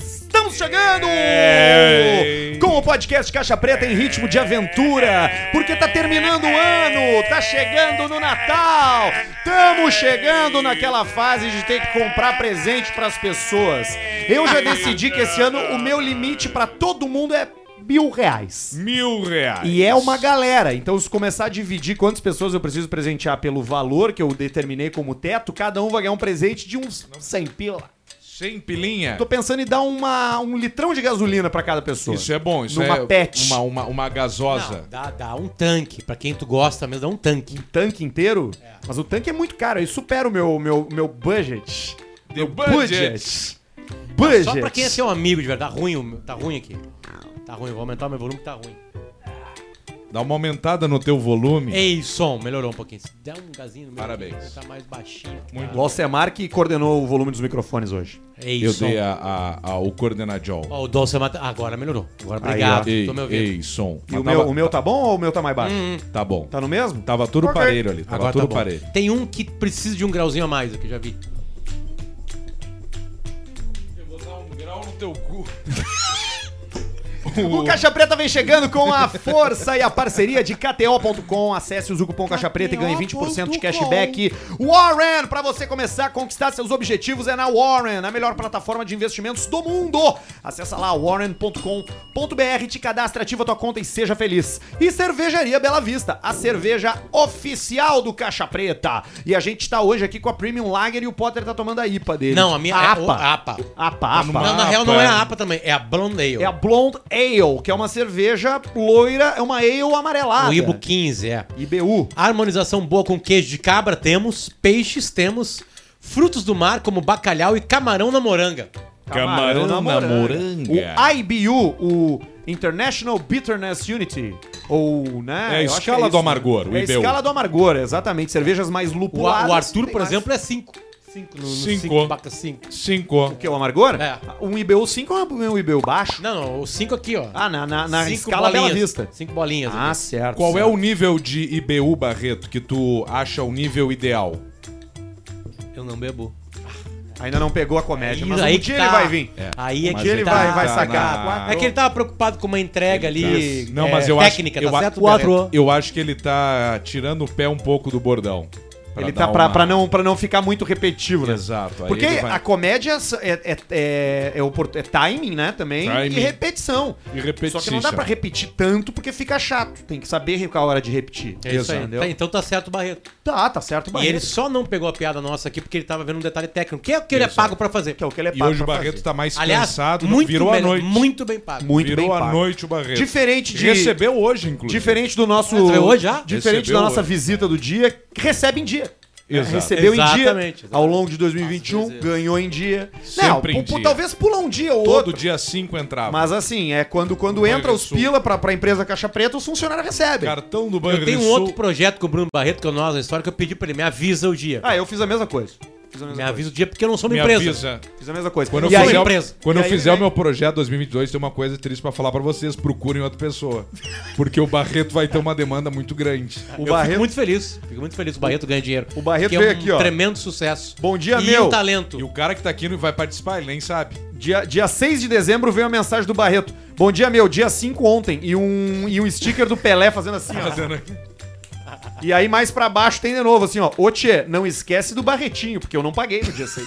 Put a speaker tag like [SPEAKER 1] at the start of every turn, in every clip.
[SPEAKER 1] Estamos chegando com o podcast Caixa Preta em ritmo de aventura, porque tá terminando o ano, tá chegando no Natal, estamos chegando naquela fase de ter que comprar presente pras pessoas. Eu já decidi que esse ano o meu limite pra todo mundo é mil reais.
[SPEAKER 2] Mil reais.
[SPEAKER 1] E é uma galera. Então, se começar a dividir quantas pessoas eu preciso presentear pelo valor que eu determinei como teto, cada um vai ganhar um presente de uns 100 pila.
[SPEAKER 2] Sem pilinha.
[SPEAKER 1] Tô pensando em dar uma, um litrão de gasolina pra cada pessoa.
[SPEAKER 2] Isso é bom, isso
[SPEAKER 1] Numa
[SPEAKER 2] é
[SPEAKER 1] pet.
[SPEAKER 2] Uma, uma, uma gasosa.
[SPEAKER 3] Não, dá, dá um tanque. Pra quem tu gosta mesmo, dá um tanque.
[SPEAKER 1] Tanque inteiro? Mas o tanque é muito caro, aí supera o meu, meu, meu budget.
[SPEAKER 2] The
[SPEAKER 1] Budget. Budget.
[SPEAKER 3] Só pra quem é seu amigo de verdade. Tá ruim, o meu- tá ruim aqui. Tá ruim, vou aumentar o meu volume que tá ruim.
[SPEAKER 2] Dá uma aumentada no teu volume.
[SPEAKER 3] Ei, som, melhorou um pouquinho. Se der um gazinho no meu
[SPEAKER 2] Parabéns.
[SPEAKER 3] aqui, Tá mais baixinho. que
[SPEAKER 2] Muito
[SPEAKER 3] tá.
[SPEAKER 1] O Alcemar que coordenou o volume dos microfones hoje.
[SPEAKER 3] Ei,
[SPEAKER 2] Eu
[SPEAKER 3] som.
[SPEAKER 2] dei a, a- a- o coordenadiol.
[SPEAKER 3] Ó, o Dolce Mata... Agora melhorou. Agora
[SPEAKER 1] Aí,
[SPEAKER 3] obrigado.
[SPEAKER 2] ei,
[SPEAKER 3] tô me ouvindo.
[SPEAKER 2] ei, som.
[SPEAKER 1] E
[SPEAKER 2] Mas
[SPEAKER 1] o meu,
[SPEAKER 2] tava-
[SPEAKER 1] o meu tá bom ou o meu tá mais baixo?
[SPEAKER 2] Tá bom.
[SPEAKER 1] Tá no mesmo?
[SPEAKER 2] Tava tudo
[SPEAKER 1] Ok.
[SPEAKER 2] parelho ali. Tava
[SPEAKER 3] Agora tá
[SPEAKER 2] tudo
[SPEAKER 3] bom.
[SPEAKER 2] parelho.
[SPEAKER 3] Tem um que precisa de um grauzinho a mais, aqui, já vi.
[SPEAKER 2] Eu vou dar um grau no teu cu.
[SPEAKER 1] O Caixa Preta vem chegando com a força e a parceria de KTO.com. Acesse o Zucupom Caixa Preta e ganhe 20% de cashback. Warren, pra você começar a conquistar seus objetivos, é na Warren, a melhor plataforma de investimentos do mundo. Acesse lá warren.com.br, te cadastra, ativa tua conta e seja feliz. E Cervejaria Bela Vista, a cerveja oficial do Caixa Preta. E a gente tá hoje aqui com a Premium Lager e o Potter tá tomando a IPA dele.
[SPEAKER 3] Não, a minha
[SPEAKER 1] a
[SPEAKER 3] é
[SPEAKER 1] APA.
[SPEAKER 3] o- a APA.
[SPEAKER 1] APA, APA.
[SPEAKER 3] Não, na
[SPEAKER 2] APA.
[SPEAKER 3] real não é a APA também, é a Blonde Ale.
[SPEAKER 1] É a Blonde Ale, que é uma cerveja loira, é uma ale amarelada.
[SPEAKER 3] O Ibo 15, é.
[SPEAKER 1] IBU.
[SPEAKER 3] Harmonização boa com queijo de cabra temos, peixes temos, frutos do mar como bacalhau e camarão na moranga.
[SPEAKER 2] Camarão na moranga.
[SPEAKER 1] O IBU, o International Bitterness Unity. Ou, né?
[SPEAKER 2] É a
[SPEAKER 1] eu acho que
[SPEAKER 2] escala do
[SPEAKER 1] isso.
[SPEAKER 2] amargor, o
[SPEAKER 1] É a
[SPEAKER 2] IBU.
[SPEAKER 1] escala do amargor, exatamente. Cervejas mais
[SPEAKER 3] O, a-
[SPEAKER 1] lupuladas.
[SPEAKER 3] o Arthur,
[SPEAKER 1] assim, tem
[SPEAKER 3] por
[SPEAKER 1] mais.
[SPEAKER 3] exemplo, é 5. 5 no
[SPEAKER 2] Cinco.
[SPEAKER 3] 5. Baca 5.
[SPEAKER 2] Cinco.
[SPEAKER 1] O que, o amargor?
[SPEAKER 3] É.
[SPEAKER 1] Um IBU 5 é um IBU baixo?
[SPEAKER 3] Não, não, o 5 aqui, ó.
[SPEAKER 1] Ah, na, na, na
[SPEAKER 3] Cinco
[SPEAKER 1] escala Bela
[SPEAKER 3] bolinhas.
[SPEAKER 1] Vista.
[SPEAKER 3] Cinco bolinhas.
[SPEAKER 1] Ah, certo.
[SPEAKER 2] Qual é
[SPEAKER 1] certo.
[SPEAKER 2] o nível de IBU, Barreto, que tu acha o nível ideal?
[SPEAKER 3] Eu não bebo.
[SPEAKER 1] Ainda não pegou a comédia, mas um
[SPEAKER 3] que
[SPEAKER 1] dia
[SPEAKER 3] tá.
[SPEAKER 1] ele vai vir. Um
[SPEAKER 2] É.
[SPEAKER 3] Aí é
[SPEAKER 2] Mas
[SPEAKER 3] que
[SPEAKER 1] ele
[SPEAKER 3] tá.
[SPEAKER 1] vai- vai
[SPEAKER 2] sacar.
[SPEAKER 3] É que ele tava preocupado com uma entrega ali
[SPEAKER 2] Não,
[SPEAKER 3] é,
[SPEAKER 2] mas eu acho-
[SPEAKER 3] técnica,
[SPEAKER 2] eu
[SPEAKER 3] tá
[SPEAKER 2] a-
[SPEAKER 3] certo?
[SPEAKER 2] eu a-
[SPEAKER 3] Beto?
[SPEAKER 2] Eu acho que ele tá tirando o pé um pouco do bordão.
[SPEAKER 1] Ele
[SPEAKER 2] dar
[SPEAKER 1] tá pra,
[SPEAKER 2] uma-
[SPEAKER 1] pra, não, pra não ficar muito repetitivo, né?
[SPEAKER 2] Exato. aí
[SPEAKER 1] Porque
[SPEAKER 2] ele vai-
[SPEAKER 1] a comédia é, é, é, é opor- é timing, né? Também.
[SPEAKER 2] Timing.
[SPEAKER 1] E repetição.
[SPEAKER 2] E repetição.
[SPEAKER 1] Só que não dá pra repetir tanto porque fica chato. Tem que saber qual a hora de repetir.
[SPEAKER 3] É isso aí.
[SPEAKER 1] Entendeu?
[SPEAKER 3] Tá, então tá certo o Barreto.
[SPEAKER 1] Tá, tá certo,
[SPEAKER 3] E
[SPEAKER 1] Barreto.
[SPEAKER 3] ele só não pegou a piada nossa aqui porque ele tava vendo um detalhe técnico. Que é o que ele é
[SPEAKER 2] Isso.
[SPEAKER 3] pago pra fazer.
[SPEAKER 1] Que é o que ele é
[SPEAKER 2] E
[SPEAKER 1] pago
[SPEAKER 2] hoje o
[SPEAKER 1] pra
[SPEAKER 2] Barreto
[SPEAKER 1] fazer.
[SPEAKER 2] tá mais
[SPEAKER 3] Aliás,
[SPEAKER 2] cansado,
[SPEAKER 3] muito
[SPEAKER 2] virou a
[SPEAKER 3] melhor-
[SPEAKER 2] noite.
[SPEAKER 3] muito bem pago.
[SPEAKER 1] Muito
[SPEAKER 2] virou
[SPEAKER 1] bem
[SPEAKER 2] a
[SPEAKER 1] pago.
[SPEAKER 2] noite o Barreto.
[SPEAKER 1] Diferente de...
[SPEAKER 2] Recebeu hoje, inclusive.
[SPEAKER 1] Diferente do nosso...
[SPEAKER 3] Recebeu hoje já?
[SPEAKER 1] Diferente
[SPEAKER 2] Recebeu
[SPEAKER 1] da nossa
[SPEAKER 2] hoje.
[SPEAKER 1] visita do dia, recebe em dia.
[SPEAKER 2] Exato.
[SPEAKER 1] Recebeu em dia.
[SPEAKER 3] Exatamente, exatamente.
[SPEAKER 1] Ao longo de
[SPEAKER 3] Às
[SPEAKER 1] 2021,
[SPEAKER 3] vezes-
[SPEAKER 1] ganhou em dia.
[SPEAKER 2] Sempre
[SPEAKER 1] não,
[SPEAKER 2] em
[SPEAKER 1] pu-
[SPEAKER 2] dia.
[SPEAKER 1] talvez pula um dia ou
[SPEAKER 2] Todo
[SPEAKER 1] outro.
[SPEAKER 2] dia 5
[SPEAKER 3] Ah,
[SPEAKER 2] entrava.
[SPEAKER 1] Mas assim, é quando, quando
[SPEAKER 2] Banco
[SPEAKER 1] entra os
[SPEAKER 2] Sul.
[SPEAKER 1] pila pra, pra empresa Caixa Preta, os funcionários recebem.
[SPEAKER 2] Cartão do Banco
[SPEAKER 3] Eu
[SPEAKER 2] do
[SPEAKER 3] tenho um
[SPEAKER 2] Sul.
[SPEAKER 3] outro projeto com o Bruno Barreto, que é o Nós na História, que eu pedi pra ele, me avisa o dia.
[SPEAKER 1] Ah, eu fiz a mesma coisa. Fiz a mesma
[SPEAKER 3] me
[SPEAKER 1] coisa.
[SPEAKER 3] avisa o dia porque eu não sou uma
[SPEAKER 2] Me
[SPEAKER 3] empresa.
[SPEAKER 2] avisa.
[SPEAKER 1] Fiz a mesma coisa.
[SPEAKER 2] Quando eu
[SPEAKER 1] e
[SPEAKER 3] fui
[SPEAKER 1] aí,
[SPEAKER 2] fizer, o-
[SPEAKER 3] empresa.
[SPEAKER 2] quando
[SPEAKER 1] E
[SPEAKER 2] eu
[SPEAKER 1] aí
[SPEAKER 2] fizer o
[SPEAKER 1] vem-
[SPEAKER 2] meu projeto 2022, tem uma coisa triste pra falar pra vocês. Procurem outra pessoa. Porque o Barreto vai ter uma demanda muito grande.
[SPEAKER 1] o
[SPEAKER 3] eu
[SPEAKER 1] Barreto.
[SPEAKER 3] fico muito feliz. Fico muito feliz. O Barreto ganha dinheiro.
[SPEAKER 1] O Barreto
[SPEAKER 3] que
[SPEAKER 1] veio
[SPEAKER 3] é um
[SPEAKER 1] aqui, ó.
[SPEAKER 3] tremendo sucesso.
[SPEAKER 1] Bom dia,
[SPEAKER 3] e
[SPEAKER 1] meu.
[SPEAKER 3] um talento.
[SPEAKER 2] E o cara que tá aqui não vai participar, ele nem sabe.
[SPEAKER 1] Dia, dia 6 de dezembro veio a mensagem do Barreto. Bom dia, meu. Dia 5 ontem. E um, e um sticker do Pelé fazendo assim, ó.
[SPEAKER 2] Fazendo aqui.
[SPEAKER 1] E aí mais pra baixo tem de novo, assim, ó. Ô, tchê, não esquece do Barretinho, porque eu não paguei no dia 6.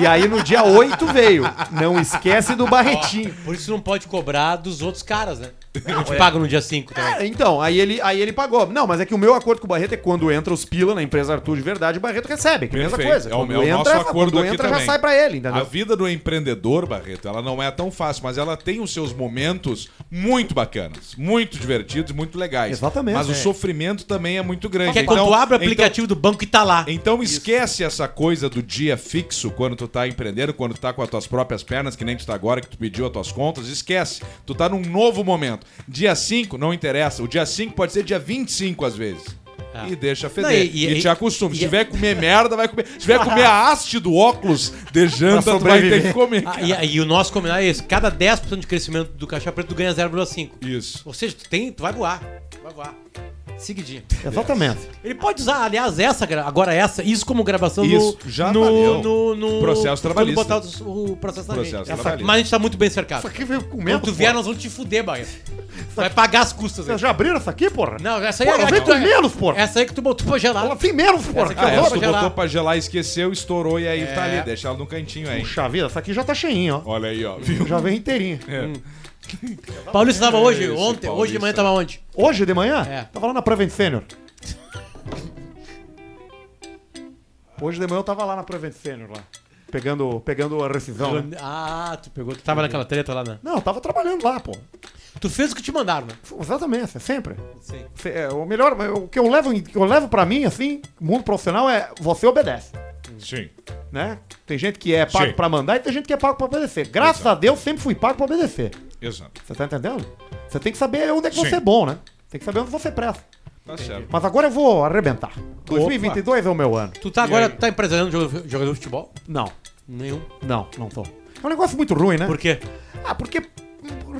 [SPEAKER 1] e aí no dia 8 veio. Não esquece do Barretinho.
[SPEAKER 3] Por isso não pode cobrar dos outros caras, né? Te pagam no dia 5 também.
[SPEAKER 1] É, Então, aí ele, aí ele pagou. Não, mas é que o meu acordo com o Barreto é quando entra os pila na empresa Arthur de verdade, o Barreto recebe. Que é a mesma
[SPEAKER 2] Perfeito.
[SPEAKER 1] coisa.
[SPEAKER 2] É o-
[SPEAKER 1] Quando
[SPEAKER 2] é o nosso acordo
[SPEAKER 1] quando
[SPEAKER 2] aqui
[SPEAKER 1] entra, já
[SPEAKER 2] também.
[SPEAKER 1] sai pra ele, entendeu?
[SPEAKER 2] A vida do empreendedor, Barreto, ela não é tão fácil, mas ela tem os seus momentos muito bacanas, muito divertidos, e muito legais.
[SPEAKER 1] Exatamente.
[SPEAKER 2] Mas
[SPEAKER 1] É.
[SPEAKER 2] o sofrimento também é muito grande.
[SPEAKER 1] Então,
[SPEAKER 3] Porque é quando tu abre o aplicativo do banco e tá lá.
[SPEAKER 2] Então, então esquece essa coisa do dia fixo quando tu tá empreendendo, quando tu tá com as tuas próprias pernas, que nem tu tá agora, que tu pediu as tuas contas. Esquece. Tu tá num novo momento. Dia 5, não interessa. O dia 5 pode ser dia 25 às vezes.
[SPEAKER 3] Ah.
[SPEAKER 2] E deixa feder.
[SPEAKER 3] Não,
[SPEAKER 2] e,
[SPEAKER 3] e- e-
[SPEAKER 2] te acostume.
[SPEAKER 3] e- é-
[SPEAKER 2] Se tiver que comer merda, vai comer. Se tiver que comer a haste do óculos de janta,
[SPEAKER 1] Pra
[SPEAKER 2] tu vai ter que
[SPEAKER 1] sobreviver.
[SPEAKER 2] comer.
[SPEAKER 3] Ah, e, e o nosso combinado é esse. Cada 10% de crescimento do Caixa Preto, tu ganha 0,5.
[SPEAKER 2] Isso.
[SPEAKER 3] Ou seja, tu, tem, tu vai voar. Tu Vai voar. Seguidinho.
[SPEAKER 1] Exatamente.
[SPEAKER 3] Ele pode usar, aliás, essa, gra- agora essa, isso como gravação no-
[SPEAKER 2] Isso, já valeu.
[SPEAKER 3] no, no, no-
[SPEAKER 2] Processo
[SPEAKER 3] quando
[SPEAKER 2] trabalhista.
[SPEAKER 3] botar os- o, processo na
[SPEAKER 2] Processo
[SPEAKER 3] gente. Essa-
[SPEAKER 2] trabalhista.
[SPEAKER 3] Mas a gente tá muito bem cercado.
[SPEAKER 1] Isso aqui veio comendo.
[SPEAKER 3] Quando tu vier,
[SPEAKER 1] porra.
[SPEAKER 3] nós vamos te fuder, Bahia. Vai pagar as custas aí.
[SPEAKER 1] Vocês já abriram essa aqui, porra?
[SPEAKER 3] Não, essa aí
[SPEAKER 1] Porra,
[SPEAKER 3] é a
[SPEAKER 1] vem
[SPEAKER 3] que
[SPEAKER 1] com
[SPEAKER 3] tu-
[SPEAKER 1] menos, porra.
[SPEAKER 3] Essa aí que tu botou pra gelar.
[SPEAKER 1] Ela tem menos, porra. é,
[SPEAKER 3] Essa aqui
[SPEAKER 1] que
[SPEAKER 2] Ah,
[SPEAKER 1] horror.
[SPEAKER 2] essa
[SPEAKER 3] vou
[SPEAKER 2] tu
[SPEAKER 3] gelar. É.
[SPEAKER 2] botou pra gelar, esqueceu, estourou e aí tá ali. Deixa ela no cantinho aí.
[SPEAKER 1] Puxa vida, essa aqui já tá cheinha, ó.
[SPEAKER 2] Olha aí, ó. Viu?
[SPEAKER 1] Já vem inteirinha.
[SPEAKER 3] Paulista tava hoje,
[SPEAKER 2] Esse
[SPEAKER 3] ontem, hoje de manhã
[SPEAKER 2] Paulista.
[SPEAKER 3] tava onde?
[SPEAKER 1] Hoje de manhã?
[SPEAKER 3] É.
[SPEAKER 1] Tava lá na Prevent Senior. Hoje de manhã eu tava lá na Prevent Senior lá. Pegando, pegando a rescisão.
[SPEAKER 2] Então.
[SPEAKER 1] Né?
[SPEAKER 3] Ah, tu pegou, tu tava naquela treta lá, né?
[SPEAKER 1] Não, eu tava trabalhando lá, pô.
[SPEAKER 3] Tu fez o que te mandaram, né?
[SPEAKER 1] Exatamente, é sempre.
[SPEAKER 3] Sim.
[SPEAKER 1] Se- é, o melhor, o que eu levo, em- que eu levo pra mim, assim, mundo profissional é você obedece.
[SPEAKER 2] Sim.
[SPEAKER 1] Né? Tem gente que é pago
[SPEAKER 2] Sim.
[SPEAKER 1] pra mandar e tem gente que é pago pra obedecer. Graças a Deus, sempre fui pago pra obedecer.
[SPEAKER 2] Exato.
[SPEAKER 1] Você tá entendendo? Você tem que saber onde é que
[SPEAKER 2] Sim.
[SPEAKER 1] você é bom, né? Tem que saber onde você presta.
[SPEAKER 2] Tá certo.
[SPEAKER 1] Mas agora eu vou arrebentar. 2022 é o meu ano.
[SPEAKER 3] Tu tá
[SPEAKER 2] E aí?
[SPEAKER 3] agora, tu tá empresariando jogador, jogador de futebol?
[SPEAKER 1] Não,
[SPEAKER 3] Nenhum.
[SPEAKER 1] não, não tô. É um negócio muito ruim, né?
[SPEAKER 3] Por quê?
[SPEAKER 1] Ah, porque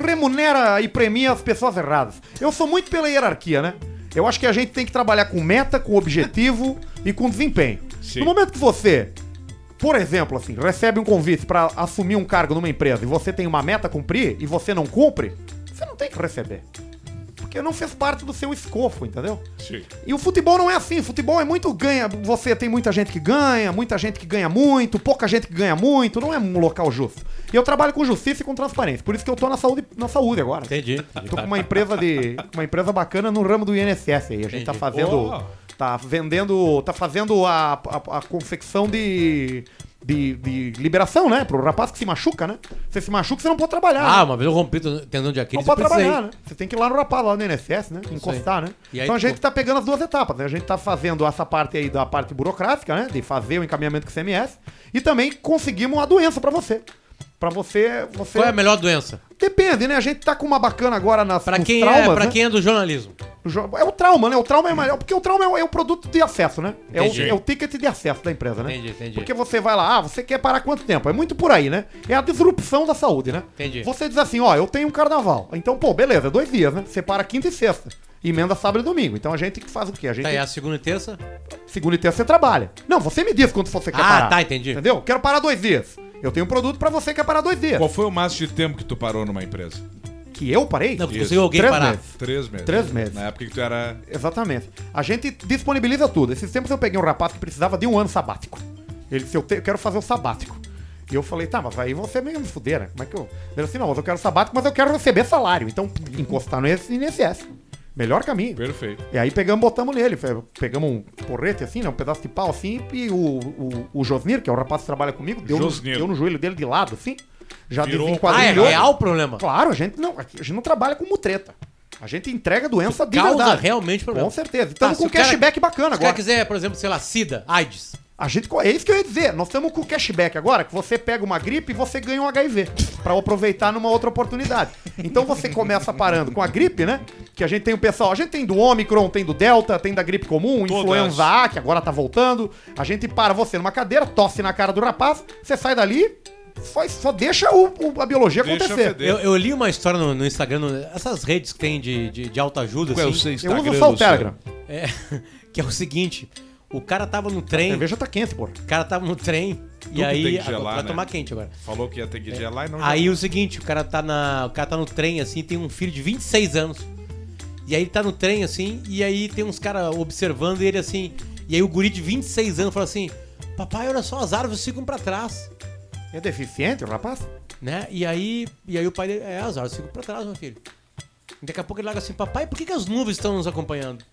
[SPEAKER 1] remunera e premia as pessoas erradas. Eu sou muito pela hierarquia, né? Eu acho que a gente tem que trabalhar com meta, com objetivo e com desempenho.
[SPEAKER 2] Sim.
[SPEAKER 1] No momento que você, por exemplo, assim, recebe um convite pra assumir um cargo numa empresa e você tem uma meta a cumprir e você não cumpre, você não tem que receber. Porque não fez parte do seu escopo, entendeu?
[SPEAKER 2] Sim.
[SPEAKER 1] E o futebol não é assim. Futebol é muito ganha. Você tem muita gente que ganha, muita gente que ganha muito, pouca gente que ganha muito. Não é um local justo. E eu trabalho com justiça e com transparência. Por isso que eu tô na saúde, na saúde agora.
[SPEAKER 3] Entendi.
[SPEAKER 1] Tô com uma empresa de uma empresa bacana no ramo do INSS aí. A gente tá fazendo
[SPEAKER 2] Oh.
[SPEAKER 1] tá vendendo, tá fazendo a, a, a confecção de, de de liberação, né, pro rapaz que se machuca, né? Você se machuca, você não pode trabalhar. né?
[SPEAKER 3] Ah, uma vez eu rompi o tendão de
[SPEAKER 1] Não
[SPEAKER 3] Aquiles e
[SPEAKER 1] pode
[SPEAKER 3] precisei.
[SPEAKER 1] trabalhar, né? Você tem que ir lá no rapaz, lá no INSS, né? Encostar, né?
[SPEAKER 3] E aí,
[SPEAKER 1] então a
[SPEAKER 3] tipo-
[SPEAKER 1] gente tá pegando as duas etapas, né? A gente tá fazendo essa parte aí da parte burocrática, né? De fazer o encaminhamento com o CMS. E também conseguimos a doença pra você. Pra você. você...
[SPEAKER 3] Qual é a melhor doença?
[SPEAKER 1] Depende, né? A gente tá com uma bacana agora nas
[SPEAKER 3] Pra
[SPEAKER 1] nos
[SPEAKER 3] quem, é,
[SPEAKER 1] traumas,
[SPEAKER 3] pra
[SPEAKER 1] né?
[SPEAKER 3] quem é do jornalismo.
[SPEAKER 1] O jo- É o trauma, né? O trauma é melhor. Porque o trauma é o, é o produto de acesso, né? É o,
[SPEAKER 3] Entendi.
[SPEAKER 1] é o ticket de acesso da empresa, né?
[SPEAKER 3] Entendi, entendi.
[SPEAKER 1] Porque você vai lá, ah, você quer parar quanto tempo? É muito por aí, né? É a disrupção da saúde, né?
[SPEAKER 3] Entendi.
[SPEAKER 1] Você diz assim, ó, eu tenho um carnaval. Então, pô, beleza, dois dias, né? Você para quinta e sexta. Emenda sábado e domingo. Então a gente faz o quê? A gente.
[SPEAKER 3] Tá aí a segunda e terça?
[SPEAKER 1] Segunda e terça você trabalha. Não, você me diz quanto você quer
[SPEAKER 3] Ah,
[SPEAKER 1] parar.
[SPEAKER 3] tá, entendi.
[SPEAKER 1] Entendeu? Quero parar dois dias. Eu tenho um produto pra você que quer parar dois dias.
[SPEAKER 2] Qual foi o máximo de tempo que tu parou numa empresa?
[SPEAKER 1] Que eu parei?
[SPEAKER 3] Não, tu
[SPEAKER 2] Isso.
[SPEAKER 3] conseguiu alguém
[SPEAKER 1] Três
[SPEAKER 3] parar. Ah, é
[SPEAKER 1] meses.
[SPEAKER 2] Três meses.
[SPEAKER 1] Três meses.
[SPEAKER 2] Na época que tu era.
[SPEAKER 1] Exatamente. A gente disponibiliza tudo. Esses tempos eu peguei um rapaz que precisava de um ano sabático. Ele disse, eu, te- eu quero fazer o sabático. E eu falei, tá, mas aí você é meio me fuder, né? Como é que eu... Ele disse, não, mas eu quero sabático, mas eu quero receber salário. Então, encostar no INSS. Melhor caminho.
[SPEAKER 2] Perfeito.
[SPEAKER 1] E aí pegamos, botamos nele, fe- pegamos um porrete assim, né? Um pedaço de pau assim, e o, o, o Josnir, que é o rapaz que trabalha comigo, deu, no,
[SPEAKER 2] Josnir.
[SPEAKER 1] deu no joelho dele de lado, assim. Já
[SPEAKER 2] Virou-
[SPEAKER 3] Ah, é
[SPEAKER 1] desenquadrilhou.
[SPEAKER 3] real o problema?
[SPEAKER 1] Claro, a gente não, a gente não trabalha com mutreta. A gente entrega a doença de
[SPEAKER 3] Causa
[SPEAKER 1] verdade.
[SPEAKER 3] realmente problema.
[SPEAKER 1] Com certeza.
[SPEAKER 3] Tá,
[SPEAKER 1] Estamos
[SPEAKER 3] se
[SPEAKER 1] com
[SPEAKER 3] o cara-
[SPEAKER 1] cashback bacana
[SPEAKER 3] Se o cara
[SPEAKER 1] agora.
[SPEAKER 3] quiser, por exemplo, sei lá, SIDA, AIDS.
[SPEAKER 1] A gente, co- é isso que eu ia dizer. Nós estamos com cashback agora, que você pega uma gripe e você ganha um HIV. Pra aproveitar numa outra oportunidade. Então você começa parando com a gripe, né? Que a gente tem o pessoal. A gente tem do Omicron, tem do Delta, tem da gripe comum,
[SPEAKER 2] Todas.
[SPEAKER 1] influenza A, que agora tá voltando. A gente para você numa cadeira, tosse na cara do rapaz, você sai dali. Só, só deixa o, o- a biologia
[SPEAKER 2] Deixa
[SPEAKER 1] acontecer.
[SPEAKER 2] feder.
[SPEAKER 3] Eu, eu li uma história no, no Instagram, no- essas redes que tem de, de, de autoajuda,
[SPEAKER 2] Qual é o
[SPEAKER 3] assim,
[SPEAKER 2] seu
[SPEAKER 1] Eu
[SPEAKER 2] Instagram,
[SPEAKER 1] uso só o
[SPEAKER 2] Luciano?
[SPEAKER 1] Telegram.
[SPEAKER 3] é, que é o seguinte, o cara tava no
[SPEAKER 1] A
[SPEAKER 3] trem,
[SPEAKER 1] cerveja tá quente, porra.
[SPEAKER 3] o cara tava no trem,
[SPEAKER 2] que
[SPEAKER 3] e aí...
[SPEAKER 2] tem que gelar,
[SPEAKER 3] agora- vai
[SPEAKER 2] né?
[SPEAKER 3] tomar quente agora.
[SPEAKER 2] Falou que ia ter que gelar e não
[SPEAKER 3] Aí o seguinte, o cara tá na, o cara tá no trem assim, tem um filho de 26 anos. E aí ele tá no trem assim, e aí tem uns caras observando ele assim, e aí o guri de 26 anos fala assim: "Papai, olha só as árvores ficam pra trás",
[SPEAKER 1] É deficiente o rapaz?
[SPEAKER 3] né? E aí, e aí o pai dele: "É, as árvores ficam pra trás, meu filho". E daqui a pouco ele larga assim: "Papai, por que, que as nuvens estão nos acompanhando?"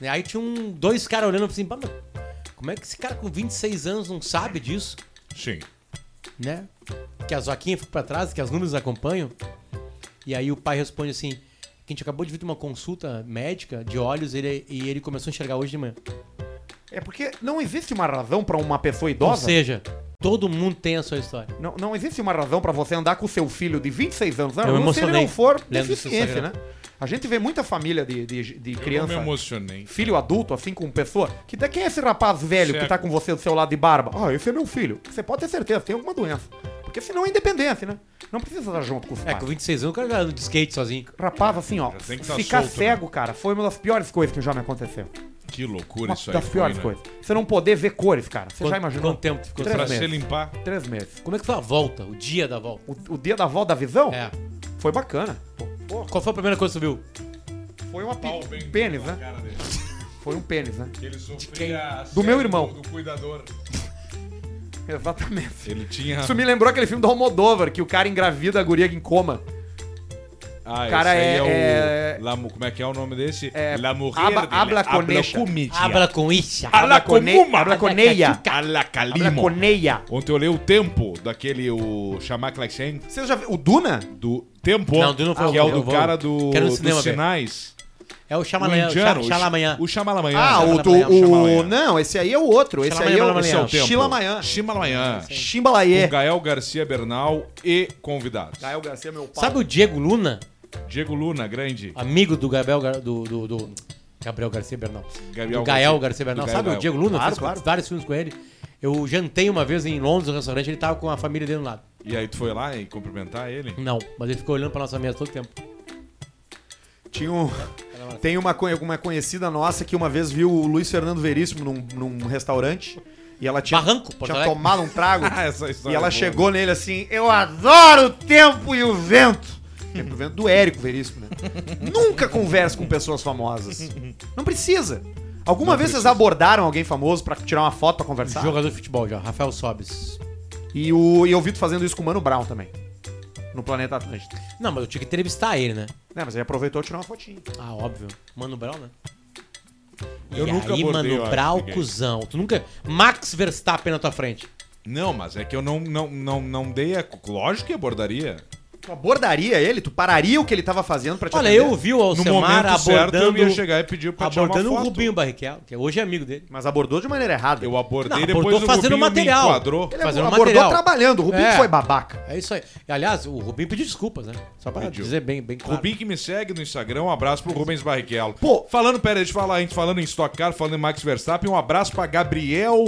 [SPEAKER 3] Né? Aí tinha um, dois caras olhando assim: "Pá, mas como é que esse cara com 26 anos não sabe disso?"
[SPEAKER 2] Sim.
[SPEAKER 3] né? Que as vaquinhas ficam pra trás, que as números acompanham. E aí o pai responde assim: que a gente acabou de vir de uma consulta médica de olhos ele, e ele começou a enxergar hoje de manhã.
[SPEAKER 1] É porque não existe uma razão pra uma pessoa
[SPEAKER 3] Ou
[SPEAKER 1] idosa.
[SPEAKER 3] seja, todo mundo tem a sua história.
[SPEAKER 1] Não, não existe uma razão pra você andar com o seu filho de 26 anos,
[SPEAKER 3] Eu me
[SPEAKER 1] não, se ele
[SPEAKER 3] emocionei
[SPEAKER 1] não for
[SPEAKER 3] lendo esse
[SPEAKER 1] deficiente, né?
[SPEAKER 3] Instagram.
[SPEAKER 1] A gente vê muita família de, de, de criança,
[SPEAKER 2] Eu não me emocionei.
[SPEAKER 1] filho adulto, assim, com pessoa. Que da- quem é esse rapaz velho que
[SPEAKER 2] Certo.
[SPEAKER 1] tá com você do seu lado de barba? Ah, esse é meu filho. Você pode ter certeza, tem alguma doença. Porque Porque afinal é independente, né? Não precisa estar junto com os
[SPEAKER 3] É,
[SPEAKER 1] pais.
[SPEAKER 3] com 26 anos o cara já anda de skate sozinho.
[SPEAKER 1] Rapaz, assim, ó,
[SPEAKER 2] tem que tá
[SPEAKER 1] ficar
[SPEAKER 2] solto, né?
[SPEAKER 1] cego, cara, foi uma das piores coisas que já me aconteceu.
[SPEAKER 2] Que loucura
[SPEAKER 1] Uma
[SPEAKER 2] isso aí.
[SPEAKER 1] das
[SPEAKER 2] foi,
[SPEAKER 1] piores
[SPEAKER 2] né?
[SPEAKER 1] coisas. Você não poder ver cores, cara. Você
[SPEAKER 3] Quanto-
[SPEAKER 1] já imaginou?
[SPEAKER 3] quanto tempo ficou
[SPEAKER 1] Três
[SPEAKER 2] Pra se
[SPEAKER 1] meses.
[SPEAKER 2] limpar.
[SPEAKER 1] Três meses.
[SPEAKER 3] Como é que foi a volta, o dia da volta?
[SPEAKER 1] O, o dia da volta da visão
[SPEAKER 3] É.
[SPEAKER 1] foi bacana. Pô,
[SPEAKER 3] Qual foi a primeira coisa que você viu?
[SPEAKER 1] foi uma pi- pênis, né? Foi um pênis, né?
[SPEAKER 2] Ele
[SPEAKER 3] quem?
[SPEAKER 2] sofria
[SPEAKER 1] Do meu irmão.
[SPEAKER 2] Do, cuidador.
[SPEAKER 1] Exatamente.
[SPEAKER 2] Ele tinha.
[SPEAKER 1] Isso me lembrou aquele filme do Almodóvar, que o cara engravida a guria em coma.
[SPEAKER 2] Ah,
[SPEAKER 1] cara
[SPEAKER 2] esse aí
[SPEAKER 1] é-
[SPEAKER 2] o-
[SPEAKER 1] é-
[SPEAKER 2] Lamo- Como é que é o nome desse?
[SPEAKER 1] É,
[SPEAKER 2] La
[SPEAKER 1] Abla-
[SPEAKER 2] dele.
[SPEAKER 1] Abla Conecha.
[SPEAKER 2] Comidia.
[SPEAKER 3] Abra com isha.
[SPEAKER 2] Abla
[SPEAKER 1] Abla Cone-
[SPEAKER 2] Comuma.
[SPEAKER 1] Abla Coneia.
[SPEAKER 2] Abla
[SPEAKER 1] Abra
[SPEAKER 2] Calimo.
[SPEAKER 1] Coneia.
[SPEAKER 2] Ontem eu olhei o tempo daquele, o Chamar Claxen,
[SPEAKER 1] Você já viu? O Duna?
[SPEAKER 2] do Tempo,
[SPEAKER 3] Não, do não foi
[SPEAKER 2] que é o
[SPEAKER 3] eu
[SPEAKER 2] do
[SPEAKER 3] vou-
[SPEAKER 2] cara do,
[SPEAKER 3] Quero no
[SPEAKER 2] dos
[SPEAKER 3] cinema, velho.
[SPEAKER 2] sinais.
[SPEAKER 3] É o
[SPEAKER 2] O
[SPEAKER 3] Xamalã,
[SPEAKER 2] indiano.
[SPEAKER 3] o Xalamanhã.
[SPEAKER 2] O Xamalamanhã.
[SPEAKER 1] Ah, o do.
[SPEAKER 3] Xalamanhã,
[SPEAKER 1] O,
[SPEAKER 2] Xalamanhã.
[SPEAKER 1] não, esse aí é o outro. Esse aí é o.
[SPEAKER 2] Esse é o
[SPEAKER 3] Xalamanhã.
[SPEAKER 2] Tempo.
[SPEAKER 1] Xilamayan.
[SPEAKER 2] Ximalamanhã.
[SPEAKER 1] Chimbalaê.
[SPEAKER 2] Com Gael Garcia Bernal e convidados.
[SPEAKER 1] Gael Garcia, meu pau.
[SPEAKER 3] Sabe o Diego Luna,
[SPEAKER 2] Diego Luna, grande.
[SPEAKER 3] amigo do Gabriel Gar- do, do- do Gabriel Garcia Bernal.
[SPEAKER 2] Gabriel
[SPEAKER 3] do Gael
[SPEAKER 2] Garcia-
[SPEAKER 3] Garcia Bernal.
[SPEAKER 2] do
[SPEAKER 3] Sabe
[SPEAKER 2] Gael.
[SPEAKER 3] o Diego Luna?
[SPEAKER 1] Claro,
[SPEAKER 3] Fiz
[SPEAKER 1] claro.
[SPEAKER 3] vários filmes com ele. Eu jantei uma vez em Londres, no restaurante, ele tava com a família dele do lado.
[SPEAKER 2] E aí tu foi lá e cumprimentar ele?
[SPEAKER 3] Não, mas ele ficou olhando pra nossa mesa todo tempo.
[SPEAKER 1] Tinha um- Tem uma, co- uma conhecida nossa que uma vez viu o Luiz Fernando Veríssimo num, num restaurante e ela tinha,
[SPEAKER 3] Barranco, Porto
[SPEAKER 1] tinha
[SPEAKER 3] Alegre.
[SPEAKER 1] tomado um trago
[SPEAKER 2] essa história
[SPEAKER 1] e ela
[SPEAKER 2] é boa.
[SPEAKER 1] chegou nele assim: Eu adoro o tempo e o vento. Tempo e o vento do Érico Veríssimo, né? Nunca converse com pessoas famosas. Não precisa. Alguma vez vocês abordaram alguém famoso pra tirar uma foto pra conversar?
[SPEAKER 3] Jogador de futebol já, Rafael Sobes.
[SPEAKER 1] E, o, e eu vi tu fazendo isso com o Mano Brown também. No Planeta Atlântida.
[SPEAKER 3] Não, mas eu tinha que entrevistar ele, né?
[SPEAKER 1] Né, mas ele aproveitou e tirou uma fotinha.
[SPEAKER 3] Ah, óbvio. Mano Brau, né?
[SPEAKER 2] Eu
[SPEAKER 3] e
[SPEAKER 2] nunca
[SPEAKER 3] aí,
[SPEAKER 2] abordei, eu
[SPEAKER 3] Mano
[SPEAKER 2] acho,
[SPEAKER 3] Brau,
[SPEAKER 2] ninguém.
[SPEAKER 3] cuzão. Tu nunca... Max Verstappen na tua frente.
[SPEAKER 2] Não, mas é que eu não, não, não, não dei a... Lógico que abordaria.
[SPEAKER 1] Tu abordaria ele? Tu pararia o que ele tava fazendo pra te
[SPEAKER 3] Olha,
[SPEAKER 1] atender?
[SPEAKER 3] eu vi o Alcemar
[SPEAKER 2] momento certo,
[SPEAKER 3] abordando...
[SPEAKER 2] eu ia chegar e pedir pra tirar uma
[SPEAKER 3] Abordando o
[SPEAKER 2] foto.
[SPEAKER 3] Rubinho Barrichello, que hoje é amigo dele.
[SPEAKER 1] Mas abordou de maneira errada.
[SPEAKER 2] Eu abordei
[SPEAKER 3] Não,
[SPEAKER 2] depois
[SPEAKER 3] abordou
[SPEAKER 2] o
[SPEAKER 3] fazendo
[SPEAKER 2] Rubinho
[SPEAKER 3] material.
[SPEAKER 2] me enquadrou.
[SPEAKER 1] Ele é
[SPEAKER 3] fazendo
[SPEAKER 1] abordou
[SPEAKER 3] material.
[SPEAKER 1] trabalhando. O Rubinho
[SPEAKER 3] É.
[SPEAKER 1] foi babaca.
[SPEAKER 3] É isso aí. E, aliás, o Rubinho pediu desculpas, né? Só pra
[SPEAKER 2] Pediu.
[SPEAKER 3] dizer bem, bem claro.
[SPEAKER 2] Rubinho que me segue no Instagram, um abraço pro Rubens Barrichello.
[SPEAKER 1] Pô.
[SPEAKER 2] falando, pera, deixa eu falar, a gente falando em Stock Car, falando em Max Verstappen, um abraço pra Gabriel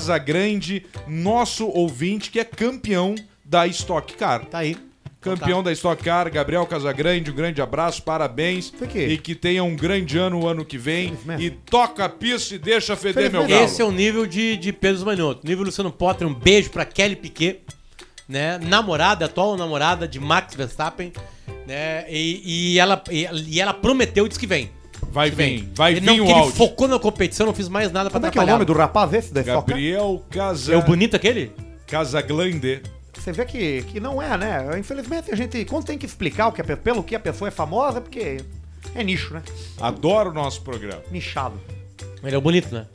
[SPEAKER 2] Casagrande, nosso ouvinte que é campeão da Stock Car.
[SPEAKER 3] Tá aí.
[SPEAKER 2] Campeão
[SPEAKER 3] Então
[SPEAKER 2] da Stock Car, Gabriel Casagrande, um grande abraço, parabéns.
[SPEAKER 1] Foi que-
[SPEAKER 2] E que tenha um grande ano o ano que vem.
[SPEAKER 1] Felizmente.
[SPEAKER 2] E toca a pista e deixa feder,
[SPEAKER 1] Felizmente.
[SPEAKER 2] meu
[SPEAKER 3] tá.
[SPEAKER 2] galo.
[SPEAKER 3] Esse é o nível de, de Pedro Manioto. Nível Luciano Potter, um beijo pra Kelly Piquet, né? Namorada, atual namorada de Max Verstappen, né? E, e ela, e, e ela prometeu, disse que vem.
[SPEAKER 2] Vai
[SPEAKER 3] Que
[SPEAKER 2] vir, vai
[SPEAKER 3] Ele
[SPEAKER 2] vir
[SPEAKER 3] não,
[SPEAKER 2] o
[SPEAKER 3] que
[SPEAKER 2] áudio.
[SPEAKER 3] Ele focou na competição, não fiz mais nada pra
[SPEAKER 1] Como é que é o nome do rapaz esse da Stock Car?
[SPEAKER 2] Gabriel Casa...
[SPEAKER 3] É o bonito aquele?
[SPEAKER 2] Casagrande.
[SPEAKER 1] Você vê que, que não é, né? Infelizmente, a gente, quando tem que explicar o que é, pe- pelo que a pessoa é famosa, é porque é nicho, né?
[SPEAKER 2] Adoro o nosso programa.
[SPEAKER 1] Nichado.
[SPEAKER 3] Ele é o bonito, né?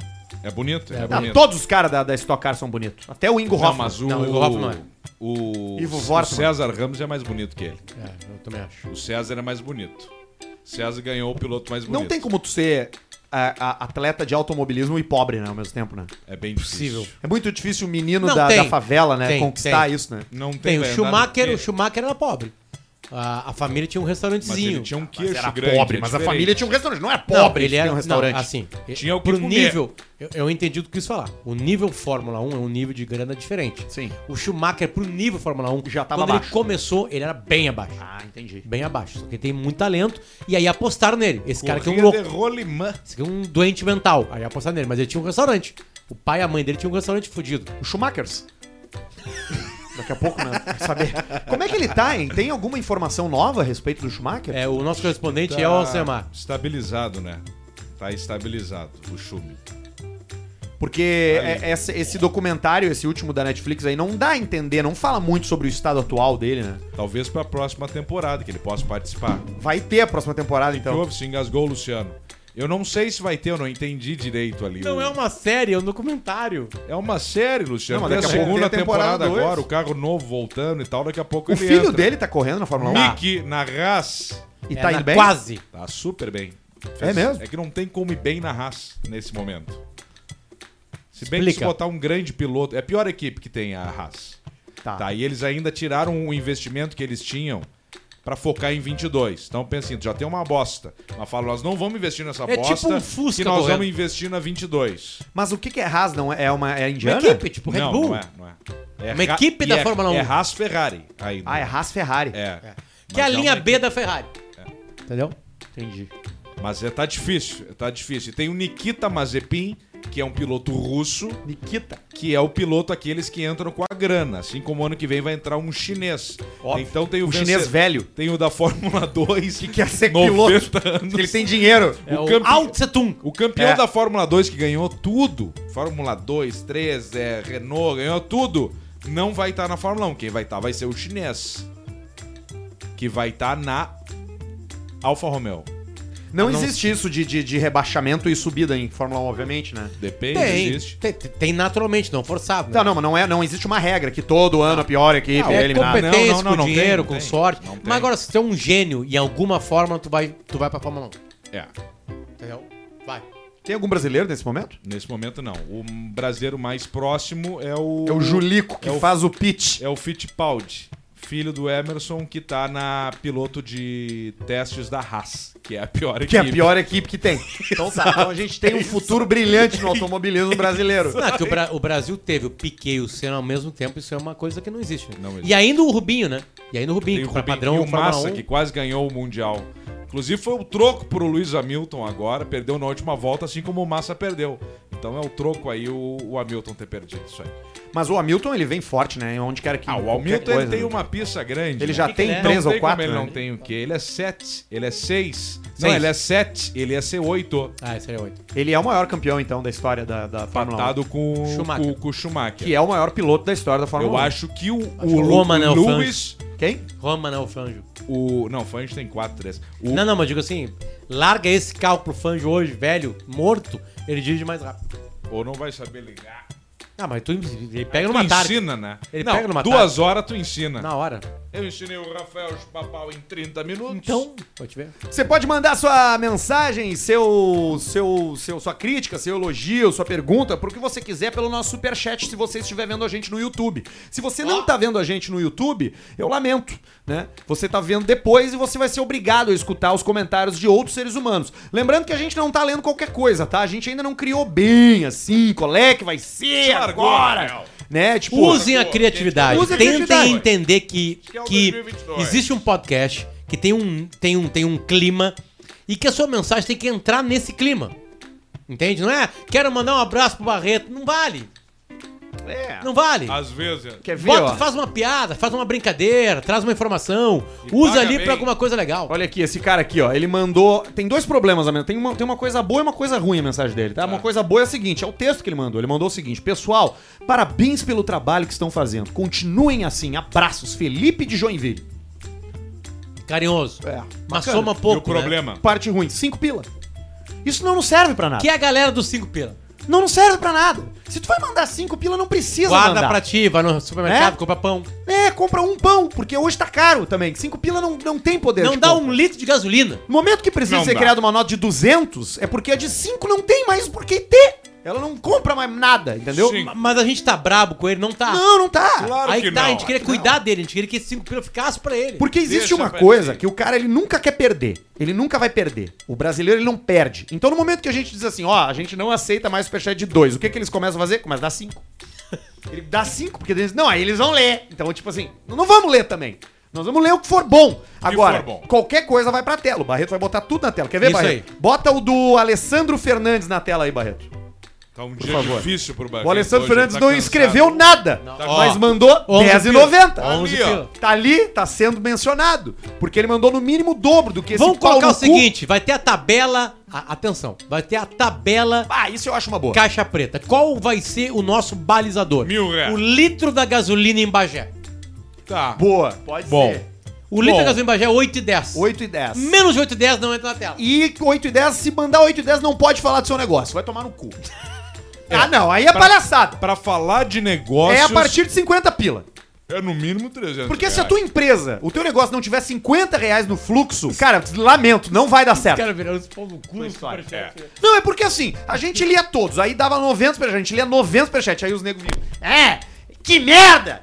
[SPEAKER 2] É bonito? É,
[SPEAKER 3] É,
[SPEAKER 1] Não,
[SPEAKER 2] bonito.
[SPEAKER 1] todos os caras da, da Stock Car são bonitos. Até o Ingo
[SPEAKER 2] Não,
[SPEAKER 1] Hoffman.
[SPEAKER 2] mas o,
[SPEAKER 3] Não, Igor Hoffman não é.
[SPEAKER 2] o,
[SPEAKER 1] Ivo
[SPEAKER 2] o
[SPEAKER 1] Vortman.
[SPEAKER 2] César Ramos é mais bonito que ele.
[SPEAKER 3] É, eu também acho.
[SPEAKER 2] O César é mais bonito. César ganhou o piloto mais bonito.
[SPEAKER 1] Não tem como tu ser é, a- a- atleta de automobilismo e pobre, né? Ao mesmo tempo, né?
[SPEAKER 2] É bem difícil.
[SPEAKER 3] Possível.
[SPEAKER 1] É muito difícil o menino
[SPEAKER 3] Não,
[SPEAKER 1] da,
[SPEAKER 3] tem.
[SPEAKER 1] da favela, né?
[SPEAKER 3] Tem,
[SPEAKER 1] conquistar
[SPEAKER 3] tem.
[SPEAKER 1] isso, né?
[SPEAKER 2] Não
[SPEAKER 3] Tem, o
[SPEAKER 2] vai andar
[SPEAKER 3] Schumacher,
[SPEAKER 2] no
[SPEAKER 3] o
[SPEAKER 2] quê?
[SPEAKER 3] Schumacher era pobre. A, a família tinha um
[SPEAKER 2] Mas ele
[SPEAKER 3] restaurantezinho.
[SPEAKER 2] tinha um queixo
[SPEAKER 1] Mas era
[SPEAKER 2] grande.
[SPEAKER 1] pobre,
[SPEAKER 2] é
[SPEAKER 1] mas a
[SPEAKER 2] diferente.
[SPEAKER 1] família tinha um restaurante. Não é
[SPEAKER 3] Não,
[SPEAKER 1] pobre,
[SPEAKER 3] ele era
[SPEAKER 1] um
[SPEAKER 3] não,
[SPEAKER 1] restaurante.
[SPEAKER 3] assim.
[SPEAKER 2] Tinha o que
[SPEAKER 3] pro
[SPEAKER 2] comer.
[SPEAKER 3] nível, eu, eu entendi o que quis falar. O nível Fórmula 1 é um nível de grana diferente.
[SPEAKER 1] Sim.
[SPEAKER 3] O Schumacher pro nível Fórmula 1,
[SPEAKER 1] Já tava
[SPEAKER 3] quando
[SPEAKER 1] abaixo.
[SPEAKER 3] ele começou, ele era bem abaixo.
[SPEAKER 1] Ah, entendi.
[SPEAKER 3] Bem abaixo. Só que ele tem muito talento e aí apostaram nele. Esse cara aqui é um
[SPEAKER 2] Corrida
[SPEAKER 3] louco.
[SPEAKER 2] de rolimã.
[SPEAKER 3] Esse aqui é um doente mental. Aí apostaram nele, mas ele tinha um restaurante. O pai e a mãe dele tinham um restaurante fudido.
[SPEAKER 1] O Schumachers. Daqui a pouco, né? Saber. Como é que ele tá, hein? Tem alguma informação nova a respeito do Schumacher?
[SPEAKER 3] É, o nosso correspondente
[SPEAKER 2] Tá
[SPEAKER 3] é o Alcemar.
[SPEAKER 2] Estabilizado, né? Tá estabilizado o Schumi.
[SPEAKER 1] Porque é- essa- esse documentário, esse último da Netflix aí, não dá a entender, não fala muito sobre o estado atual dele, né?
[SPEAKER 2] Talvez pra próxima temporada, que ele possa participar.
[SPEAKER 3] Então.
[SPEAKER 1] Vai ter a próxima temporada,
[SPEAKER 2] Que
[SPEAKER 1] então.
[SPEAKER 2] houve? Se engasgou o Luciano. Eu não sei se vai ter, eu não entendi direito ali.
[SPEAKER 3] Não
[SPEAKER 2] o-
[SPEAKER 3] é uma série, é um documentário.
[SPEAKER 2] É uma série, Luciano.
[SPEAKER 1] Não, mas
[SPEAKER 2] tem a
[SPEAKER 1] daqui a pouco
[SPEAKER 2] segunda
[SPEAKER 1] tem a temporada
[SPEAKER 2] temporada,
[SPEAKER 1] dois.
[SPEAKER 2] agora, o carro novo voltando e tal. Daqui a pouco
[SPEAKER 1] O
[SPEAKER 2] ele
[SPEAKER 1] filho
[SPEAKER 2] entra.
[SPEAKER 1] dele tá correndo na Fórmula 1
[SPEAKER 2] Mickey na Haas.
[SPEAKER 1] e
[SPEAKER 3] É,
[SPEAKER 1] tá
[SPEAKER 3] na-
[SPEAKER 1] indo bem?
[SPEAKER 3] Quase.
[SPEAKER 2] Tá super bem.
[SPEAKER 1] É mesmo?
[SPEAKER 2] É que não tem como ir bem na Haas nesse momento. Se bem que se
[SPEAKER 3] Explica.
[SPEAKER 2] botar um grande piloto... É a pior equipe que tem a Haas.
[SPEAKER 1] Tá.
[SPEAKER 2] Tá, e um eles ainda tiraram o investimento que eles tinham pra focar em 22. Então pensa assim, já tem uma bosta. Mas fala, nós não vamos investir nessa
[SPEAKER 3] É tipo
[SPEAKER 2] bosta
[SPEAKER 3] um Fusca
[SPEAKER 2] que nós
[SPEAKER 3] correndo.
[SPEAKER 2] vamos investir na 22.
[SPEAKER 1] Mas o que, que é Haas? Não é, é uma é
[SPEAKER 3] Uma
[SPEAKER 1] indiana?
[SPEAKER 3] equipe, tipo Red
[SPEAKER 2] não,
[SPEAKER 3] Bull.
[SPEAKER 2] não é, não é. É
[SPEAKER 3] Uma
[SPEAKER 2] Ra-
[SPEAKER 3] equipe
[SPEAKER 2] e
[SPEAKER 3] da
[SPEAKER 2] é-
[SPEAKER 3] Fórmula 1.
[SPEAKER 2] É Haas Ferrari ainda.
[SPEAKER 1] Ah, é Haas Ferrari.
[SPEAKER 2] É.
[SPEAKER 3] Que é a
[SPEAKER 2] Mas
[SPEAKER 3] linha
[SPEAKER 2] uma
[SPEAKER 3] B da Ferrari. Entendeu? Entendi.
[SPEAKER 2] Mas é, tá difícil, tá difícil. E tem o Nikita Mazepin, que é um piloto russo,
[SPEAKER 1] Nikita.
[SPEAKER 2] que é o piloto aqueles que entram com a grana. Assim como ano que vem vai entrar um chinês.
[SPEAKER 1] Óbvio.
[SPEAKER 2] Então tem o,
[SPEAKER 1] O chinês
[SPEAKER 2] vencedor-
[SPEAKER 1] velho.
[SPEAKER 2] Tem o da Fórmula 2, que
[SPEAKER 1] Quer ser
[SPEAKER 2] 90
[SPEAKER 1] piloto.
[SPEAKER 2] anos.
[SPEAKER 1] Ele tem dinheiro.
[SPEAKER 3] É o,
[SPEAKER 2] campe-
[SPEAKER 3] Alt Setum.
[SPEAKER 2] O campeão
[SPEAKER 1] É.
[SPEAKER 2] da Fórmula 2 que ganhou tudo, Fórmula 2, 3, é, Renault, ganhou tudo, não vai estar na Fórmula 1. Quem vai estar vai ser o chinês. Que vai estar na Alfa Romeo.
[SPEAKER 1] Não, existe isso de, de, de rebaixamento e subida em Fórmula 1, obviamente, né?
[SPEAKER 2] Depende,
[SPEAKER 3] Tem,
[SPEAKER 2] existe.
[SPEAKER 3] tem. Tem naturalmente, não forçado. né?
[SPEAKER 1] Não, não, mas não, é, não existe uma regra que todo ano a pior equipe é,
[SPEAKER 3] é
[SPEAKER 1] eliminada.
[SPEAKER 2] compet- Não, não,
[SPEAKER 3] competência,
[SPEAKER 2] não,
[SPEAKER 3] com
[SPEAKER 2] não
[SPEAKER 3] dinheiro,
[SPEAKER 2] tem,
[SPEAKER 3] com
[SPEAKER 2] tem.
[SPEAKER 3] sorte.
[SPEAKER 2] Não tem.
[SPEAKER 3] Mas agora, se tu é um gênio, em alguma forma, tu vai, tu vai pra Fórmula 1.
[SPEAKER 2] É,
[SPEAKER 3] Entendeu? Vai.
[SPEAKER 1] Tem algum brasileiro nesse momento?
[SPEAKER 2] nesse momento não. O brasileiro mais próximo é o.
[SPEAKER 1] É o Julico que
[SPEAKER 2] é o-
[SPEAKER 1] faz o pitch.
[SPEAKER 2] É o Fittipaldi, filho do Emerson, que tá na piloto de testes da Haas, que é a pior
[SPEAKER 1] Que é a
[SPEAKER 2] equipe.
[SPEAKER 1] pior equipe que tem. Então tá, então a gente tem um futuro brilhante no automobilismo brasileiro.
[SPEAKER 3] Não, é que o, Bra- o Brasil teve o Piquet e o Senna ao mesmo tempo, isso é uma coisa que não existe. né?
[SPEAKER 2] Não existe.
[SPEAKER 3] E ainda o Rubinho, né? E ainda o Rubinho,
[SPEAKER 2] Tem o
[SPEAKER 3] que pra
[SPEAKER 2] Rubinho
[SPEAKER 3] padrão
[SPEAKER 2] e o
[SPEAKER 3] Fórmula
[SPEAKER 2] Massa,
[SPEAKER 3] 1.
[SPEAKER 2] que quase ganhou o Mundial. Inclusive foi o troco pro Luiz Hamilton agora, perdeu na última volta, assim como o Massa perdeu. Então é o troco aí o, o Hamilton ter perdido isso aí.
[SPEAKER 1] Mas o Hamilton, ele vem forte, né? Onde quer que.
[SPEAKER 2] Ah, o
[SPEAKER 1] qualquer
[SPEAKER 2] Hamilton ele
[SPEAKER 1] coisa,
[SPEAKER 2] tem
[SPEAKER 1] né?
[SPEAKER 2] uma pista grande.
[SPEAKER 1] Ele
[SPEAKER 2] né?
[SPEAKER 1] já
[SPEAKER 3] que que
[SPEAKER 1] tem
[SPEAKER 3] ele é?
[SPEAKER 1] três
[SPEAKER 2] não
[SPEAKER 1] ou
[SPEAKER 2] tem
[SPEAKER 1] quatro.
[SPEAKER 2] como ele
[SPEAKER 1] né?
[SPEAKER 2] não tem o quê? Ele é 7, ele é 6. Não,
[SPEAKER 3] Seis.
[SPEAKER 2] ele é 7, ele ia ser 8.
[SPEAKER 3] Ah, esse era oito.
[SPEAKER 1] Ele é o maior campeão, então, da história da, da Fórmula 1.
[SPEAKER 2] Empatado com
[SPEAKER 3] Schumacher.
[SPEAKER 2] com- com o Schumacher.
[SPEAKER 1] Que é um- o maior piloto da história da Fórmula
[SPEAKER 2] Eu
[SPEAKER 1] 1.
[SPEAKER 2] acho que o,
[SPEAKER 3] que
[SPEAKER 2] o,
[SPEAKER 3] o
[SPEAKER 2] Lu-
[SPEAKER 3] Roma,
[SPEAKER 1] é
[SPEAKER 3] né,
[SPEAKER 2] o
[SPEAKER 3] o
[SPEAKER 2] Lewis.
[SPEAKER 1] Quem?
[SPEAKER 3] Roma, né, o Fanjo.
[SPEAKER 2] O, não, Fange tem 4, 3. O,
[SPEAKER 3] Não, não, mas digo assim, larga esse cálculo Fanjo hoje, velho, morto, ele dirige mais rápido.
[SPEAKER 2] Ou não vai saber ligar.
[SPEAKER 3] Ah, mas tu ele pega
[SPEAKER 2] tu
[SPEAKER 3] numa tarde.
[SPEAKER 2] ensina, né?
[SPEAKER 3] Ele
[SPEAKER 2] não,
[SPEAKER 3] pega numa
[SPEAKER 2] duas horas tu ensina.
[SPEAKER 3] Na hora.
[SPEAKER 2] Eu ensinei o Rafael Chupapau em 30 minutos.
[SPEAKER 3] Então, pode ver.
[SPEAKER 1] Você pode mandar sua mensagem, seu, seu, seu, sua crítica, seu elogio, sua pergunta, pro que você quiser pelo nosso superchat, se você estiver vendo a gente no YouTube. Se você não tá vendo a gente no YouTube, eu lamento, né? Você tá vendo depois e você vai ser obrigado a escutar os comentários de outros seres humanos. Lembrando que a gente não tá lendo qualquer coisa, tá? A gente ainda não criou bem, assim, qual é que vai ser
[SPEAKER 2] Largou,
[SPEAKER 1] agora,
[SPEAKER 2] Rafael.
[SPEAKER 1] né? Tipo,
[SPEAKER 3] Usem a
[SPEAKER 2] boa.
[SPEAKER 3] criatividade.
[SPEAKER 1] Usem a
[SPEAKER 3] Tentem
[SPEAKER 1] criatividade.
[SPEAKER 3] entender que,
[SPEAKER 2] que é o
[SPEAKER 3] que
[SPEAKER 2] 2022.
[SPEAKER 3] existe um podcast que tem um, tem, um, tem um clima e que a sua mensagem tem que entrar nesse clima. Entende? Não é? Quero mandar um abraço pro Barreto. Não vale.
[SPEAKER 1] é.
[SPEAKER 3] Não vale.
[SPEAKER 2] Às vezes.
[SPEAKER 1] Quer ver,
[SPEAKER 3] Bota,
[SPEAKER 1] ó?
[SPEAKER 3] faz uma piada, faz uma brincadeira, traz uma informação,
[SPEAKER 2] E
[SPEAKER 3] usa
[SPEAKER 2] paga
[SPEAKER 3] ali
[SPEAKER 2] bem.
[SPEAKER 3] pra alguma coisa legal.
[SPEAKER 1] Olha aqui, esse cara aqui, ó, ele mandou. Tem dois problemas, a men- tem uma, tem uma coisa boa e uma coisa ruim a mensagem dele, tá? Uma coisa boa é a seguinte: é o texto que ele mandou. Ele mandou o seguinte: Pessoal, parabéns pelo trabalho que estão fazendo. Continuem assim. Abraços, Felipe de Joinville.
[SPEAKER 3] Carinhoso.
[SPEAKER 1] É,
[SPEAKER 3] Mas
[SPEAKER 1] bacana.
[SPEAKER 3] soma
[SPEAKER 2] E o
[SPEAKER 3] pouco. né?
[SPEAKER 2] problema?
[SPEAKER 1] Parte ruim: cinco pila. Isso não nos serve pra nada.
[SPEAKER 3] Que é a galera dos 5 pila.
[SPEAKER 1] Não nos serve pra nada. Se tu vai mandar cinco pila, não precisa
[SPEAKER 3] Guarda
[SPEAKER 1] mandar.
[SPEAKER 3] pra ti, vai no supermercado,
[SPEAKER 1] É?
[SPEAKER 3] compra pão.
[SPEAKER 1] É, compra um pão, porque hoje tá caro também. Cinco pila não, não tem poder.
[SPEAKER 3] Não
[SPEAKER 1] de
[SPEAKER 3] dá
[SPEAKER 1] compra.
[SPEAKER 3] um litro de gasolina.
[SPEAKER 1] No momento que precisa
[SPEAKER 2] Não
[SPEAKER 1] ser
[SPEAKER 2] dá.
[SPEAKER 1] criada uma nota de 200, é porque a de 5 não tem mais por que ter. Ela não compra mais nada, entendeu?
[SPEAKER 2] Sim.
[SPEAKER 3] Ma- Mas a gente tá brabo com ele, não tá?
[SPEAKER 1] Não, não tá.
[SPEAKER 2] Claro
[SPEAKER 3] Aí
[SPEAKER 2] que
[SPEAKER 3] que tá,
[SPEAKER 2] não.
[SPEAKER 3] a gente queria cuidar dele, a gente queria que esse 5 pila ficasse pra ele.
[SPEAKER 1] Porque existe
[SPEAKER 2] Deixa
[SPEAKER 1] uma
[SPEAKER 2] pra
[SPEAKER 1] coisa
[SPEAKER 2] ele.
[SPEAKER 1] que o cara ele nunca quer perder. Ele nunca vai perder. O brasileiro ele não perde. Então no momento que a gente diz assim, ó, a gente não aceita mais superchat de 2, o que que eles começam a fazer? Começa a dar 5. Ele dá 5, porque eles não, aí eles vão ler. Então tipo assim, não vamos ler também. Nós vamos ler o que for bom. Agora,
[SPEAKER 2] for bom.
[SPEAKER 1] qualquer coisa vai pra tela. O Barreto vai botar tudo na tela. Quer ver,
[SPEAKER 3] Isso
[SPEAKER 1] Barreto?
[SPEAKER 3] aí.
[SPEAKER 1] Bota o do Alessandro Fernandes na tela aí, Barreto.
[SPEAKER 2] Tá um dia
[SPEAKER 1] favor.
[SPEAKER 2] difícil pro Bahia.
[SPEAKER 1] O Alessandro
[SPEAKER 2] Hoje ele
[SPEAKER 1] Fernandes
[SPEAKER 2] tá
[SPEAKER 1] não
[SPEAKER 2] cansado. Tá
[SPEAKER 1] escreveu nada,
[SPEAKER 3] Ó,
[SPEAKER 1] mas mandou 10,90.
[SPEAKER 3] 11
[SPEAKER 2] Ali, ó.
[SPEAKER 3] pila.
[SPEAKER 1] Tá ali, tá sendo mencionado, porque ele mandou no mínimo o dobro do que esse
[SPEAKER 3] Vamos
[SPEAKER 1] pau
[SPEAKER 3] colocar
[SPEAKER 1] no
[SPEAKER 3] o
[SPEAKER 1] cu.
[SPEAKER 3] seguinte, vai ter a tabela, a- atenção, vai ter a tabela
[SPEAKER 1] Ah, isso eu acho uma boa.
[SPEAKER 3] caixa preta. Qual vai ser o nosso balizador?
[SPEAKER 2] Mil reais.
[SPEAKER 3] O litro da gasolina em Bagé.
[SPEAKER 2] Tá.
[SPEAKER 1] Boa, pode
[SPEAKER 2] Bom.
[SPEAKER 1] ser.
[SPEAKER 3] O litro
[SPEAKER 2] Bom.
[SPEAKER 3] da gasolina em Bagé é 8 e 10.
[SPEAKER 1] 8 e 10.
[SPEAKER 3] Menos de 8 e 10 não entra na tela.
[SPEAKER 1] E 8 e 10, se mandar 8 e 10, não pode falar do seu negócio, vai tomar no cu. Ah, não, aí é
[SPEAKER 2] Pra-
[SPEAKER 1] palhaçada.
[SPEAKER 2] Pra falar de negócios.
[SPEAKER 1] É a partir de 50 pila.
[SPEAKER 2] É no mínimo 300.
[SPEAKER 1] Porque se a
[SPEAKER 2] reais.
[SPEAKER 1] tua empresa, o teu negócio não tiver 50 reais no fluxo, cara, lamento, não vai dar certo.
[SPEAKER 3] Cara, virando esse pau no cu,
[SPEAKER 1] história.
[SPEAKER 3] superchat.
[SPEAKER 1] Não, é porque assim, a gente lia todos, aí dava 90 pra gente, lia 90 pra chat, aí os negros vinham. É, que merda!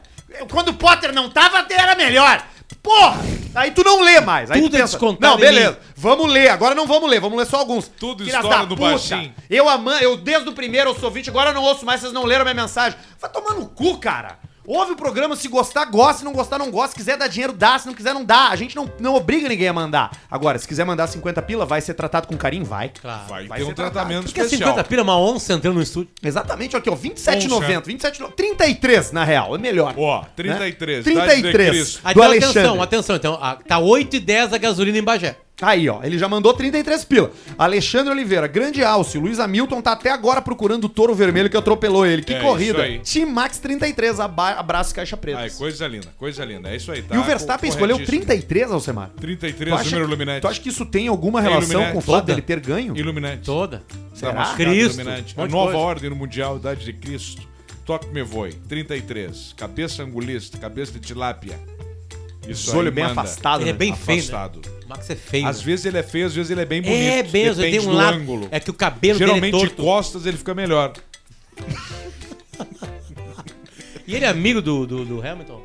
[SPEAKER 1] Quando o Potter não tava, era melhor! Porra! Aí tu não lê mais. Aí
[SPEAKER 3] Tudo
[SPEAKER 1] tu
[SPEAKER 3] é
[SPEAKER 1] pensa, Não,
[SPEAKER 3] descontado em
[SPEAKER 1] beleza. Vamos ler. Agora não vamos ler. Vamos ler só alguns.
[SPEAKER 2] Tudo
[SPEAKER 1] Filhas
[SPEAKER 2] história
[SPEAKER 1] da
[SPEAKER 2] do
[SPEAKER 1] puta.
[SPEAKER 2] baixinho.
[SPEAKER 1] Eu, ama, eu desde o primeiro, eu sou 20, agora eu não ouço mais, vocês não leram minha mensagem. Vai tomar no cu, cara. Ouve o programa, se gostar, gosta, se não gostar, não gosta. Se quiser dar dinheiro, dá. Se não quiser, não dá. A gente não, não obriga ninguém a mandar. Agora, se quiser mandar 50 pila, vai ser tratado com carinho? Vai.
[SPEAKER 3] Claro.
[SPEAKER 2] Vai,
[SPEAKER 1] Vai
[SPEAKER 2] ter um
[SPEAKER 1] ser tratado.
[SPEAKER 2] tratamento
[SPEAKER 3] Porque é
[SPEAKER 2] especial.
[SPEAKER 3] 50 pila, uma onça entrando no estúdio.
[SPEAKER 1] Exatamente, aqui, ó. 27,90. 27,90. 33, na real. É melhor.
[SPEAKER 2] Ó, 33,
[SPEAKER 1] Né?
[SPEAKER 2] idade tá de
[SPEAKER 1] 33.
[SPEAKER 2] Cristo.
[SPEAKER 1] do
[SPEAKER 3] Então,
[SPEAKER 1] Alexandre. Tá
[SPEAKER 3] atenção, atenção. Então, ah, tá 8 e 10 a gasolina em Bagé.
[SPEAKER 1] Aí, ó, ele já mandou 33 pila. Alexandre Oliveira, grande alce. Luiz Hamilton tá até agora procurando o touro vermelho que atropelou ele. Que
[SPEAKER 2] É, isso
[SPEAKER 1] corrida.
[SPEAKER 2] aí.
[SPEAKER 1] Team Max 33, aba- abraço caixa preta.
[SPEAKER 2] Ai, coisa linda, coisa linda. É isso aí, tá?
[SPEAKER 1] e o Verstappen escolheu
[SPEAKER 2] Corretíssimo.
[SPEAKER 1] 33, Alcemar. Tu
[SPEAKER 2] 33, número
[SPEAKER 1] que-
[SPEAKER 2] Illuminati.
[SPEAKER 1] tu acha que isso tem alguma
[SPEAKER 2] É
[SPEAKER 1] relação
[SPEAKER 2] Illuminati.
[SPEAKER 1] com o fato
[SPEAKER 3] Toda.
[SPEAKER 1] dele ter ganho?
[SPEAKER 2] Illuminati.
[SPEAKER 3] Toda.
[SPEAKER 1] Será?
[SPEAKER 2] Tá machucado,
[SPEAKER 3] Cristo,
[SPEAKER 2] Illuminati.
[SPEAKER 3] um
[SPEAKER 2] A
[SPEAKER 3] monte de
[SPEAKER 2] nova
[SPEAKER 3] coisa.
[SPEAKER 2] ordem no mundial, idade de Cristo. Toque me voe. 33. Cabeça angulista, cabeça de tilápia. Isso
[SPEAKER 1] Os olhos
[SPEAKER 2] aí
[SPEAKER 1] bem
[SPEAKER 2] manda.
[SPEAKER 1] afastados.
[SPEAKER 3] Ele é bem feio, né?
[SPEAKER 2] Afastado.
[SPEAKER 3] O Max é feio.
[SPEAKER 2] Às
[SPEAKER 3] né?
[SPEAKER 2] vezes ele é feio, às vezes ele é bem bonito.
[SPEAKER 3] é mesmo, ele
[SPEAKER 2] Depende
[SPEAKER 3] tem um
[SPEAKER 2] do
[SPEAKER 3] lado.
[SPEAKER 2] ângulo.
[SPEAKER 3] É que o cabelo
[SPEAKER 2] Geralmente
[SPEAKER 3] dele é
[SPEAKER 2] de
[SPEAKER 3] torto.
[SPEAKER 2] costas ele fica melhor.
[SPEAKER 3] E ele é amigo do, do, do Hamilton?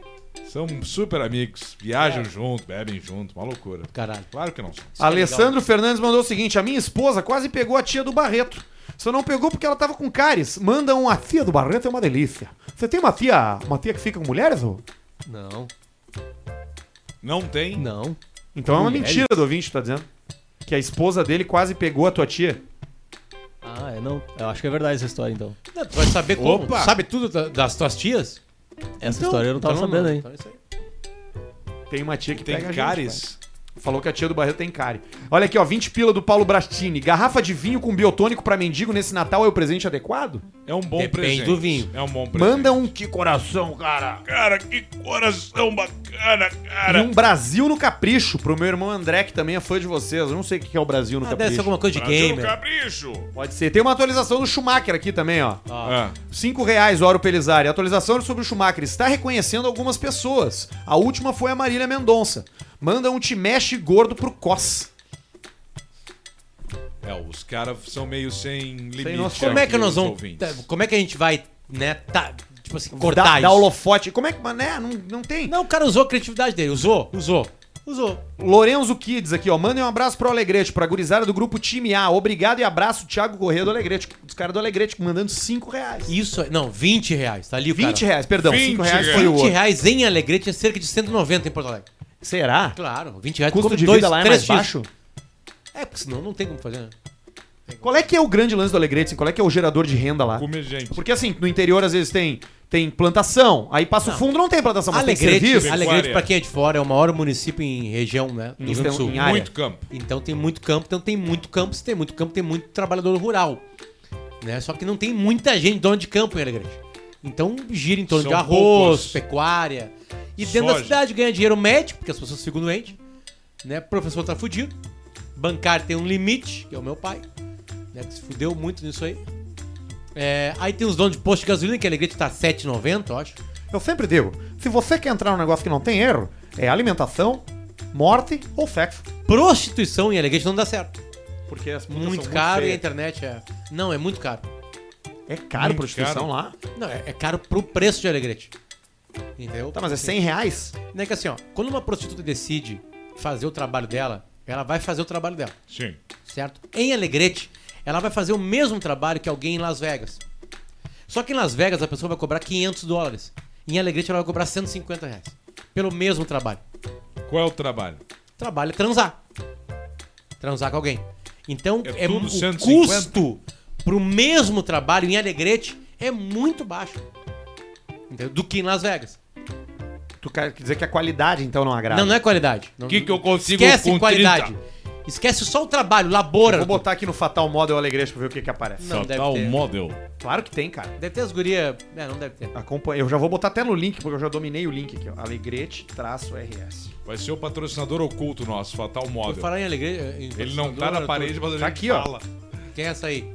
[SPEAKER 2] São super amigos, viajam junto, bebem junto, uma loucura.
[SPEAKER 3] Caralho.
[SPEAKER 2] Claro que não são.
[SPEAKER 1] Isso Alessandro Fernandes mandou o seguinte: a minha esposa quase pegou a tia do Barreto. Só não pegou porque ela tava com cáries. Manda um a tia do Barreto é uma delícia. Você tem uma tia, uma tia que fica com mulheres? Ô?
[SPEAKER 3] Não,
[SPEAKER 2] Não tem?
[SPEAKER 3] não.
[SPEAKER 1] Então é uma
[SPEAKER 3] Mulheres?
[SPEAKER 1] mentira do ouvinte, tá dizendo? Que a esposa dele quase pegou a tua tia.
[SPEAKER 4] Ah, eu não. Eu acho que é verdade essa história, então.
[SPEAKER 3] Não, tu vai saber como.
[SPEAKER 2] Opa!
[SPEAKER 3] Tu Sabe tudo da- das tuas tias?
[SPEAKER 4] Essa história eu não tava
[SPEAKER 3] Então
[SPEAKER 4] sabendo aí.
[SPEAKER 3] Então é isso aí.
[SPEAKER 1] Tem uma tia que pega a
[SPEAKER 2] Tem
[SPEAKER 1] gente, cara.
[SPEAKER 2] cáries?
[SPEAKER 1] Falou que a tia do Barreto tem cárie. Olha aqui, ó, 20 pila do Paulo Brastini. Garrafa de vinho com biotônico pra mendigo nesse Natal é o presente adequado?
[SPEAKER 2] É um bom
[SPEAKER 3] Depende
[SPEAKER 2] presente.
[SPEAKER 3] do vinho.
[SPEAKER 2] É um bom presente.
[SPEAKER 1] Manda um que coração, cara.
[SPEAKER 2] Cara, que coração bacana,
[SPEAKER 1] E
[SPEAKER 2] cara.
[SPEAKER 1] um Brasil no capricho pro meu irmão André, que também é fã de vocês. Eu não sei o que é o Brasil no
[SPEAKER 3] Ah, deve ser
[SPEAKER 1] capricho.
[SPEAKER 3] alguma coisa de
[SPEAKER 2] Brasil
[SPEAKER 3] gamer.
[SPEAKER 2] capricho.
[SPEAKER 1] Pode ser. Tem uma atualização do Schumacher aqui também, ó.
[SPEAKER 3] Ah.
[SPEAKER 2] É.
[SPEAKER 1] 5 reais, Oro Pelizari. Atualização sobre o Schumacher. Está reconhecendo algumas pessoas. A última foi a Marília Mendonça. Manda um te mexe gordo pro Cos.
[SPEAKER 2] É, os caras são meio sem limite.
[SPEAKER 1] noção.
[SPEAKER 3] Como é que
[SPEAKER 2] aqui,
[SPEAKER 3] nós
[SPEAKER 2] os
[SPEAKER 3] vamos.
[SPEAKER 2] ouvintes.
[SPEAKER 3] tá, Como é que a gente vai, né? Tá, tipo assim, cortar
[SPEAKER 1] Dá,
[SPEAKER 3] isso?
[SPEAKER 1] dá holofote. Como é que. Mas, né? Não, não tem.
[SPEAKER 3] Não, o cara usou a criatividade dele. Usou, usou, usou.
[SPEAKER 1] Lorenzo Kids aqui, ó. Mandem um abraço pro Alegrete, pra gurizada do grupo Time A. Obrigado e abraço, Thiago Corrêa do Alegrete. Os caras do Alegrete mandando 5 reais.
[SPEAKER 3] Isso é. Não, 20 reais. Tá ali o
[SPEAKER 1] 20
[SPEAKER 3] cara.
[SPEAKER 1] reais, perdão.
[SPEAKER 2] 20
[SPEAKER 1] 5 reais foi o
[SPEAKER 3] 20
[SPEAKER 1] outro.
[SPEAKER 3] reais em Alegrete é cerca de 190 em Porto Alegre.
[SPEAKER 1] Será?
[SPEAKER 3] Claro, 20 reais. tu
[SPEAKER 1] Custo
[SPEAKER 3] come
[SPEAKER 1] de
[SPEAKER 3] dois,
[SPEAKER 1] vida lá é
[SPEAKER 3] três
[SPEAKER 1] mais
[SPEAKER 3] X.
[SPEAKER 1] baixo?
[SPEAKER 3] É, porque senão não tem como fazer, né?
[SPEAKER 1] Qual é que é o grande lance do Alegrete? assim? Qual é que é o gerador de renda lá?
[SPEAKER 2] Comer gente.
[SPEAKER 1] Porque assim, no interior às vezes tem, tem plantação, aí passa o fundo, não tem plantação, mas tem
[SPEAKER 3] Alegrete,
[SPEAKER 1] serviço.
[SPEAKER 3] Alegrete, pra quem é de fora, é o maior município em região, né? Do Rio Grande do Sul.
[SPEAKER 1] Em área.
[SPEAKER 2] Muito campo.
[SPEAKER 3] Então tem muito campo, então tem muito campo, se tem muito campo, tem muito trabalhador rural. Né? Só que não tem muita gente dono de campo em Alegrete. Então gira em torno
[SPEAKER 2] São
[SPEAKER 3] de arroz,
[SPEAKER 2] poucos.
[SPEAKER 3] pecuária. E dentro da
[SPEAKER 2] Soja.
[SPEAKER 3] cidade ganha dinheiro médico, porque as pessoas ficam doentes. Né? Professor tá fudido. Bancário tem um limite, que é o meu pai. Né? Que se fudeu muito nisso aí. É, aí tem os donos de posto de gasolina, que a Alegrete tá 7,90, eu acho.
[SPEAKER 1] Eu sempre digo, se você quer entrar num negócio que não tem erro, é alimentação, morte ou sexo.
[SPEAKER 3] Prostituição em Alegrete não dá certo.
[SPEAKER 1] Porque as putas
[SPEAKER 3] Muito
[SPEAKER 1] são
[SPEAKER 3] caro e a
[SPEAKER 1] feias.
[SPEAKER 3] internet é. Não, é muito caro.
[SPEAKER 1] É caro
[SPEAKER 2] Muito
[SPEAKER 1] prostituição
[SPEAKER 2] caro.
[SPEAKER 1] lá.
[SPEAKER 3] Não, é, é caro pro preço de Alegrete. Entendeu?
[SPEAKER 1] Tá, mas é 100 reais?
[SPEAKER 3] É que assim, ó, quando uma prostituta decide fazer o trabalho dela, ela vai fazer o trabalho dela,
[SPEAKER 2] Sim.
[SPEAKER 3] certo? Em Alegrete, ela vai fazer o mesmo trabalho que alguém em Las Vegas. Só que em Las Vegas a pessoa vai cobrar 500 dólares. Em Alegrete ela vai cobrar 150 reais. Pelo mesmo trabalho.
[SPEAKER 2] Qual é o trabalho?
[SPEAKER 3] Trabalho é transar. Transar com alguém. Então,
[SPEAKER 2] É
[SPEAKER 3] é,
[SPEAKER 2] tudo
[SPEAKER 3] o
[SPEAKER 2] 150?
[SPEAKER 3] custo pro mesmo trabalho em Alegrete é muito baixo. Entendeu? Do que em Las Vegas.
[SPEAKER 1] Tu quer dizer que a qualidade então não agrada?
[SPEAKER 3] Não, não é qualidade. O
[SPEAKER 2] Que que eu consigo
[SPEAKER 3] Esquece
[SPEAKER 2] com
[SPEAKER 3] qualidade.
[SPEAKER 2] 30?
[SPEAKER 3] Esquece só o trabalho, labora.
[SPEAKER 1] Vou botar aqui no Fatal Model Alegrete pra ver o que que aparece.
[SPEAKER 3] Não, deve
[SPEAKER 2] Fatal
[SPEAKER 3] ter.
[SPEAKER 2] model.
[SPEAKER 1] Claro que tem, cara.
[SPEAKER 3] Deve ter as gurias. É, não deve ter.
[SPEAKER 1] Acompanha. Eu já vou botar até no link, porque eu já dominei o link aqui, ó. Alegrete-RS.
[SPEAKER 2] Vai ser o patrocinador oculto nosso, Fatal
[SPEAKER 3] Vou
[SPEAKER 2] Model.
[SPEAKER 3] falar em alegria. em
[SPEAKER 2] Ele não tá na
[SPEAKER 3] patrocinador,
[SPEAKER 2] parede, mas a gente
[SPEAKER 1] Tá aqui, ó.
[SPEAKER 2] fala.
[SPEAKER 3] tudo. Quem é essa aí?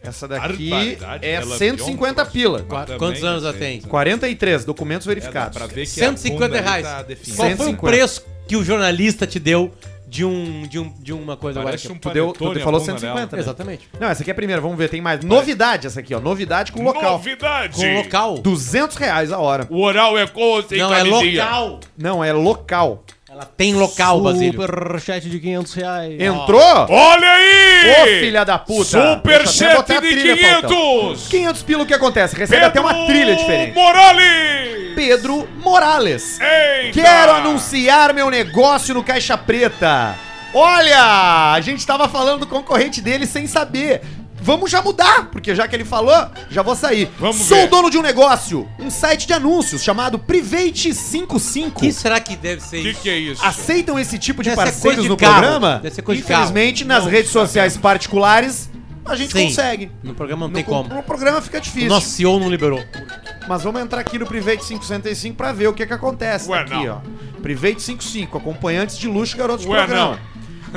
[SPEAKER 1] Essa daqui
[SPEAKER 2] Barbaridade,
[SPEAKER 1] é
[SPEAKER 2] ela
[SPEAKER 1] 150
[SPEAKER 2] é um troço.
[SPEAKER 1] pila.
[SPEAKER 3] Qua-
[SPEAKER 2] também
[SPEAKER 3] Quantos anos ela
[SPEAKER 2] é
[SPEAKER 3] tem?
[SPEAKER 1] 43, documentos
[SPEAKER 2] É,
[SPEAKER 1] verificados.
[SPEAKER 2] dá pra ver que
[SPEAKER 3] 150
[SPEAKER 2] a bunda
[SPEAKER 3] reais.
[SPEAKER 2] Tá
[SPEAKER 3] Qual
[SPEAKER 2] definida.
[SPEAKER 3] foi o
[SPEAKER 1] 150?
[SPEAKER 3] preço que o jornalista te deu de, um, de, um, de uma coisa
[SPEAKER 2] Parece
[SPEAKER 3] agora?
[SPEAKER 2] um
[SPEAKER 3] aqui?
[SPEAKER 1] Tu, deu, tu
[SPEAKER 2] panetone a
[SPEAKER 1] falou
[SPEAKER 2] bunda dela.
[SPEAKER 1] 150, né?
[SPEAKER 3] Exatamente.
[SPEAKER 1] Não, essa aqui é a primeira, vamos ver, tem mais. Novidade essa aqui, ó. Novidade com É um local.
[SPEAKER 2] Novidade!
[SPEAKER 3] Com Um local.
[SPEAKER 1] 200 reais a hora.
[SPEAKER 2] O oral é com ou sem
[SPEAKER 3] Não, é
[SPEAKER 2] camisinha?
[SPEAKER 3] local.
[SPEAKER 2] Ah.
[SPEAKER 1] Não, é local.
[SPEAKER 3] É Ela tem local, Basílio.
[SPEAKER 4] Superchat de 500 reais.
[SPEAKER 1] Entrou?
[SPEAKER 2] Olha aí!
[SPEAKER 1] Ô, filha da puta!
[SPEAKER 2] Super
[SPEAKER 1] Deixa eu até botar a
[SPEAKER 2] chat de
[SPEAKER 1] trilha, Falcão.
[SPEAKER 2] 500!
[SPEAKER 1] 500 pilo, o que acontece? Recebe até
[SPEAKER 2] Pedro
[SPEAKER 1] uma trilha diferente.
[SPEAKER 2] Morales!
[SPEAKER 1] Pedro Morales.
[SPEAKER 2] Eita!
[SPEAKER 1] Quero anunciar meu negócio no Caixa Preta. Olha, a gente tava falando do concorrente dele sem saber. Vamos já mudar, porque já que ele falou, já vou sair.
[SPEAKER 2] Vamos
[SPEAKER 1] Sou
[SPEAKER 2] ver.
[SPEAKER 1] dono de um negócio, um site de anúncios chamado Private 55.
[SPEAKER 3] O que será que deve ser
[SPEAKER 2] O que,
[SPEAKER 3] isso?
[SPEAKER 2] que é isso?
[SPEAKER 1] Aceitam esse tipo de
[SPEAKER 3] Deve ser
[SPEAKER 1] parceiros
[SPEAKER 3] coisa de
[SPEAKER 1] no
[SPEAKER 3] carro.
[SPEAKER 1] programa?
[SPEAKER 3] Deve ser coisa de carro.
[SPEAKER 1] Infelizmente, nas
[SPEAKER 2] Não
[SPEAKER 1] redes sociais particulares, a gente
[SPEAKER 3] Sim.
[SPEAKER 1] consegue.
[SPEAKER 3] No programa não
[SPEAKER 1] No
[SPEAKER 3] tem
[SPEAKER 1] co-
[SPEAKER 3] como.
[SPEAKER 1] No programa fica
[SPEAKER 3] O
[SPEAKER 1] difícil.
[SPEAKER 3] nosso CEO não liberou.
[SPEAKER 1] Mas vamos entrar aqui no Private 565 pra ver o que que acontece.
[SPEAKER 2] Ué,
[SPEAKER 1] aqui,
[SPEAKER 2] não.
[SPEAKER 1] ó. Private 55, acompanhantes de luxo, garotos do
[SPEAKER 2] Ué,
[SPEAKER 1] programa.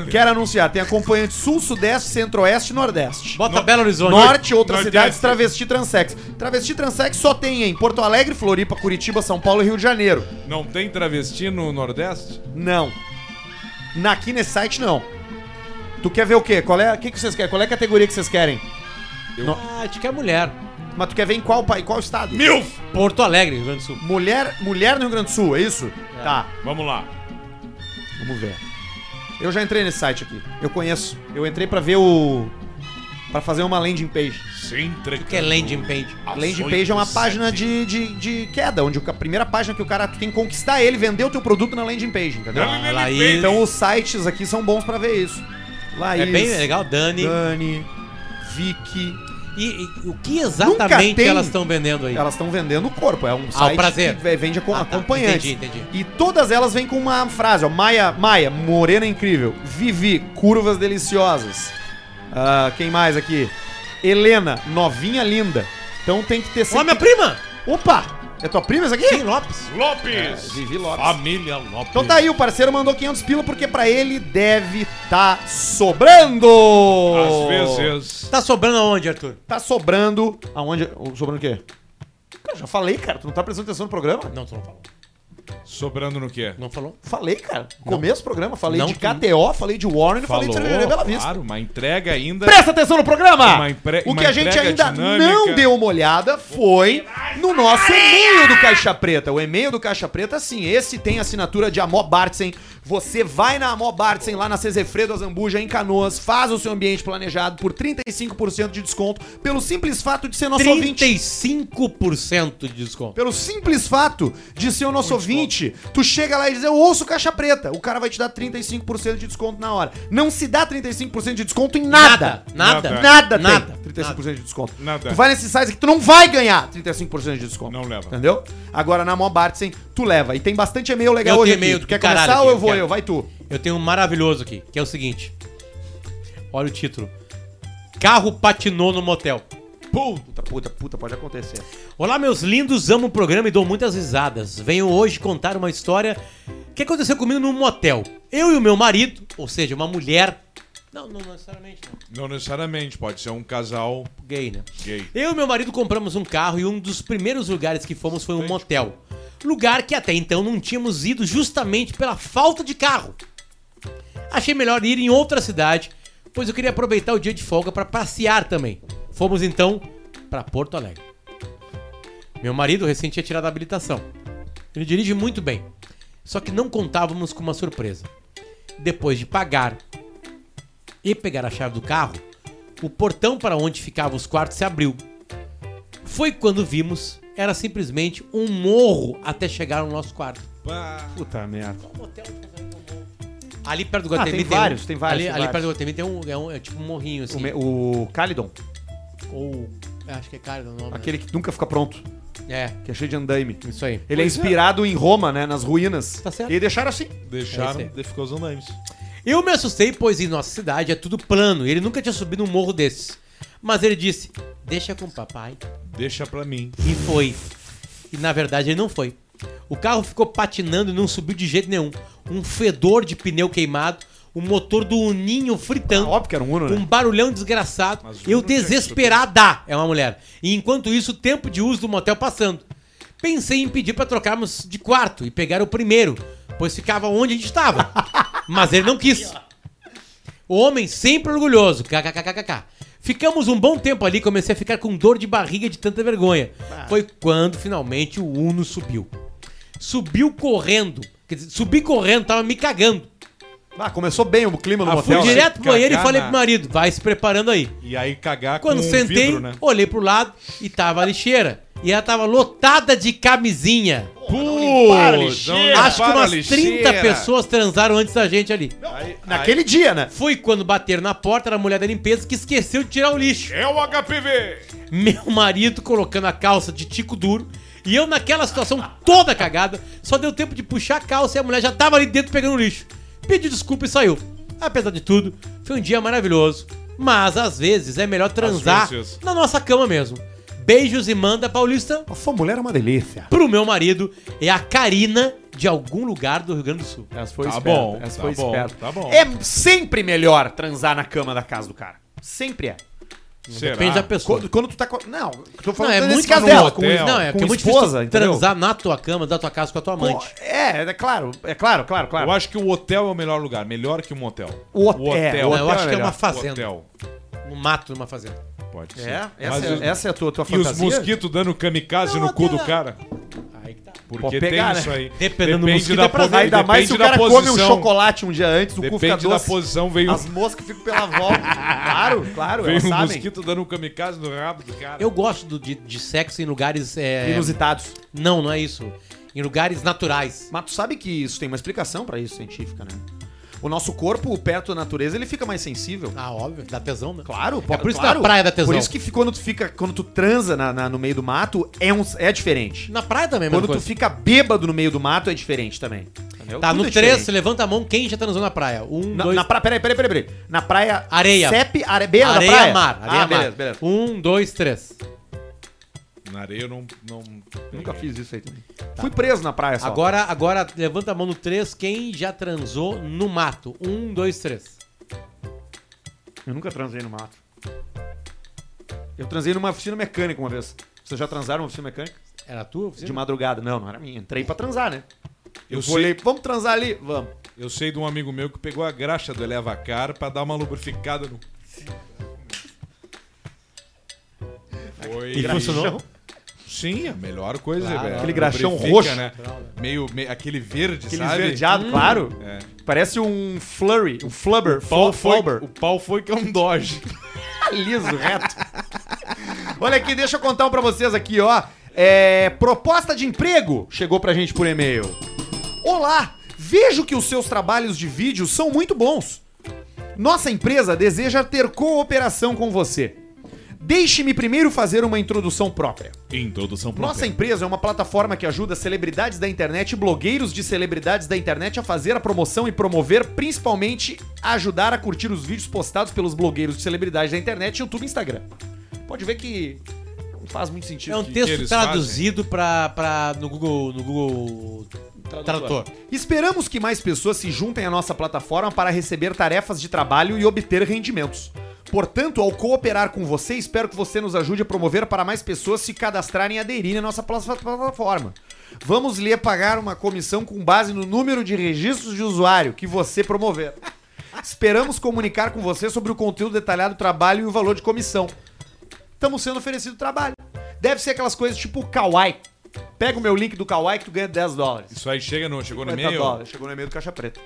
[SPEAKER 1] Quero anunciar, tem acompanhantes sul, sudeste, centro-oeste e nordeste.
[SPEAKER 3] Bota Belo Horizonte.
[SPEAKER 1] Norte, outras
[SPEAKER 2] Nordeste.
[SPEAKER 1] cidades, travesti transex. Travesti transex só tem em Porto Alegre, Floripa, Curitiba, São Paulo e Rio de Janeiro.
[SPEAKER 2] Não tem travesti no Nordeste?
[SPEAKER 1] Não. Na, aqui nesse site, não. Tu quer ver o quê? Qual é, o que, que vocês querem? Qual é a categoria que vocês querem?
[SPEAKER 3] Ah, acho que é mulher.
[SPEAKER 1] Mas tu quer ver em qual país, qual estado?
[SPEAKER 2] Milf!
[SPEAKER 3] Porto Alegre, Rio Grande do Sul.
[SPEAKER 1] Mulher, mulher no Rio Grande do Sul, é isso? Tá.
[SPEAKER 2] Vamos lá.
[SPEAKER 1] Vamos ver. Eu já entrei nesse site aqui. Eu conheço. Eu entrei pra ver o. Pra fazer uma landing page.
[SPEAKER 2] Sem
[SPEAKER 3] O que é landing page?
[SPEAKER 1] A landing page é uma página de, de, de queda, onde o ca- a primeira página que o cara tu tem que conquistar ele, vender o teu produto na landing page, entendeu?
[SPEAKER 2] Não,
[SPEAKER 3] Ah, Laís.
[SPEAKER 1] Então os sites aqui são bons pra ver isso. Laís,
[SPEAKER 3] É bem legal, Dani.
[SPEAKER 1] Dani, Vicky.
[SPEAKER 3] E, e o que
[SPEAKER 1] Nunca
[SPEAKER 3] exatamente
[SPEAKER 1] tem-
[SPEAKER 3] elas estão vendendo aí?
[SPEAKER 1] Elas estão vendendo o corpo, é um
[SPEAKER 3] Ah,
[SPEAKER 1] site
[SPEAKER 3] o prazer.
[SPEAKER 1] que ve- vende acom-
[SPEAKER 3] Ah, tá.
[SPEAKER 1] acompanhantes.
[SPEAKER 3] Entendi, entendi.
[SPEAKER 1] E todas elas vêm com uma frase, ó. Maia, Maia, morena incrível. Vivi, curvas deliciosas. Ah, quem mais aqui? Helena, novinha linda. Então tem que ter
[SPEAKER 3] Ó,
[SPEAKER 1] sempre...
[SPEAKER 3] minha prima!
[SPEAKER 1] Opa! É tua prima essa aqui?
[SPEAKER 3] Kim Lopes.
[SPEAKER 2] Lopes!
[SPEAKER 1] É, Vivi Lopes.
[SPEAKER 2] Família Lopes.
[SPEAKER 1] Então tá aí, o parceiro mandou 500 pila porque pra ele deve tá sobrando.
[SPEAKER 2] Às vezes.
[SPEAKER 3] Tá sobrando aonde, Arthur?
[SPEAKER 1] Tá sobrando... Aonde? o- Sobrando o quê? Cara, já falei, cara. Tu não tá prestando atenção no programa?
[SPEAKER 3] Não, tu não falou.
[SPEAKER 2] Sobrando no quê?
[SPEAKER 3] Não falou?
[SPEAKER 1] Falei, cara. Começo do programa, falei
[SPEAKER 3] Não,
[SPEAKER 1] de
[SPEAKER 3] tu-
[SPEAKER 1] KTO, falei de Warren, falei de Cervejaria Bela Vista.
[SPEAKER 2] claro, uma entrega ainda.
[SPEAKER 1] Presta atenção no programa!
[SPEAKER 2] Uma empre-
[SPEAKER 1] O
[SPEAKER 2] uma
[SPEAKER 1] que a gente
[SPEAKER 2] entrega
[SPEAKER 1] ainda
[SPEAKER 2] dinâmica.
[SPEAKER 1] não deu uma olhada foi no nosso e-mail do Caixa Preta. O e-mail do Caixa Preta, sim, esse tem assinatura de Amó Bartzen. Você vai na Amó Bartzen, lá na Cezefredo Azambuja, em Canoas, faz o seu ambiente planejado por 35% de desconto, pelo simples fato de ser nosso ouvinte.
[SPEAKER 3] 35% de desconto.
[SPEAKER 1] Pelo simples fato de ser o nosso ouvinte, tu chega lá e diz, eu ouço caixa preta. O cara vai te dar 35% de desconto na hora. Não se dá 35% de desconto em nada.
[SPEAKER 2] Nada.
[SPEAKER 3] Nada.
[SPEAKER 1] Nada,
[SPEAKER 3] Nada.
[SPEAKER 1] tem 35% de desconto.
[SPEAKER 2] Nada.
[SPEAKER 1] Tu vai nesse site que tu não vai ganhar 35% de desconto.
[SPEAKER 2] Não leva.
[SPEAKER 1] Entendeu? Agora na Mobartsen, tu leva. E tem bastante e-mail legal
[SPEAKER 3] Eu
[SPEAKER 1] hoje
[SPEAKER 3] tenho e-mail
[SPEAKER 1] aqui. Tu
[SPEAKER 3] do
[SPEAKER 1] quer
[SPEAKER 3] caralho
[SPEAKER 1] começar
[SPEAKER 3] aqui,
[SPEAKER 1] ou eu
[SPEAKER 3] eu
[SPEAKER 1] vou
[SPEAKER 3] quero.
[SPEAKER 1] eu? Vai tu.
[SPEAKER 3] Eu tenho um maravilhoso aqui, que é o seguinte. Olha o título. Carro patinou no motel.
[SPEAKER 1] Puta, puta, puta, pode acontecer.
[SPEAKER 3] Olá, meus lindos, amo o programa e dou muitas risadas. Venho hoje contar uma história que aconteceu comigo num motel. Eu e o meu marido, ou seja, uma mulher. Não, não necessariamente não.
[SPEAKER 2] Não necessariamente, pode ser um casal
[SPEAKER 3] Gay, né?
[SPEAKER 2] gay.
[SPEAKER 3] Eu e meu marido compramos um carro e um dos primeiros lugares que fomos foi um motel. Lugar que até então não tínhamos ido justamente pela falta de carro. Achei melhor ir em outra cidade, pois eu queria aproveitar o dia de folga para passear também. Fomos então para Porto Alegre. Meu marido recente tinha tirado a habilitação. Ele dirige muito bem. Só que não contávamos com uma surpresa. Depois de pagar e pegar a chave do carro, o portão para onde ficavam os quartos se abriu. Foi quando vimos, era simplesmente um morro até chegar no nosso quarto. Tá um
[SPEAKER 2] Pá.
[SPEAKER 1] Puta merda.
[SPEAKER 3] Ali perto do
[SPEAKER 1] Ah,
[SPEAKER 3] Guatemi
[SPEAKER 1] tem vários,
[SPEAKER 3] um,
[SPEAKER 1] tem vários,
[SPEAKER 3] Ali,
[SPEAKER 1] tem
[SPEAKER 3] ali
[SPEAKER 1] vários.
[SPEAKER 3] perto do Guatemi tem um, é um- é tipo um morrinho assim.
[SPEAKER 1] O, me- o Calidon,
[SPEAKER 3] Ou é, acho que é cara do nome. né?
[SPEAKER 1] aquele que nunca fica pronto,
[SPEAKER 3] É,
[SPEAKER 1] que é cheio de andaime.
[SPEAKER 3] isso aí.
[SPEAKER 1] Ele é inspirado em Roma, né? Nas ruínas.
[SPEAKER 3] Tá certo.
[SPEAKER 1] E deixaram assim.
[SPEAKER 2] Deixaram,
[SPEAKER 3] É isso
[SPEAKER 2] de- ficou usando names.
[SPEAKER 3] Eu me assustei, pois em nossa cidade é tudo plano e ele nunca tinha subido um morro desses. Mas ele disse: "Deixa com o papai".
[SPEAKER 2] Deixa pra mim.
[SPEAKER 3] E foi. E na verdade ele não foi. O carro ficou patinando e não subiu de jeito nenhum. Um fedor de pneu queimado, o motor do Uninho fritando.
[SPEAKER 1] Óbvio que era um Uno, né?
[SPEAKER 3] Um barulhão desgraçado.
[SPEAKER 2] Mas o
[SPEAKER 3] Eu
[SPEAKER 2] Uno tinha que
[SPEAKER 3] desesperada, é uma mulher. E enquanto isso, o tempo de uso do motel passando. Pensei em pedir pra trocarmos de quarto e pegar o primeiro, pois ficava onde a gente estava. Mas ele não quis. O homem sempre orgulhoso. KKKKK. Ficamos um bom tempo ali, comecei a ficar com dor de barriga de tanta
[SPEAKER 2] Ah.
[SPEAKER 3] vergonha. Foi quando finalmente o Uno subiu. Subiu correndo. Quer dizer, subi correndo, tava me cagando.
[SPEAKER 1] Ah, começou bem o clima no
[SPEAKER 2] Ah,
[SPEAKER 1] motel.
[SPEAKER 2] fui
[SPEAKER 1] né?
[SPEAKER 3] Direto pro banheiro e
[SPEAKER 2] cagar
[SPEAKER 3] falei
[SPEAKER 2] na-
[SPEAKER 3] pro marido, vai se preparando aí.
[SPEAKER 2] E aí cagar
[SPEAKER 3] Quando
[SPEAKER 2] com um
[SPEAKER 3] sentei,
[SPEAKER 2] vidro, né?
[SPEAKER 3] olhei pro lado e tava a lixeira. E ela tava lotada de camisinha.
[SPEAKER 1] para a
[SPEAKER 2] Putz,
[SPEAKER 1] lixeira.
[SPEAKER 2] não
[SPEAKER 3] Acho que
[SPEAKER 2] para a
[SPEAKER 3] umas
[SPEAKER 2] lixeira.
[SPEAKER 3] 30 pessoas transaram antes da gente ali.
[SPEAKER 2] Aí-
[SPEAKER 1] Naquele dia, né?
[SPEAKER 3] Foi quando bateram na porta da mulher da limpeza que esqueceu de tirar o lixo.
[SPEAKER 2] É o HPV!
[SPEAKER 3] Meu marido colocando a calça de tico duro. E eu naquela situação toda cagada, só deu tempo de puxar a calça e a mulher já tava ali dentro pegando o lixo. Pediu desculpa e saiu. Apesar de tudo, foi um dia maravilhoso. Mas às vezes é melhor transar
[SPEAKER 2] vezes.
[SPEAKER 3] na nossa cama mesmo. Beijos e manda Paulista
[SPEAKER 1] A sua mulher é uma delícia.
[SPEAKER 3] pro meu marido é a Karina de algum lugar do Rio Grande do Sul.
[SPEAKER 1] Essa foi
[SPEAKER 2] Tá
[SPEAKER 1] esperta,
[SPEAKER 2] bom,
[SPEAKER 1] essa
[SPEAKER 2] tá
[SPEAKER 1] foi
[SPEAKER 2] bom,
[SPEAKER 1] esperta.
[SPEAKER 2] tá bom.
[SPEAKER 1] É sempre melhor transar na cama da casa do cara. Sempre é.
[SPEAKER 2] Será?
[SPEAKER 3] Depende da pessoa.
[SPEAKER 1] Quando, quando tu tá. co- Não, eu tô
[SPEAKER 3] Não,
[SPEAKER 1] falando
[SPEAKER 3] é
[SPEAKER 1] nesse
[SPEAKER 3] muito
[SPEAKER 1] caso
[SPEAKER 3] difícil.
[SPEAKER 1] dela.
[SPEAKER 2] com- hotel,
[SPEAKER 3] não, é,
[SPEAKER 1] com
[SPEAKER 3] porque é muito
[SPEAKER 1] esposa,
[SPEAKER 3] difícil
[SPEAKER 1] entendeu?
[SPEAKER 3] transar na tua cama, da tua casa com a tua
[SPEAKER 1] Com-
[SPEAKER 3] amante.
[SPEAKER 1] É, é claro, é claro, claro, claro.
[SPEAKER 2] Eu acho que o hotel é o melhor lugar, melhor que um motel.
[SPEAKER 1] O hotel. É, o
[SPEAKER 3] Não, eu acho que é
[SPEAKER 1] melhor.
[SPEAKER 3] uma fazenda.
[SPEAKER 2] Hotel.
[SPEAKER 3] No mato, numa fazenda.
[SPEAKER 2] Pode ser.
[SPEAKER 1] É,
[SPEAKER 2] Mas
[SPEAKER 1] essa, é-
[SPEAKER 2] os-
[SPEAKER 1] essa é a tua, tua
[SPEAKER 2] E os
[SPEAKER 1] fantasia.
[SPEAKER 2] mosquitos dando kamikaze
[SPEAKER 3] Não,
[SPEAKER 2] no cu do
[SPEAKER 3] até
[SPEAKER 2] cara?
[SPEAKER 3] Aí que tá.
[SPEAKER 1] Pode
[SPEAKER 2] Porque
[SPEAKER 1] pegar,
[SPEAKER 2] tem isso
[SPEAKER 1] né?
[SPEAKER 2] aí.
[SPEAKER 3] Dependendo do mosquito
[SPEAKER 2] da
[SPEAKER 3] é pra
[SPEAKER 2] posi-
[SPEAKER 3] ver.
[SPEAKER 1] Ainda mais se o
[SPEAKER 2] depende
[SPEAKER 1] cara
[SPEAKER 2] da
[SPEAKER 1] come um
[SPEAKER 2] posição.
[SPEAKER 1] chocolate um dia antes, o cu fica
[SPEAKER 2] Depende da
[SPEAKER 1] doce.
[SPEAKER 2] posição, veio,
[SPEAKER 1] As moscas ficam pela volta. claro, claro,
[SPEAKER 2] veio
[SPEAKER 1] elas
[SPEAKER 2] um
[SPEAKER 1] sabem.
[SPEAKER 2] mosquito dando um kamikaze no rabo do cara.
[SPEAKER 3] Eu gosto do- de, de sexo em lugares. é,
[SPEAKER 1] Inusitados.
[SPEAKER 3] Não, não é isso. Em lugares naturais.
[SPEAKER 1] Mas tu sabe que isso tem uma explicação pra isso científica, né? O nosso corpo, perto da natureza, ele fica mais sensível.
[SPEAKER 3] Ah, óbvio, dá tesão, né?
[SPEAKER 1] Claro,
[SPEAKER 3] É por isso que
[SPEAKER 1] claro.
[SPEAKER 3] na praia dá tesão.
[SPEAKER 1] Por isso que fi- quando tu fica, quando tu transa na- na- no meio do mato, é, um, é diferente.
[SPEAKER 3] Na praia também, é a mesma
[SPEAKER 1] Quando tu
[SPEAKER 3] coisa.
[SPEAKER 1] fica bêbado no meio do mato, é diferente também. Entendeu?
[SPEAKER 3] Tá,
[SPEAKER 1] Tudo
[SPEAKER 3] no
[SPEAKER 1] é
[SPEAKER 3] 3,
[SPEAKER 1] diferente.
[SPEAKER 3] você levanta a mão, quem já transou na praia? Um,
[SPEAKER 1] Na,
[SPEAKER 3] dois.
[SPEAKER 1] na praia, peraí, peraí, peraí, peraí. Na praia.
[SPEAKER 3] Areia.
[SPEAKER 1] Sepe, are, beira
[SPEAKER 3] areia é
[SPEAKER 1] da praia.
[SPEAKER 3] mar. Areia
[SPEAKER 1] ah,
[SPEAKER 3] mar.
[SPEAKER 1] beleza, beleza.
[SPEAKER 3] Um, dois, três.
[SPEAKER 2] Na areia eu não. não...
[SPEAKER 1] Nunca fiz isso aí também. Fui preso na praia só.
[SPEAKER 3] Tá. Agora, agora, levanta a mão no 3, quem já transou no mato? Um, dois, três.
[SPEAKER 1] Eu nunca transei no mato. Eu transei numa oficina mecânica uma vez. Vocês já transaram numa oficina mecânica?
[SPEAKER 3] Era a tua?
[SPEAKER 1] De
[SPEAKER 3] oficina?
[SPEAKER 1] madrugada. Não, não era minha. Entrei pra transar, né?
[SPEAKER 2] Eu,
[SPEAKER 1] Eu
[SPEAKER 2] sei,
[SPEAKER 1] olhei, vamos transar ali? Vamos.
[SPEAKER 2] eu sei de um amigo meu que pegou a graxa do Eleva Car pra dar uma lubrificada no. Foi.
[SPEAKER 3] E funcionou?
[SPEAKER 2] Sim, a melhor coisa,
[SPEAKER 3] Claro.
[SPEAKER 2] velho.
[SPEAKER 1] Aquele graxão
[SPEAKER 2] Lubrifica,
[SPEAKER 1] roxo.
[SPEAKER 2] Né? Meio, meio- aquele verde,
[SPEAKER 1] Aquele
[SPEAKER 2] sabe?
[SPEAKER 1] esverdeado, claro.
[SPEAKER 2] É.
[SPEAKER 1] Parece um flurry, um flubber,
[SPEAKER 2] O pau,
[SPEAKER 1] flu-
[SPEAKER 2] foi,
[SPEAKER 1] flubber.
[SPEAKER 2] o pau foi que é um Dodge.
[SPEAKER 1] liso, reto. Olha aqui, deixa eu contar um pra vocês aqui, ó. É, proposta de emprego chegou pra gente por e-mail. Olá, vejo que os seus trabalhos de vídeo são muito bons. Nossa empresa deseja ter cooperação com você. Deixe-me primeiro fazer uma introdução própria.
[SPEAKER 2] Introdução
[SPEAKER 1] Nossa empresa é uma plataforma que ajuda celebridades da internet e blogueiros de celebridades da internet a fazer a promoção e promover, principalmente, ajudar a curtir os vídeos postados pelos blogueiros de celebridades da internet, YouTube e Instagram. Pode ver que não faz muito sentido.
[SPEAKER 3] É um
[SPEAKER 1] que-
[SPEAKER 2] que
[SPEAKER 3] texto
[SPEAKER 2] eles
[SPEAKER 3] traduzido pra, pra, no Google, no Google Tradutor.
[SPEAKER 1] Esperamos que mais pessoas se juntem à nossa plataforma para receber tarefas de trabalho e obter rendimentos. Portanto, ao cooperar com você, espero que você nos ajude a promover para mais pessoas se cadastrarem e aderirem à nossa plas- plataforma. Vamos lhe pagar uma comissão com base no número de registros de usuário que você promover. Esperamos comunicar com você sobre o conteúdo detalhado do trabalho e o valor de comissão. Estamos sendo oferecido trabalho. Deve ser aquelas coisas tipo Kawaii. Pega o meu link do Kawaii que tu ganha 10 dólares.
[SPEAKER 2] Isso aí chega no, chegou no
[SPEAKER 1] 50
[SPEAKER 2] e-mail?
[SPEAKER 1] dólares. tá Chegou no e-mail do Caixa Preta.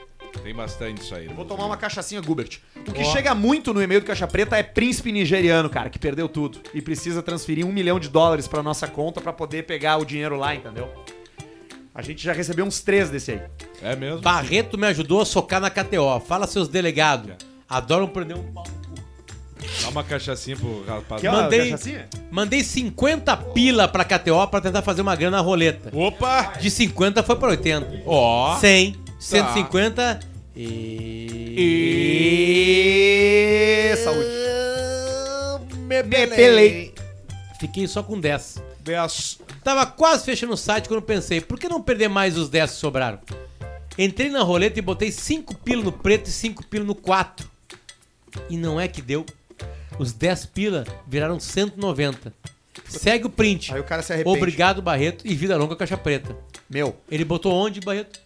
[SPEAKER 2] Tem bastante isso aí. né?
[SPEAKER 1] Vou tomar uma cachaçinha Gubert. O que chega muito no e-mail do Caixa Preta é príncipe nigeriano, cara, que perdeu tudo. E precisa transferir um milhão de dólares pra nossa conta pra poder pegar o dinheiro lá, entendeu? A gente já recebeu uns três desse aí.
[SPEAKER 2] É mesmo?
[SPEAKER 1] Tá.
[SPEAKER 3] Barreto me ajudou a socar na KTO. Fala seus delegados. Adoram prender um pau. no cu.
[SPEAKER 2] Dá uma cachaçinha pro rapaz.
[SPEAKER 1] Quer uma
[SPEAKER 3] Mandei,
[SPEAKER 1] cachaçinha?
[SPEAKER 3] mandei 50 pila pra KTO pra tentar fazer uma grana na roleta.
[SPEAKER 2] Opa!
[SPEAKER 3] De 50 foi pra 80.
[SPEAKER 2] Ó!
[SPEAKER 3] 100, 150 e...
[SPEAKER 1] E... Saúde.
[SPEAKER 2] Me
[SPEAKER 1] pelei.
[SPEAKER 3] Fiquei só com 10.
[SPEAKER 2] Dez.
[SPEAKER 3] Tava quase fechando o site quando pensei, por que não perder mais os 10 que sobraram? Entrei na roleta e botei 5 pila no preto e 5 pila no 4. E não é que deu. Os 10 pila viraram 190. Segue o print.
[SPEAKER 1] Aí o cara se arrepende.
[SPEAKER 3] Obrigado, Barreto, e vida longa caixa preta.
[SPEAKER 1] Meu,
[SPEAKER 3] Ele botou onde, Barreto?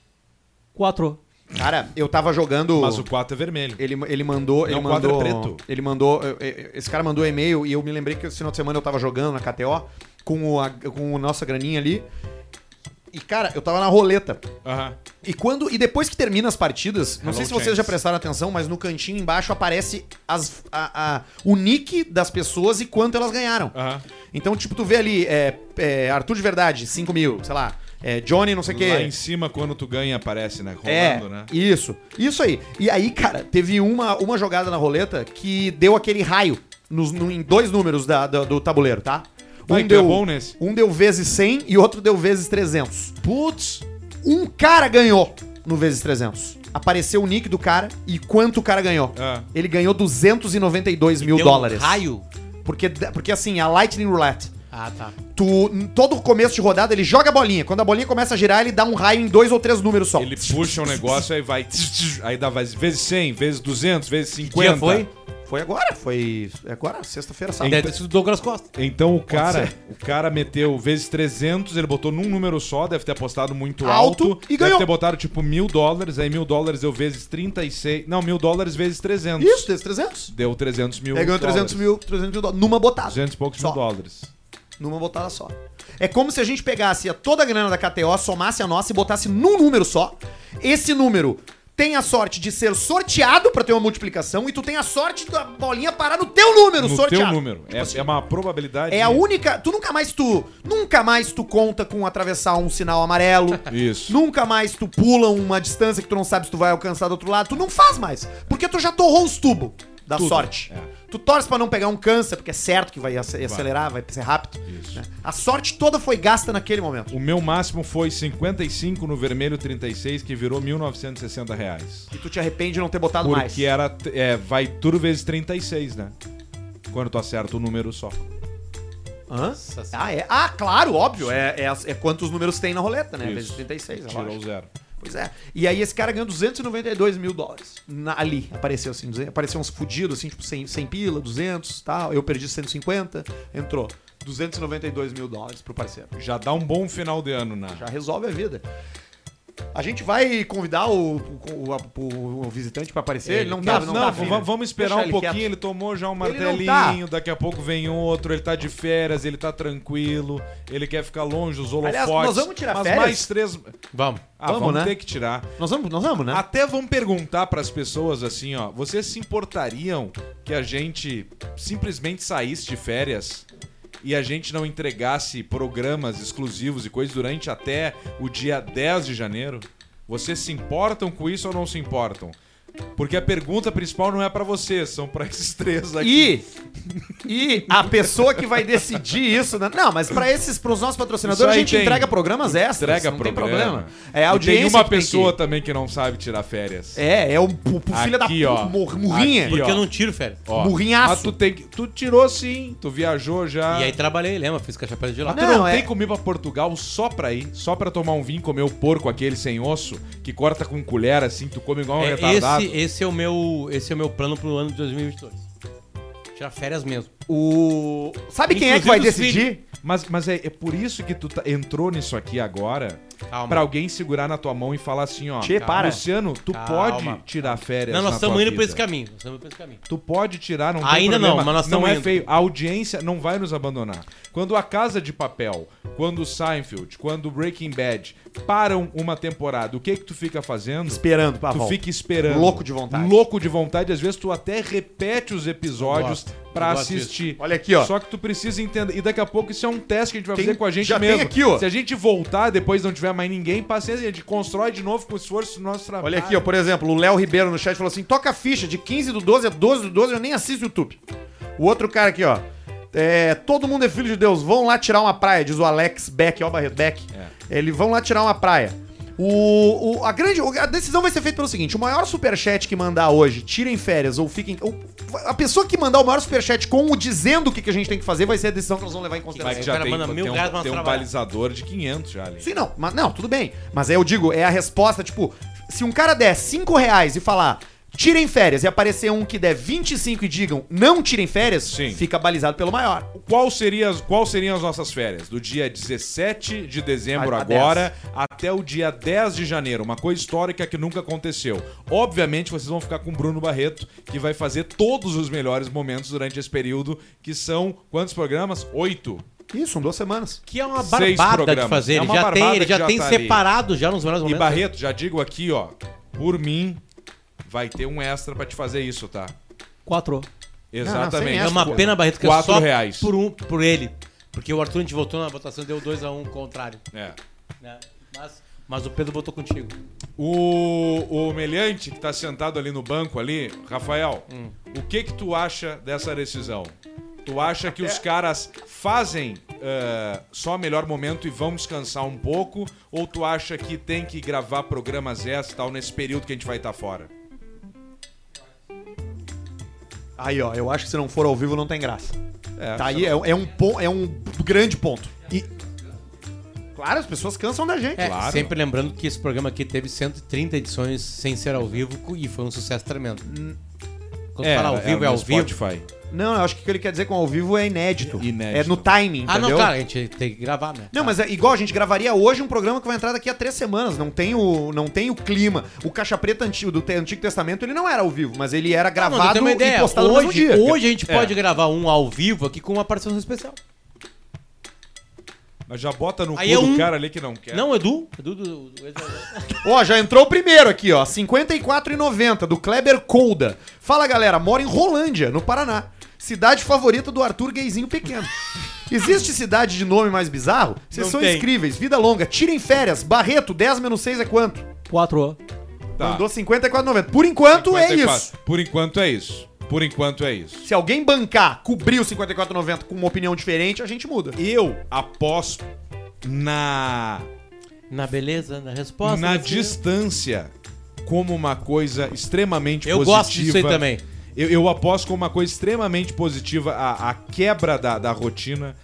[SPEAKER 4] Quatro.
[SPEAKER 1] cara, eu tava jogando...
[SPEAKER 2] Mas o 4 é vermelho.
[SPEAKER 1] Ele, ele mandou.
[SPEAKER 2] Não,
[SPEAKER 1] ele
[SPEAKER 2] o quadro
[SPEAKER 1] mandou,
[SPEAKER 2] é preto.
[SPEAKER 1] Ele mandou. eu- eu- Esse cara mandou e-mail e eu me lembrei que esse final de semana eu tava jogando na KTO com o, a- com o nossa graninha ali. E, cara, eu tava na roleta.
[SPEAKER 2] Aham.
[SPEAKER 1] E quando e depois que termina as partidas, não
[SPEAKER 2] Hello,
[SPEAKER 1] sei se
[SPEAKER 2] James.
[SPEAKER 1] vocês já prestaram atenção, mas no cantinho embaixo aparece as, a- a- o nick das pessoas e quanto elas ganharam.
[SPEAKER 2] Aham.
[SPEAKER 1] Então, tipo, tu vê ali, é, é, Arthur de Verdade, 5 mil, sei lá, é, Johnny não sei o quê.
[SPEAKER 2] Lá em cima, quando tu ganha, aparece, né? Rolando,
[SPEAKER 1] É,
[SPEAKER 2] né?
[SPEAKER 1] isso. Isso aí. E aí, cara, teve uma, uma jogada na roleta que deu aquele raio nos, no- em dois números da- da- do tabuleiro, tá? Um,
[SPEAKER 2] Ai, tu é
[SPEAKER 1] deu,
[SPEAKER 2] bom nesse.
[SPEAKER 1] um deu vezes 100 e outro deu vezes 300.
[SPEAKER 2] Putz!
[SPEAKER 1] Um cara ganhou no vezes 300. Apareceu o nick do cara e quanto o cara ganhou.
[SPEAKER 2] Ah.
[SPEAKER 1] Ele ganhou 292 mil
[SPEAKER 3] Deu um
[SPEAKER 1] dólares.
[SPEAKER 3] raio.
[SPEAKER 1] Porque, porque assim, a Lightning Roulette...
[SPEAKER 3] Ah, tá.
[SPEAKER 1] Tu, em todo começo de rodada, ele joga a bolinha. Quando a bolinha começa a girar, ele dá um raio em dois ou três números só.
[SPEAKER 2] Ele puxa um negócio, aí vai. tch, tch, Aí dá vai- vezes 100, vezes 200, vezes
[SPEAKER 3] Que
[SPEAKER 2] 50.
[SPEAKER 3] dia foi?
[SPEAKER 1] Foi agora, foi é agora, sexta-feira, sábado.
[SPEAKER 3] Deve ter sido Douglas Costa.
[SPEAKER 2] Então o cara, o cara meteu vezes 300, ele botou num número só, deve ter apostado muito
[SPEAKER 1] Alto
[SPEAKER 2] alto.
[SPEAKER 1] e
[SPEAKER 2] deve
[SPEAKER 1] ganhou.
[SPEAKER 2] ter botado tipo mil dólares, aí mil dólares deu vezes 36. Não, mil dólares vezes 300.
[SPEAKER 1] Isso, desses 300.
[SPEAKER 2] Deu 300 mil.
[SPEAKER 1] Ele ganhou 300 mil, 300 mil dólares. Numa botada.
[SPEAKER 2] 200 e poucos
[SPEAKER 1] só.
[SPEAKER 2] mil dólares.
[SPEAKER 1] Numa botada só. É como se a gente pegasse a toda a grana da KTO, somasse a nossa e botasse num número só. Esse número tem a sorte de ser sorteado pra ter uma multiplicação e tu tem a sorte da bolinha parar no teu número
[SPEAKER 2] No
[SPEAKER 1] sorteado. Tipo assim.
[SPEAKER 2] teu número. É, é uma probabilidade.
[SPEAKER 1] É a única. Tu nunca mais tu. Nunca mais tu conta com atravessar um sinal amarelo.
[SPEAKER 2] Isso.
[SPEAKER 1] Nunca mais tu pula uma distância que tu não sabe se tu vai alcançar do outro lado. Tu não faz mais. Porque tu já torrou os tubos da
[SPEAKER 2] Tudo,
[SPEAKER 1] sorte.
[SPEAKER 2] é.
[SPEAKER 1] Tu torce pra não pegar um câncer, porque é certo que vai ace- acelerar, vai ser rápido.
[SPEAKER 2] Isso.
[SPEAKER 1] né? A sorte toda foi gasta naquele momento.
[SPEAKER 2] O meu máximo foi 55 no vermelho 36, que virou 1.960 reais.
[SPEAKER 1] E tu te arrepende de não ter botado mais.
[SPEAKER 2] Porque era. É, vai tudo vezes 36, né? Quando tu acerta o número só.
[SPEAKER 1] Hã? Ah, é? Ah, claro, óbvio. É, é, as- é quantos números tem na roleta, né?
[SPEAKER 2] Isso.
[SPEAKER 1] Vezes 36, eu
[SPEAKER 2] Tirou
[SPEAKER 1] acho.
[SPEAKER 2] o zero.
[SPEAKER 1] Pois é. E aí esse cara ganhou 292 mil dólares. Na- ali, apareceu assim, duze- apareceu uns fudidos, assim, tipo 100, 100 pila, 200 tal. Eu perdi 150, entrou 292 mil dólares pro parceiro.
[SPEAKER 2] Já dá um bom final de ano, né?
[SPEAKER 1] Já resolve a vida. A gente vai convidar o, o, o- o- o visitante pra aparecer? Ele, não tá,
[SPEAKER 2] não,
[SPEAKER 1] não,
[SPEAKER 2] não,
[SPEAKER 1] tá.
[SPEAKER 2] vamos-
[SPEAKER 1] filho.
[SPEAKER 2] vamos esperar
[SPEAKER 1] Deixa
[SPEAKER 2] um
[SPEAKER 1] ele
[SPEAKER 2] pouquinho.
[SPEAKER 1] quieto.
[SPEAKER 2] Ele tomou já um
[SPEAKER 1] Ele não tá.
[SPEAKER 2] martelinho, daqui a pouco vem outro. Ele tá de férias, ele tá tranquilo, ele quer ficar longe dos holofotes.
[SPEAKER 1] Aliás, nós vamos tirar
[SPEAKER 2] mas
[SPEAKER 1] férias?
[SPEAKER 2] mais três.
[SPEAKER 3] Vamos.
[SPEAKER 2] Ah,
[SPEAKER 1] Vamos,
[SPEAKER 2] vamos,
[SPEAKER 1] né?
[SPEAKER 2] ter que tirar.
[SPEAKER 1] Nós vamos, nós vamos, né?
[SPEAKER 2] Até vão perguntar pras pessoas assim, ó, vocês se importariam que a gente simplesmente saísse de férias e a gente não entregasse programas exclusivos e coisas durante até o dia 10 de janeiro? Vocês se importam com isso ou não se importam? Porque a pergunta principal não é pra vocês, são pra esses três aqui.
[SPEAKER 1] E, e a pessoa que vai decidir isso, né? Não, mas para esses, para os nossos
[SPEAKER 2] Isso
[SPEAKER 1] patrocinadores, a
[SPEAKER 2] aí
[SPEAKER 1] gente
[SPEAKER 2] tem.
[SPEAKER 1] entrega programas extras.
[SPEAKER 2] Entrega
[SPEAKER 1] não
[SPEAKER 2] programa.
[SPEAKER 1] tem problema. É a
[SPEAKER 2] E
[SPEAKER 1] audiência.
[SPEAKER 2] Tem uma
[SPEAKER 1] que
[SPEAKER 2] pessoa
[SPEAKER 1] que-
[SPEAKER 2] também que não sabe tirar férias.
[SPEAKER 1] É, é o, o, o filho da
[SPEAKER 2] Aqui, ó.
[SPEAKER 1] mur- murrinha.
[SPEAKER 2] Aqui,
[SPEAKER 1] Porque-
[SPEAKER 2] ó.
[SPEAKER 3] Porque eu não tiro, férias.
[SPEAKER 2] Ó,
[SPEAKER 1] Burrinhaço.
[SPEAKER 2] Mas Ah, tu, tem que- tu tirou sim, tu viajou já.
[SPEAKER 3] E aí trabalhei, lembra? Fiz cachapéu de lá.
[SPEAKER 2] Mas tu
[SPEAKER 1] Não,
[SPEAKER 2] não,
[SPEAKER 1] é-
[SPEAKER 2] tem como ir pra Portugal só pra ir, só pra tomar um vinho, comer o porco aquele sem osso, que corta com colher assim, tu come igual um
[SPEAKER 3] É,
[SPEAKER 2] retardado.
[SPEAKER 3] esse, esse, é o meu, esse é o meu plano pro ano de 2022. Tirar férias mesmo.
[SPEAKER 1] O... Sabe quem é que vai
[SPEAKER 3] Inclusive os
[SPEAKER 1] decidir?
[SPEAKER 2] Mas, mas é, é por isso que tu tá- entrou nisso aqui agora,
[SPEAKER 3] Calma.
[SPEAKER 2] pra alguém segurar na tua mão e falar assim, ó,
[SPEAKER 1] Tchê, para.
[SPEAKER 2] Luciano, tu
[SPEAKER 3] Calma.
[SPEAKER 2] pode tirar férias
[SPEAKER 3] Não, nós
[SPEAKER 2] na
[SPEAKER 3] estamos
[SPEAKER 2] é tua
[SPEAKER 3] indo por
[SPEAKER 2] vida.
[SPEAKER 3] esse caminho. Nós estamos indo por esse caminho.
[SPEAKER 2] Tu pode tirar, não tem
[SPEAKER 3] Ainda não,
[SPEAKER 2] problema.
[SPEAKER 3] mas nós
[SPEAKER 2] Não
[SPEAKER 3] tamo
[SPEAKER 2] é
[SPEAKER 3] indo.
[SPEAKER 2] feio. A audiência não vai nos abandonar. Quando a Casa de Papel, quando o Seinfeld, quando o Breaking Bad param uma temporada, o que que tu fica fazendo?
[SPEAKER 1] Esperando,
[SPEAKER 2] Tu
[SPEAKER 1] Pavão.
[SPEAKER 2] fica esperando.
[SPEAKER 1] Louco de vontade.
[SPEAKER 2] Louco de vontade. Às vezes tu até repete os episódios
[SPEAKER 3] Eu gosto,
[SPEAKER 2] pra
[SPEAKER 3] eu gosto
[SPEAKER 2] assistir.
[SPEAKER 1] Olha aqui, ó.
[SPEAKER 2] Só que tu precisa entender. E daqui a pouco isso é um teste que a gente vai
[SPEAKER 1] Tem-
[SPEAKER 2] fazer com a gente
[SPEAKER 1] já tem
[SPEAKER 2] mesmo.
[SPEAKER 1] aqui, ó.
[SPEAKER 2] Se a gente voltar, depois não tiver mais ninguém, paciência, a gente constrói de novo com esforço do nosso trabalho.
[SPEAKER 1] Olha aqui, ó, por exemplo, o Léo Ribeiro no chat falou assim: toca a ficha de 15 do 12 a 12 do 12, eu nem assisto YouTube. O outro cara aqui, ó. É, todo mundo é filho de Deus, vão lá tirar uma praia, diz o Alex Beck, ó, Barreto Beck. Eles vão lá tirar uma praia. O, o- a grande a decisão vai ser feita pelo seguinte: o maior superchat que mandar hoje, tirem férias ou fiquem. ou- a pessoa que mandar o maior superchat com o dizendo o que, que a gente tem que fazer vai ser a decisão que nós vamos levar em consideração.
[SPEAKER 2] Mas que já
[SPEAKER 3] O cara
[SPEAKER 2] tem,
[SPEAKER 3] manda mil
[SPEAKER 2] tem
[SPEAKER 3] reais pra
[SPEAKER 2] um,
[SPEAKER 3] nós
[SPEAKER 2] tem um
[SPEAKER 3] trabalhar.
[SPEAKER 2] balizador de 500 já ali.
[SPEAKER 1] Sim, não, mas não, tudo bem. Mas aí eu digo, é a resposta, tipo, se um cara der 5 reais e falar tirem férias e aparecer um que der 25 e digam não tirem férias,
[SPEAKER 2] Sim.
[SPEAKER 1] fica balizado pelo maior.
[SPEAKER 2] Qual, seria, as- qual seriam as nossas férias? Do dia 17 de dezembro
[SPEAKER 1] A- a
[SPEAKER 2] agora até o dia 10 de janeiro. Uma coisa histórica que nunca aconteceu. Obviamente, vocês vão ficar com o Bruno Barreto, que vai fazer todos os melhores momentos durante esse período, que são quantos programas? Oito.
[SPEAKER 1] Isso, duas semanas.
[SPEAKER 3] Que é uma
[SPEAKER 2] Seis
[SPEAKER 3] barbada de
[SPEAKER 2] programas.
[SPEAKER 3] fazer.
[SPEAKER 2] É
[SPEAKER 3] Ele
[SPEAKER 2] uma
[SPEAKER 3] já
[SPEAKER 2] barbada
[SPEAKER 3] tem, ele
[SPEAKER 2] que
[SPEAKER 3] já
[SPEAKER 2] já
[SPEAKER 3] tem
[SPEAKER 2] tá ali.
[SPEAKER 3] separado já nos melhores
[SPEAKER 2] E
[SPEAKER 3] momentos.
[SPEAKER 2] Barreto, já digo aqui, ó, por mim, vai ter um extra pra te fazer isso, tá?
[SPEAKER 4] Quatro.
[SPEAKER 2] Exatamente.
[SPEAKER 1] sem
[SPEAKER 3] É uma
[SPEAKER 1] Quatro.
[SPEAKER 3] pena, Barreto, que é
[SPEAKER 2] Quatro
[SPEAKER 3] só
[SPEAKER 2] reais.
[SPEAKER 3] Por, um, por ele. Porque o Arthur, a gente votou na votação, deu 2x1 um, contrário.
[SPEAKER 2] É.
[SPEAKER 3] né? Mas, mas o Pedro votou contigo.
[SPEAKER 2] O, o Meliante, que tá sentado ali no banco ali, Rafael, o que que tu acha dessa decisão? Tu acha que os caras fazem eh, só melhor momento e vão descansar um pouco? Ou tu acha que tem que gravar programas extras e tal nesse período que a gente vai estar fora?
[SPEAKER 1] Aí, ó, eu acho que se não for ao vivo não tem graça.
[SPEAKER 2] É,
[SPEAKER 1] tá aí, é, é um, pon- é um grande ponto. E. Claro, as pessoas cansam da gente.
[SPEAKER 3] É,
[SPEAKER 2] Claro.
[SPEAKER 3] sempre lembrando que esse programa aqui teve 130 edições sem ser ao vivo e foi um sucesso tremendo. Quando
[SPEAKER 2] Hum. É,
[SPEAKER 3] fala ao
[SPEAKER 2] era
[SPEAKER 3] vivo, é
[SPEAKER 2] no
[SPEAKER 3] ao vivo.
[SPEAKER 2] Spotify.
[SPEAKER 1] Não, eu acho que o que ele quer dizer com ao vivo é inédito.
[SPEAKER 2] Inédito.
[SPEAKER 1] É no timing,
[SPEAKER 3] Ah,
[SPEAKER 1] entendeu?
[SPEAKER 3] não, claro, a gente tem que gravar, né?
[SPEAKER 1] Não,
[SPEAKER 3] Tá.
[SPEAKER 1] mas é igual a gente gravaria hoje um programa que vai entrar daqui a três semanas. Não tem o, não tem o clima. O Caixa Preta antigo, do Te- Antigo Testamento ele não era ao vivo, mas ele era
[SPEAKER 3] Ah, Não, mas eu
[SPEAKER 1] gravado
[SPEAKER 3] tenho uma
[SPEAKER 1] e
[SPEAKER 3] ideia.
[SPEAKER 1] postado no mesmo
[SPEAKER 3] hoje,
[SPEAKER 1] dia. É.
[SPEAKER 3] hoje a gente pode gravar um ao vivo aqui com uma participação especial.
[SPEAKER 2] Mas já bota no
[SPEAKER 3] Aí
[SPEAKER 2] cu
[SPEAKER 3] é
[SPEAKER 2] do
[SPEAKER 3] um-
[SPEAKER 2] cara ali que não quer.
[SPEAKER 3] Não, Edu? Edu do. do- do-
[SPEAKER 1] Ó, já entrou o primeiro aqui, ó. 54,90 do Kleber Colda. Fala galera, mora em Rolândia, no Paraná. Cidade favorita do Arthur Gayzinho Pequeno. Existe cidade de nome mais bizarro? Vocês
[SPEAKER 2] Não
[SPEAKER 1] são
[SPEAKER 2] tem.
[SPEAKER 1] incríveis. Vida longa. Tirem férias. Barreto, 10 menos 6 é quanto?
[SPEAKER 4] Quatro.
[SPEAKER 2] Tá.
[SPEAKER 1] Mandou 54,90. Por enquanto é
[SPEAKER 2] 54.
[SPEAKER 1] isso.
[SPEAKER 2] Por enquanto é isso. Por enquanto é isso.
[SPEAKER 1] Se alguém bancar, cobrir o 54,90 com uma opinião diferente, a gente muda.
[SPEAKER 2] Eu aposto na
[SPEAKER 3] Na beleza, na resposta.
[SPEAKER 2] na
[SPEAKER 3] assim.
[SPEAKER 2] distância como uma coisa extremamente
[SPEAKER 3] Eu
[SPEAKER 2] positiva.
[SPEAKER 3] gosto disso aí também.
[SPEAKER 2] Eu, eu aposto como uma coisa extremamente positiva a, a quebra da, da rotina.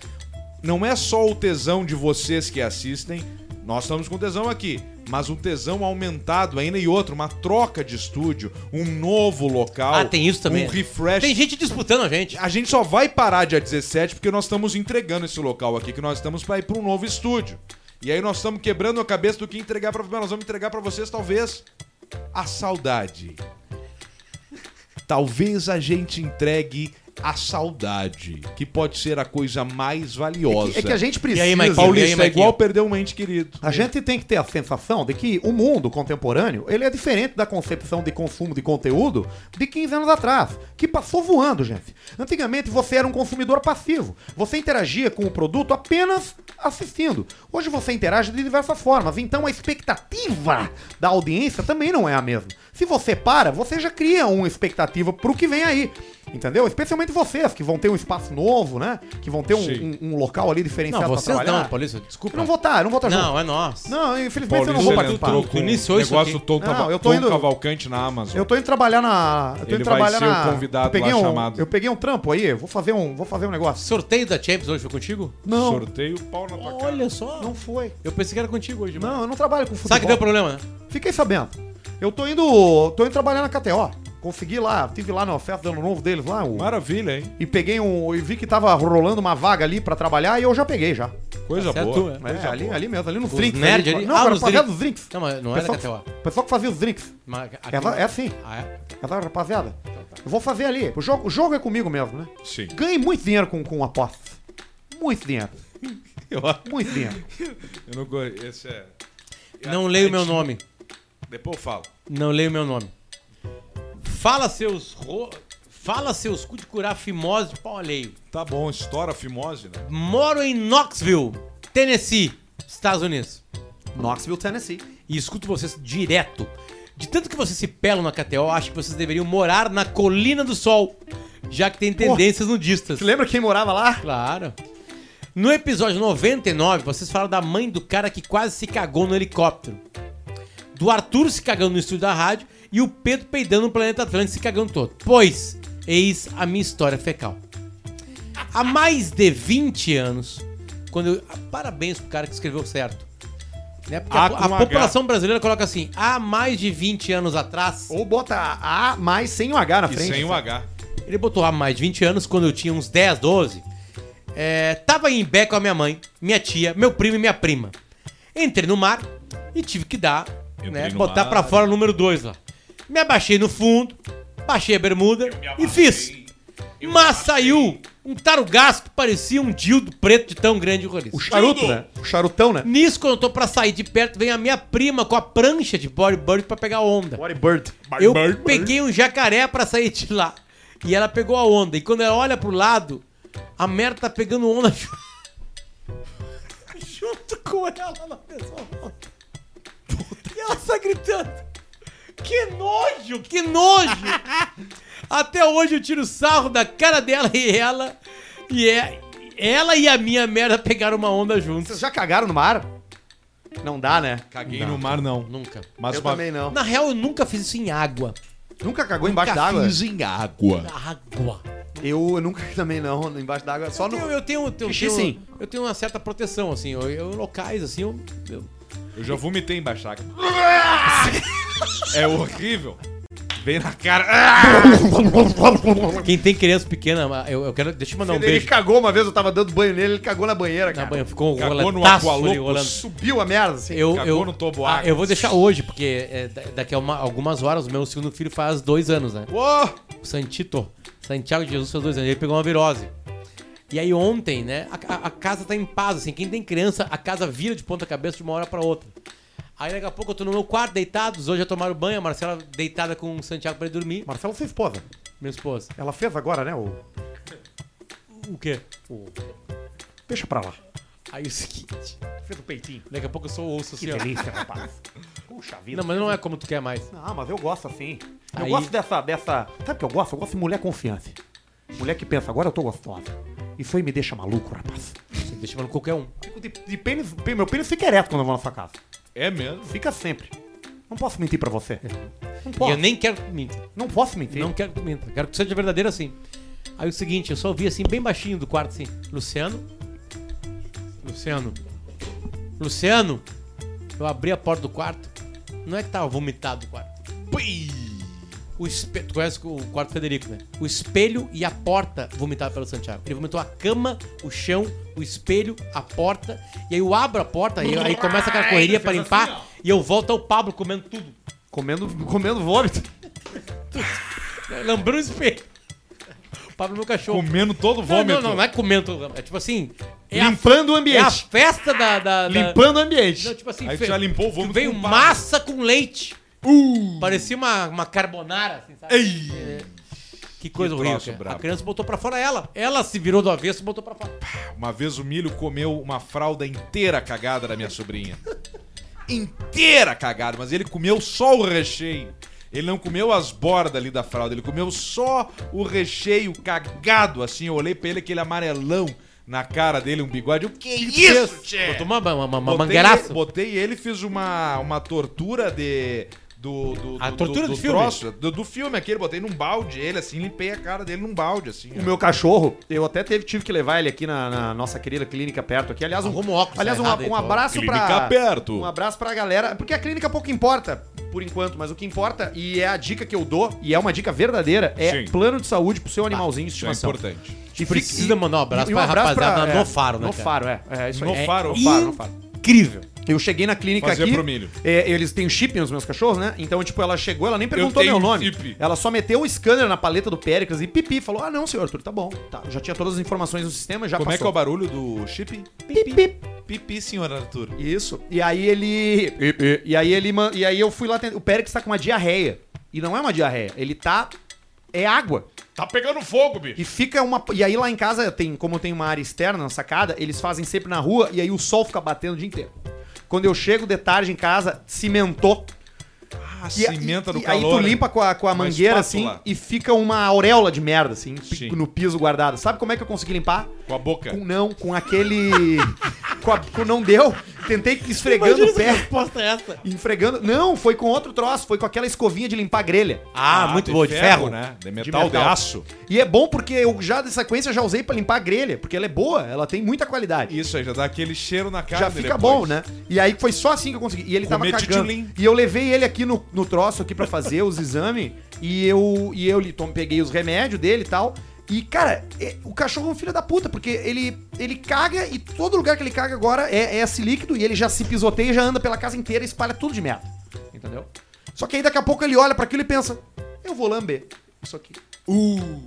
[SPEAKER 2] Não é só o tesão de vocês que assistem, nós estamos com tesão aqui, mas um tesão aumentado ainda e outro, uma troca de estúdio, um novo local.
[SPEAKER 3] Ah, tem isso também.
[SPEAKER 2] Um refresh.
[SPEAKER 3] Tem gente disputando a
[SPEAKER 1] Ah,
[SPEAKER 3] gente.
[SPEAKER 2] A gente só vai parar dia 17 porque nós estamos entregando esse local aqui, que nós estamos para ir para um novo estúdio. E aí nós estamos quebrando a cabeça do que entregar para nós vamos entregar para vocês talvez a saudade. Talvez a gente entregue a saudade, que pode ser a coisa mais valiosa.
[SPEAKER 1] É que a gente
[SPEAKER 3] E
[SPEAKER 1] precisa.
[SPEAKER 3] aí, Maiquinho? E aí,
[SPEAKER 2] Paulista é
[SPEAKER 3] Maiquinho?
[SPEAKER 2] igual perder um ente querido.
[SPEAKER 1] A gente tem que ter a sensação de que o mundo contemporâneo ele é diferente da concepção de consumo de conteúdo de 15 anos atrás, que passou voando, gente. Antigamente você era um consumidor passivo. Você interagia com o produto apenas assistindo. Hoje você interage de diversas formas, então a expectativa da audiência também não é a mesma. Se você para, você já cria uma expectativa pro que vem aí. Entendeu? Especialmente vocês, que vão ter um espaço novo, né? Que vão ter um,
[SPEAKER 2] Sim.
[SPEAKER 1] um- um local ali diferenciado
[SPEAKER 3] Não,
[SPEAKER 1] pra
[SPEAKER 3] vocês
[SPEAKER 1] trabalhar.
[SPEAKER 3] não, Paulista, desculpa.
[SPEAKER 1] Eu não vou estar, eu não vou estar junto.
[SPEAKER 3] Não, é nós.
[SPEAKER 1] Não, infelizmente eu não
[SPEAKER 2] Paulista
[SPEAKER 1] vou
[SPEAKER 2] ele
[SPEAKER 1] participar.
[SPEAKER 2] entrou
[SPEAKER 3] Tu
[SPEAKER 2] com um
[SPEAKER 3] iniciou isso
[SPEAKER 2] negócio
[SPEAKER 3] aqui.
[SPEAKER 1] Não,
[SPEAKER 2] Tom, Cava-
[SPEAKER 1] eu tô
[SPEAKER 2] Tom
[SPEAKER 1] indo-
[SPEAKER 2] Cavalcante na Amazon.
[SPEAKER 1] Eu tô indo trabalhar na. Eu tô
[SPEAKER 2] Ele
[SPEAKER 1] indo
[SPEAKER 2] vai
[SPEAKER 1] trabalhar
[SPEAKER 2] ser o
[SPEAKER 1] na-
[SPEAKER 2] convidado
[SPEAKER 1] eu peguei
[SPEAKER 2] lá
[SPEAKER 1] um,
[SPEAKER 2] chamado.
[SPEAKER 1] Eu peguei um trampo aí, vou fazer um, vou fazer um negócio.
[SPEAKER 3] Sorteio da Champions hoje foi contigo?
[SPEAKER 1] Não,
[SPEAKER 2] Sorteio pau na tua cara.
[SPEAKER 3] Olha só.
[SPEAKER 1] não foi.
[SPEAKER 3] Eu pensei que era contigo hoje, mano.
[SPEAKER 1] Não, eu não trabalho com futebol.
[SPEAKER 3] Sabe que deu problema, né?
[SPEAKER 1] Fiquei sabendo. Eu tô indo, tô indo trabalhar na KTO. Consegui lá, tive lá na oferta do ano novo deles lá, o-
[SPEAKER 2] Maravilha, hein?
[SPEAKER 1] e peguei um, e vi que tava rolando uma vaga ali pra trabalhar e eu já peguei já.
[SPEAKER 2] Coisa
[SPEAKER 3] Tá certo,
[SPEAKER 2] boa.
[SPEAKER 3] é.
[SPEAKER 1] É, ali, ali mesmo, ali nos
[SPEAKER 3] Os
[SPEAKER 1] drinks.
[SPEAKER 3] nerd ali?
[SPEAKER 1] Não,
[SPEAKER 3] Ah,
[SPEAKER 1] cara,
[SPEAKER 3] nos
[SPEAKER 1] rapaziada dos drinks.
[SPEAKER 3] Não, mas não é era
[SPEAKER 1] Pessoal,
[SPEAKER 3] KTO.
[SPEAKER 1] pessoal que fazia os drinks.
[SPEAKER 3] Mas aqui- Então tá.
[SPEAKER 1] É, va- é assim.
[SPEAKER 3] Ah, é?
[SPEAKER 1] É, vai, rapaziada, eu vou fazer ali. O jogo, o jogo é comigo mesmo, né?
[SPEAKER 2] Sim.
[SPEAKER 1] Ganhei muito dinheiro com, com apostas. Muito dinheiro.
[SPEAKER 2] Eu,
[SPEAKER 1] Muito dinheiro.
[SPEAKER 2] eu não go- Esse é.
[SPEAKER 3] Não leio meu nome.
[SPEAKER 2] Depois eu falo.
[SPEAKER 3] Não leio meu nome. Fala seus ro... Fala seus cu de curar fimose de pau alheio.
[SPEAKER 2] Tá bom, estoura a fimose, né?
[SPEAKER 3] Moro em Knoxville, Tennessee, Estados Unidos.
[SPEAKER 1] Knoxville, Tennessee.
[SPEAKER 3] E escuto vocês direto. De tanto que vocês se pelam na KTO, acho que vocês deveriam morar na Colina do Sol, já que tem tendências nudistas.
[SPEAKER 1] Você lembra quem morava lá?
[SPEAKER 3] Claro. No episódio 99, vocês falaram da mãe do cara que quase se cagou no helicóptero. Do Arthur se cagando no estúdio da rádio e o Pedro peidando no planeta Atlântico se cagando todo. Pois, eis a minha história fecal. Há mais de 20 anos, quando eu... ah, Parabéns pro cara que escreveu certo. Né? Porque
[SPEAKER 2] Ah,
[SPEAKER 3] a, po- a
[SPEAKER 2] com H.
[SPEAKER 3] população brasileira coloca assim, há mais de 20 anos atrás...
[SPEAKER 1] Ou bota A mais sem o H na
[SPEAKER 2] E
[SPEAKER 1] frente.
[SPEAKER 2] sem um o H.
[SPEAKER 3] Ele botou há mais de 20 anos, quando eu tinha uns 10, 12. É, tava em Bé com a minha mãe, minha tia, meu primo e minha prima. Entrei no mar e tive que dar,
[SPEAKER 2] Entrei
[SPEAKER 3] né,
[SPEAKER 2] no
[SPEAKER 3] botar
[SPEAKER 2] mar.
[SPEAKER 3] pra fora o número 2 lá. Me abaixei no fundo, baixei a bermuda e fiz. Mas saiu um tarugaço que parecia um dildo preto de tão grande horrorista.
[SPEAKER 1] O charuto, né? O charutão, né?
[SPEAKER 3] Nisso, quando eu tô pra sair de perto, vem a minha prima com a prancha de bodyboard pra pegar onda.
[SPEAKER 1] Bodyboard.
[SPEAKER 3] Eu peguei um jacaré pra sair de lá. E ela pegou a onda. E quando ela olha pro lado, a merda tá pegando onda ju- junto com ela na mesma onda. E ela tá gritando. Que nojo, que nojo! Até hoje eu tiro sarro da cara dela e ela. E é, ela e a minha merda pegaram uma onda juntos.
[SPEAKER 1] Vocês já cagaram no mar? Não dá, né?
[SPEAKER 2] Caguei no mar, não.
[SPEAKER 3] Nunca.
[SPEAKER 2] Mas
[SPEAKER 1] eu
[SPEAKER 2] uma
[SPEAKER 1] também não.
[SPEAKER 3] Na real, eu nunca fiz isso em água.
[SPEAKER 1] Nunca cagou embaixo d'água?
[SPEAKER 2] fiz em água.
[SPEAKER 3] Água.
[SPEAKER 1] Eu, eu nunca também não, embaixo d'água. Só
[SPEAKER 3] Eu
[SPEAKER 1] no.
[SPEAKER 3] tenho, eu tenho, eu tenho,
[SPEAKER 1] Xixi,
[SPEAKER 3] eu tenho-
[SPEAKER 1] sim.
[SPEAKER 3] eu tenho uma certa proteção, assim. Eu, eu- locais, assim, eu, eu-
[SPEAKER 2] Eu já vomitei embaixo d'água. é horrível. Vem na cara. Ah,
[SPEAKER 3] Quem tem criança pequena, eu, eu quero. Deixa eu mandar um
[SPEAKER 1] ele
[SPEAKER 3] beijo.
[SPEAKER 1] cagou uma vez, eu tava dando banho nele, ele cagou na banheira,
[SPEAKER 3] Na
[SPEAKER 1] cara.
[SPEAKER 3] banha, ficou
[SPEAKER 2] Cagou no
[SPEAKER 3] roletaço
[SPEAKER 2] Aqualocos.
[SPEAKER 3] ali, rolando.
[SPEAKER 1] Subiu a merda, assim.
[SPEAKER 3] Eu,
[SPEAKER 2] Cagou
[SPEAKER 3] eu,
[SPEAKER 2] no tobo
[SPEAKER 3] ah,
[SPEAKER 2] água.
[SPEAKER 3] eu vou deixar hoje, porque é, da- daqui a uma- algumas horas o meu segundo filho faz dois anos, né?
[SPEAKER 1] Uou!
[SPEAKER 3] O Santito, Santiago de Jesus faz dois anos. Ele pegou uma virose. E aí ontem, né, a, a- a casa tá em paz, assim. Quem tem criança, a casa vira de ponta cabeça de uma hora pra outra. Aí daqui a pouco eu tô no meu quarto, deitado. Os dois já tomaram banho. A Marcela deitada com o Santiago pra ele dormir.
[SPEAKER 1] Marcelo fez esposa.
[SPEAKER 3] Minha esposa.
[SPEAKER 1] Ela fez agora, né? O...
[SPEAKER 3] O quê?
[SPEAKER 1] Deixa pra lá.
[SPEAKER 3] Aí é o seguinte.
[SPEAKER 1] Fez o peitinho.
[SPEAKER 3] Daqui a pouco eu só ouço assim,
[SPEAKER 1] Que
[SPEAKER 3] ó.
[SPEAKER 1] delícia, rapaz. Puxa vida.
[SPEAKER 3] Não, mas não é como tu quer mais.
[SPEAKER 1] Não, mas eu gosto assim. Eu
[SPEAKER 3] Aí-
[SPEAKER 1] gosto dessa, dessa. Sabe o que eu gosto? Eu gosto de mulher confiante. Mulher que pensa, agora eu tô gostosa. Isso aí me deixa maluco, rapaz.
[SPEAKER 3] Você deixa chamando qualquer um.
[SPEAKER 1] Fico De, de pênis, pê- meu pênis fica ereto quando eu vou na sua casa.
[SPEAKER 2] É mesmo?
[SPEAKER 1] Fica sempre. Não posso mentir pra você. Não
[SPEAKER 3] E
[SPEAKER 1] posso.
[SPEAKER 3] eu nem quero que tu minta.
[SPEAKER 1] É. Não posso mentir.
[SPEAKER 3] Não quero que tu minta. Quero que seja verdadeiro assim. Aí o seguinte, eu só ouvi assim, bem baixinho do quarto, assim. Luciano. Luciano. Luciano. Eu abri a porta do quarto. Não é que tava vomitado o quarto.
[SPEAKER 2] Pui.
[SPEAKER 3] O espe... Tu conhece o quarto Federico, né? O espelho e a porta vomitaram pelo Santiago. Ele vomitou a cama, o chão, o espelho, a porta. E aí eu abro a porta, e aí começa aquela correria pra limpar. e eu volto ao Pablo comendo tudo.
[SPEAKER 1] Comendo, comendo vômito.
[SPEAKER 3] Lambrou o espelho. O Pablo é meu cachorro.
[SPEAKER 2] Comendo todo o
[SPEAKER 3] Não,
[SPEAKER 2] vômito.
[SPEAKER 3] não, não, não é comendo. É tipo assim. É, a,
[SPEAKER 1] Limpando o
[SPEAKER 3] é a
[SPEAKER 1] ambiente.
[SPEAKER 3] festa da. da- da-
[SPEAKER 1] Limpando o ambiente.
[SPEAKER 3] Não, tipo assim.
[SPEAKER 2] Aí tu
[SPEAKER 3] fe-
[SPEAKER 2] já limpou o vômito
[SPEAKER 3] Veio
[SPEAKER 2] com Uh.
[SPEAKER 3] massa com leite. Parecia uma, uma carbonara, assim, sabe? É, que coisa
[SPEAKER 2] Que
[SPEAKER 3] horrível.
[SPEAKER 2] troço
[SPEAKER 3] cara.
[SPEAKER 2] brabo.
[SPEAKER 3] A criança botou pra fora ela. Ela se virou do avesso e botou pra fora.
[SPEAKER 2] Uma vez o milho comeu uma fralda inteira cagada da minha sobrinha. inteira cagada, mas ele comeu só o recheio. Ele não comeu as bordas ali da fralda, ele comeu só o recheio cagado, assim. Eu olhei pra ele, aquele amarelão na cara dele, um bigode. O que é isso, tchê?
[SPEAKER 3] Tipo Botou uma, uma, uma, uma
[SPEAKER 2] Botei
[SPEAKER 3] mangueiraça.
[SPEAKER 2] ele- Botei ele, fiz uma, uma tortura de. Do, do,
[SPEAKER 3] A
[SPEAKER 2] do-
[SPEAKER 3] tortura
[SPEAKER 2] do,
[SPEAKER 3] do filme?
[SPEAKER 2] do, do filme aquele, botei num balde ele, assim, limpei a cara dele num balde, assim.
[SPEAKER 1] O meu cachorro, eu até teve, tive que levar ele aqui na, na nossa querida clínica perto aqui. Aliás, um,
[SPEAKER 3] Arruma um óculos,
[SPEAKER 1] aliás,
[SPEAKER 3] tá
[SPEAKER 1] um,
[SPEAKER 3] errado aí,
[SPEAKER 1] um
[SPEAKER 3] pô.
[SPEAKER 1] abraço pra.
[SPEAKER 2] Clínica perto.
[SPEAKER 1] Um abraço pra galera. Porque a clínica pouco importa, por enquanto, mas o que importa, e é a dica que eu dou, e é uma dica verdadeira, é
[SPEAKER 2] Sim.
[SPEAKER 1] plano de saúde pro seu animalzinho de
[SPEAKER 2] Isso é
[SPEAKER 1] estimação.
[SPEAKER 2] importante.
[SPEAKER 1] E
[SPEAKER 3] Precisa
[SPEAKER 1] fica- e-
[SPEAKER 3] mandar um abraço
[SPEAKER 1] e
[SPEAKER 3] pra rapaziada
[SPEAKER 1] é,
[SPEAKER 3] no Faro, né,
[SPEAKER 1] No
[SPEAKER 3] cara?
[SPEAKER 1] Faro, é. É isso aí.
[SPEAKER 2] No
[SPEAKER 1] É
[SPEAKER 2] Faro,
[SPEAKER 1] no
[SPEAKER 2] no
[SPEAKER 1] Faro, no Faro.
[SPEAKER 3] Incrível.
[SPEAKER 1] Eu cheguei na clínica
[SPEAKER 2] Fazer
[SPEAKER 1] aqui.
[SPEAKER 2] pro milho.
[SPEAKER 1] é, eles têm chip nos meus cachorros, né? Então, tipo, ela chegou, ela nem perguntou
[SPEAKER 2] tenho
[SPEAKER 1] meu nome.
[SPEAKER 2] chip.
[SPEAKER 1] Ela só meteu o scanner na paleta do Péricles e pipi. Falou: Ah, não, senhor Arthur, tá bom. Tá, já tinha todas as informações no sistema, já
[SPEAKER 2] Como é que é
[SPEAKER 1] passou.
[SPEAKER 2] o barulho do chip?
[SPEAKER 1] Pipi, pipi.
[SPEAKER 2] Pipi, senhor Arthur.
[SPEAKER 1] Isso. E aí ele. E aí ele. man- E aí eu fui lá. atender- O Péricles tá com uma diarreia. E não é uma diarreia. Ele tá. É água.
[SPEAKER 2] Tá pegando fogo, bicho.
[SPEAKER 1] E fica uma. E aí lá em casa, tem, como tem uma área externa na sacada, eles fazem sempre na rua e aí o sol fica batendo o dia inteiro. Quando eu chego de tarde em casa, cimentou.
[SPEAKER 2] Ah,
[SPEAKER 1] E,
[SPEAKER 2] cimenta
[SPEAKER 1] e-
[SPEAKER 2] no
[SPEAKER 1] e
[SPEAKER 2] calor.
[SPEAKER 1] Aí tu limpa com a, com a
[SPEAKER 2] Uma
[SPEAKER 1] mangueira
[SPEAKER 2] espátula.
[SPEAKER 1] assim e fica uma auréola de merda assim pi-
[SPEAKER 2] Sim.
[SPEAKER 1] no piso guardada. Sabe como é que eu consegui limpar?
[SPEAKER 2] Com a boca.
[SPEAKER 1] Com não, com aquele com, a- com não deu. Tentei esfregando o
[SPEAKER 3] Que
[SPEAKER 1] pé.
[SPEAKER 3] resposta é essa?
[SPEAKER 1] Esfregando. Não, foi com outro troço, foi com aquela escovinha de limpar grelha.
[SPEAKER 3] Ah, muito boa, de ferro.
[SPEAKER 2] né? De metal, de
[SPEAKER 1] metal.
[SPEAKER 2] aço.
[SPEAKER 1] E é bom porque eu já de sequência já usei pra limpar a grelha, porque ela é boa, ela tem muita qualidade.
[SPEAKER 2] Isso aí, já dá aquele cheiro na cara
[SPEAKER 1] já
[SPEAKER 2] dele
[SPEAKER 1] fica
[SPEAKER 2] depois.
[SPEAKER 1] bom, né? E aí foi só assim que eu consegui. E ele
[SPEAKER 2] Comer
[SPEAKER 1] tava cagando.
[SPEAKER 2] titilim.
[SPEAKER 1] E eu levei ele aqui no, no troço aqui pra fazer os exames. E eu, e eu lhe tom- peguei os remédios dele e tal. E, cara, é- o cachorro é um filho da puta, porque ele, ele caga e todo lugar que ele caga agora é, é esse líquido e ele já se pisoteia e já anda pela casa inteira e espalha tudo de merda. Entendeu?
[SPEAKER 2] Uh.
[SPEAKER 1] Só que aí daqui a pouco ele olha pra aquilo e pensa: eu vou lamber isso aqui. Eu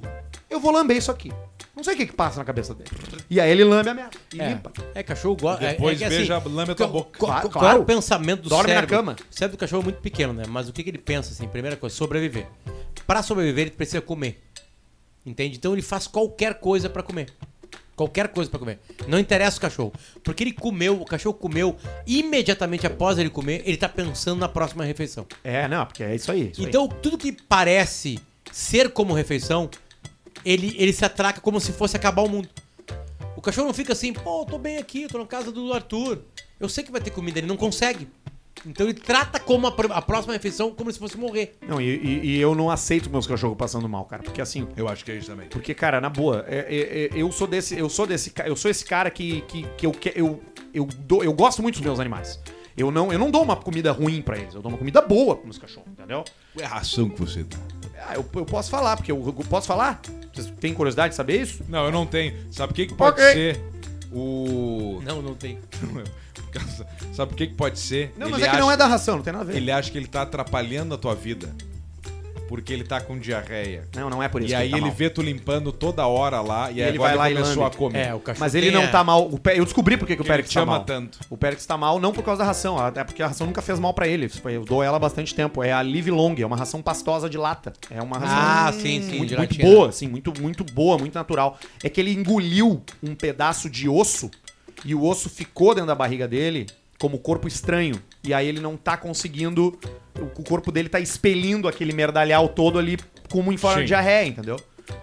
[SPEAKER 1] eu vou lamber isso aqui. Não sei o que que passa na cabeça dele. E aí ele lambe a merda e
[SPEAKER 3] É,
[SPEAKER 1] limpa.
[SPEAKER 3] é cachorro gosta.
[SPEAKER 2] Depois
[SPEAKER 3] é, é que
[SPEAKER 2] beija, lame a tua
[SPEAKER 3] qual-
[SPEAKER 2] boca.
[SPEAKER 3] Qual,
[SPEAKER 1] Claro,
[SPEAKER 3] qual é
[SPEAKER 1] claro.
[SPEAKER 3] o pensamento do
[SPEAKER 1] Dorme na
[SPEAKER 3] cérebro?
[SPEAKER 1] cama.
[SPEAKER 3] O cérebro do cachorro é muito pequeno, né? Mas o que, que ele pensa, assim? Primeira coisa, sobreviver. Pra sobreviver, ele precisa comer. Entende? Então ele faz qualquer coisa pra comer. Qualquer coisa pra comer. Não interessa o cachorro. Porque ele comeu, o cachorro comeu, imediatamente após ele comer, ele tá pensando na próxima refeição.
[SPEAKER 1] É, não, porque é isso aí. isso aí.
[SPEAKER 3] Então, tudo que parece ser como refeição, ele, ele se atraca como se fosse acabar o mundo. O cachorro não fica assim, pô, eu tô bem aqui, eu tô na casa do Arthur. Eu sei que vai ter comida, ele não consegue. Então ele trata como a, pr- a próxima refeição como se fosse morrer.
[SPEAKER 1] Não, e, e- e eu não aceito meus cachorros passando mal, cara. Porque assim,
[SPEAKER 2] Eu acho que é isso também.
[SPEAKER 1] Porque, cara, na boa, é- é- é- eu sou desse. Eu sou desse ca- Eu sou esse cara que. que, que eu, que- eu, eu, dou- eu gosto muito dos meus animais. Eu não, eu não dou uma comida ruim pra eles, eu dou uma comida boa pros meus cachorros, entendeu?
[SPEAKER 2] É a ração que você dá.
[SPEAKER 1] Ah, eu, eu posso falar, porque eu, eu posso falar? Vocês têm curiosidade de saber isso?
[SPEAKER 2] Não, eu não tenho. Sabe o que, que pode
[SPEAKER 1] Ok.
[SPEAKER 2] ser? O.
[SPEAKER 3] Não, não tem.
[SPEAKER 2] Por causa- Sabe o que, que pode ser?
[SPEAKER 1] Não,
[SPEAKER 2] Ele
[SPEAKER 1] mas é que não
[SPEAKER 2] acha-
[SPEAKER 1] é da ração, não tem nada a ver.
[SPEAKER 2] Ele acha que ele tá atrapalhando a tua vida. Porque ele tá com diarreia.
[SPEAKER 1] Não, não é por isso que
[SPEAKER 2] E aí
[SPEAKER 1] tá
[SPEAKER 2] ele
[SPEAKER 1] mal.
[SPEAKER 2] vê tu limpando toda hora lá e,
[SPEAKER 1] E
[SPEAKER 2] aí
[SPEAKER 1] ele
[SPEAKER 2] agora
[SPEAKER 1] vai lá e
[SPEAKER 2] ele começou
[SPEAKER 1] lambe.
[SPEAKER 2] a comer.
[SPEAKER 3] É, o cachorro
[SPEAKER 1] Mas ele
[SPEAKER 3] tem
[SPEAKER 1] não
[SPEAKER 3] a-
[SPEAKER 1] tá mal. o Pe- Eu descobri por que que o
[SPEAKER 2] Ele
[SPEAKER 1] Périx
[SPEAKER 2] te
[SPEAKER 1] tá
[SPEAKER 2] ama
[SPEAKER 1] mal.
[SPEAKER 2] tanto.
[SPEAKER 1] O Périx tá mal não por causa da ração, até porque a ração nunca fez mal pra ele. Isso foi- Eu dou ela há bastante tempo. É a Live Long, é uma ração pastosa de lata. É uma ração
[SPEAKER 3] Ah, sim, sim,
[SPEAKER 1] muito,
[SPEAKER 3] de
[SPEAKER 1] muito
[SPEAKER 3] latinha.
[SPEAKER 1] boa, assim, muito, muito boa, muito natural. É que ele engoliu um pedaço de osso e o osso ficou dentro da barriga dele como corpo estranho. E aí ele não tá conseguindo. O corpo dele tá expelindo aquele merdalhau todo ali como em forma
[SPEAKER 2] Sim.
[SPEAKER 1] de diarreia, entendeu?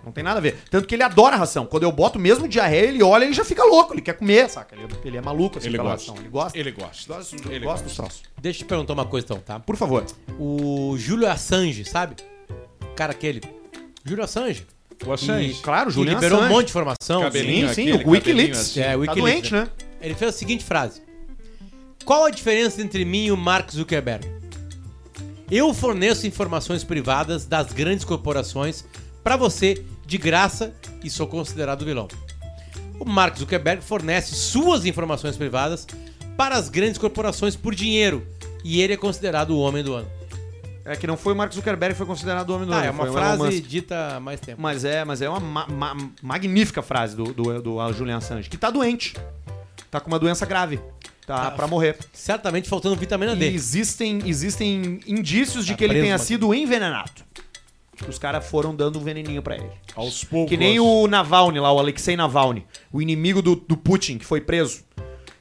[SPEAKER 1] Não tem nada a ver. Tanto que ele adora ração. Quando eu boto mesmo diarreia, ele olha e ele já fica louco. Ele quer comer, saca? Ele, ele é maluco assim
[SPEAKER 2] Ele
[SPEAKER 1] pela
[SPEAKER 2] gosta.
[SPEAKER 1] ração. Ele gosta.
[SPEAKER 2] Ele gosta.
[SPEAKER 1] gosta,
[SPEAKER 2] Ele
[SPEAKER 1] gosta dos troços.
[SPEAKER 3] Deixa eu te perguntar uma coisa então, tá?
[SPEAKER 1] Por favor.
[SPEAKER 3] O Júlio Assange, sabe? O cara aquele. Júlio Assange.
[SPEAKER 2] O Assange.
[SPEAKER 3] E-
[SPEAKER 1] Claro,
[SPEAKER 3] que
[SPEAKER 1] Julian
[SPEAKER 3] liberou
[SPEAKER 1] Assange.
[SPEAKER 3] um monte de informação.
[SPEAKER 2] Cabelinho.
[SPEAKER 1] Sim, sim,
[SPEAKER 2] aquele
[SPEAKER 1] o Wikileaks.
[SPEAKER 2] cabelinho assim.
[SPEAKER 3] É, o
[SPEAKER 1] tá
[SPEAKER 3] Wikileaks,
[SPEAKER 1] doente, né?
[SPEAKER 3] Ele fez a seguinte frase: Qual a diferença entre mim e o Mark Zuckerberg? Eu forneço informações privadas das grandes corporações pra você de graça e sou considerado vilão. O Mark Zuckerberg fornece suas informações privadas para as grandes corporações por dinheiro e ele é considerado o homem do ano.
[SPEAKER 1] É que não foi o Mark Zuckerberg que foi considerado o homem do
[SPEAKER 3] Tá,
[SPEAKER 1] ano,
[SPEAKER 3] é uma
[SPEAKER 1] foi o Elon
[SPEAKER 3] frase
[SPEAKER 1] Musk.
[SPEAKER 3] dita há mais tempo.
[SPEAKER 1] Mas é, mas é uma ma- ma- magnífica frase do, do, do Julian Assange, que tá doente. Tá com uma doença grave. Tá
[SPEAKER 3] Tá.
[SPEAKER 1] pra morrer.
[SPEAKER 3] Certamente faltando vitamina
[SPEAKER 1] E
[SPEAKER 3] D.
[SPEAKER 1] existem, existem indícios de
[SPEAKER 3] Tá
[SPEAKER 1] que ele
[SPEAKER 3] preso,
[SPEAKER 1] tenha
[SPEAKER 3] mas-
[SPEAKER 1] sido envenenado. Que os caras foram dando um veneninho pra ele.
[SPEAKER 2] Aos poucos.
[SPEAKER 1] Que nem o Navalny lá, o Alexei Navalny, o inimigo do, do Putin, que foi preso.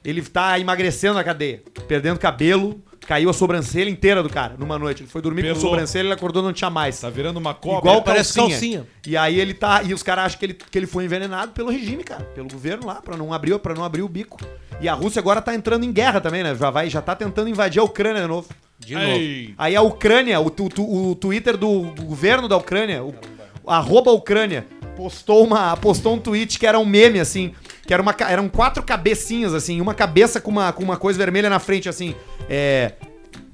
[SPEAKER 1] Ele tá emagrecendo na cadeia, perdendo cabelo, caiu a sobrancelha inteira do cara numa noite. Ele foi dormir com
[SPEAKER 2] Pelou.
[SPEAKER 1] a sobrancelha, ele acordou não tinha mais.
[SPEAKER 2] Tá virando uma cobra.
[SPEAKER 1] Igual
[SPEAKER 3] parece
[SPEAKER 1] parece calcinha.
[SPEAKER 3] calcinha.
[SPEAKER 1] E aí ele tá. E os caras acham que ele, que ele foi envenenado pelo regime, cara. Pelo governo lá, pra não abrir, pra não abrir o bico. E a Rússia agora tá entrando em guerra também, né? Já, vai, já tá tentando invadir a Ucrânia de novo.
[SPEAKER 3] De novo.
[SPEAKER 2] Ei,
[SPEAKER 1] Aí a Ucrânia, o, tu- tu- o Twitter do governo da Ucrânia, o, o arroba Ucrânia, postou, uma, postou um tweet que era um meme, assim, que era uma, ca- eram quatro cabecinhas, assim, uma cabeça com uma, com uma coisa vermelha na frente, assim, é...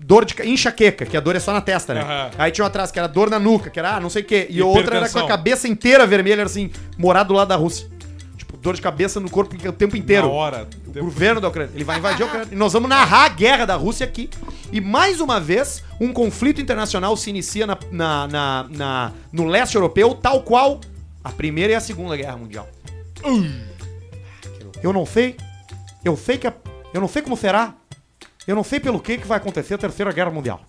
[SPEAKER 1] Dor de ca- enxaqueca, que a dor é só na testa, né?
[SPEAKER 2] Aham.
[SPEAKER 1] Aí tinha um atrás, que era dor na nuca, que era ah, não sei o quê. E a outra era com
[SPEAKER 2] Hipertensão.
[SPEAKER 1] a cabeça inteira vermelha, era assim, morar do lado da Rússia. Tipo, dor de cabeça no corpo o tempo inteiro.
[SPEAKER 2] Na hora.
[SPEAKER 1] O governo da Ucrânia. Ele vai invadir a Ucrânia. E nós vamos narrar a guerra da Rússia aqui. E mais uma vez, um conflito internacional se inicia na, na- na- na- no leste europeu, tal qual a Primeira e a Segunda Guerra Mundial. Eu não sei. Eu sei que. a- eu não sei como será. Eu não sei pelo que, que vai acontecer a Terceira Guerra Mundial.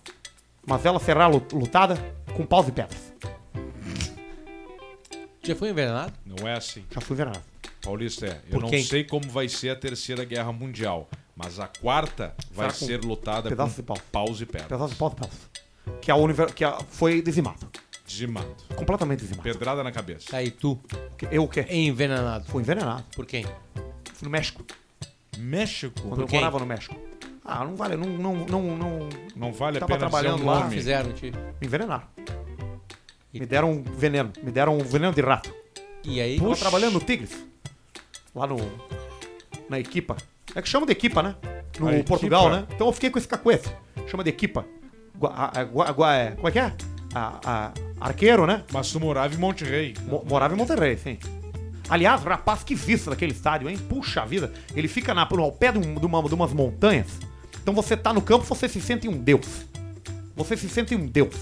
[SPEAKER 1] Mas ela será lu- lutada com paus e pedras.
[SPEAKER 3] Já foi envenenado?
[SPEAKER 2] Não é assim.
[SPEAKER 1] Já fui verado.
[SPEAKER 2] Paulista, é. eu
[SPEAKER 3] Por
[SPEAKER 2] não
[SPEAKER 3] quem?
[SPEAKER 2] sei como vai ser a Terceira Guerra Mundial, mas a quarta vai
[SPEAKER 1] Será com
[SPEAKER 2] ser lutada
[SPEAKER 1] pedaço de
[SPEAKER 2] com
[SPEAKER 1] pau.
[SPEAKER 2] paus e pedras.
[SPEAKER 1] Pedaços de paus e pedras. Que, a univer- que a- foi dizimado.
[SPEAKER 2] Dizimado.
[SPEAKER 1] Completamente dizimado.
[SPEAKER 2] Pedrada na cabeça.
[SPEAKER 3] Tá aí tu,
[SPEAKER 1] Eu o quê?
[SPEAKER 3] envenenado.
[SPEAKER 1] Fui envenenado.
[SPEAKER 3] Por quem?
[SPEAKER 1] Fui no México. É.
[SPEAKER 2] México?
[SPEAKER 1] Quando eu
[SPEAKER 3] quem?
[SPEAKER 1] morava no México. Ah, não vale, não, não, não, não
[SPEAKER 2] Não vale a
[SPEAKER 1] Tava
[SPEAKER 2] pena dizer o
[SPEAKER 1] trabalhando lá,
[SPEAKER 2] nome.
[SPEAKER 3] Fizeram, tio.
[SPEAKER 1] me envenenaram.
[SPEAKER 3] E-
[SPEAKER 1] Me deram um veneno, me deram um veneno de rato.
[SPEAKER 3] E aí?
[SPEAKER 1] Tava trabalhando no Tigres, lá no na equipa. É que chama de equipa, né? No
[SPEAKER 2] A
[SPEAKER 1] Portugal,
[SPEAKER 2] equipa.
[SPEAKER 1] né? Então eu fiquei com esse cacuete. Chama de equipa. Gua- a- a- gua- gua- é- como é que é? A- a- arqueiro, né?
[SPEAKER 2] Mas tu morava em Monterrey.
[SPEAKER 1] Mo- morava em Monterrey, sim. Aliás, rapaz, que vista daquele estádio, hein? Puxa vida. Ele fica na, no- ao pé de, um- de uma- de umas montanhas. Então você tá no campo, você se sente um deus. Você se sente um deus.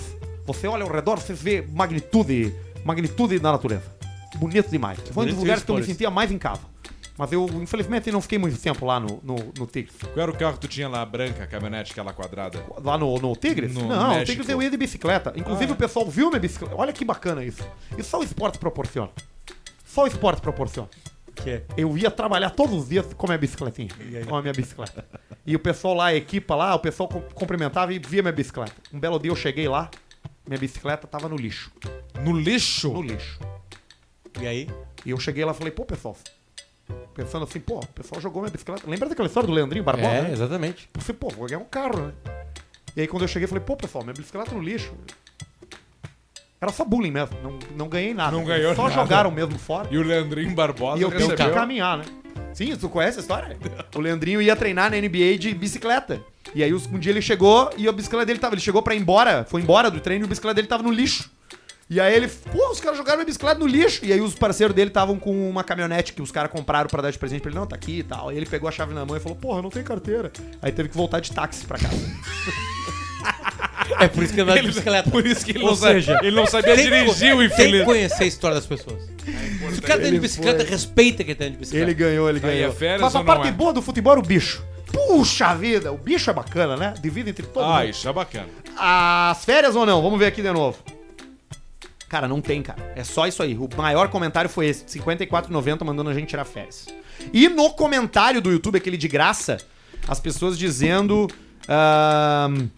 [SPEAKER 1] Você olha ao redor, você vê magnitude, magnitude da natureza. bonito demais. Foi um dos
[SPEAKER 3] Bonito
[SPEAKER 1] lugares
[SPEAKER 3] isso,
[SPEAKER 1] que eu me
[SPEAKER 3] Paulista.
[SPEAKER 1] sentia mais em casa. Mas eu, infelizmente, não fiquei muito tempo lá no, no, no Tigres.
[SPEAKER 2] Qual era o carro que tu tinha lá, branca, a caminhonete, aquela quadrada?
[SPEAKER 1] Lá no, no Tigres?
[SPEAKER 2] No
[SPEAKER 1] não, o
[SPEAKER 2] México. Ah, é.
[SPEAKER 1] Tigres eu ia de bicicleta. Inclusive, o pessoal viu minha bicicleta. Olha que bacana isso. Isso só o esporte proporciona. Só o esporte proporciona.
[SPEAKER 3] Que?
[SPEAKER 1] Eu ia trabalhar todos os dias com a minha bicicletinha. Com a minha bicicleta. E o pessoal lá, a equipa lá, o pessoal com- cumprimentava e via minha bicicleta. Um belo dia eu cheguei lá, minha bicicleta tava no lixo.
[SPEAKER 2] No lixo?
[SPEAKER 1] No lixo.
[SPEAKER 3] E aí?
[SPEAKER 1] E eu cheguei lá e falei, pô, pessoal. Pensando assim, pô, o pessoal jogou minha bicicleta. Lembra daquela história do Leandrinho Barbosa? né?
[SPEAKER 3] É, exatamente.
[SPEAKER 1] Eu falei, pô, vou ganhar um carro, né? E aí quando eu cheguei, eu falei, pô, pessoal, minha bicicleta no lixo. Era só bullying mesmo, não, não ganhei nada.
[SPEAKER 2] Não ganhou
[SPEAKER 1] Só
[SPEAKER 2] nada.
[SPEAKER 1] jogaram mesmo fora.
[SPEAKER 2] E o Leandrinho Barbosa
[SPEAKER 1] E eu tenho que
[SPEAKER 2] recebeu.
[SPEAKER 1] caminhar, né? Sim, tu conhece a história? O Leandrinho ia treinar na NBA de bicicleta. E aí os- um dia ele chegou e a bicicleta dele tava. Ele chegou pra ir embora, foi embora do treino e a bicicleta dele tava no lixo. E aí ele, pô, os caras jogaram minha bicicleta no lixo. E aí os parceiros dele estavam com uma caminhonete que os caras compraram pra dar de presente pra ele. Não, tá aqui e tal. E ele pegou a chave na mão e falou, porra, não tem carteira. Aí teve que voltar de táxi pra casa.
[SPEAKER 3] É por isso que eu andava de bicicleta.
[SPEAKER 2] Por isso que ele,
[SPEAKER 3] Ou
[SPEAKER 2] não, sa-
[SPEAKER 3] seja,
[SPEAKER 2] ele não sabia
[SPEAKER 3] Tem que-
[SPEAKER 2] dirigir o
[SPEAKER 3] Tem que
[SPEAKER 2] infeliz. Ah, é
[SPEAKER 3] conhecer a história das pessoas. Se o cara tá de bicicleta, respeita quem tá de bicicleta.
[SPEAKER 1] Ele ganhou, ele
[SPEAKER 2] Aí,
[SPEAKER 1] ganhou.
[SPEAKER 2] é férias
[SPEAKER 1] Mas a
[SPEAKER 2] ou não
[SPEAKER 1] parte
[SPEAKER 2] é?
[SPEAKER 1] boa do futebol era o bicho. Puxa vida, o bicho é bacana, né? Divide entre todos.
[SPEAKER 2] Ah, isso é bacana.
[SPEAKER 1] As férias ou não? Vamos ver aqui de novo. Cara, não tem, cara. É só isso aí. O maior comentário foi esse, 54,90 mandando a gente tirar férias. E no comentário do YouTube, aquele de graça, as pessoas dizendo. ahn,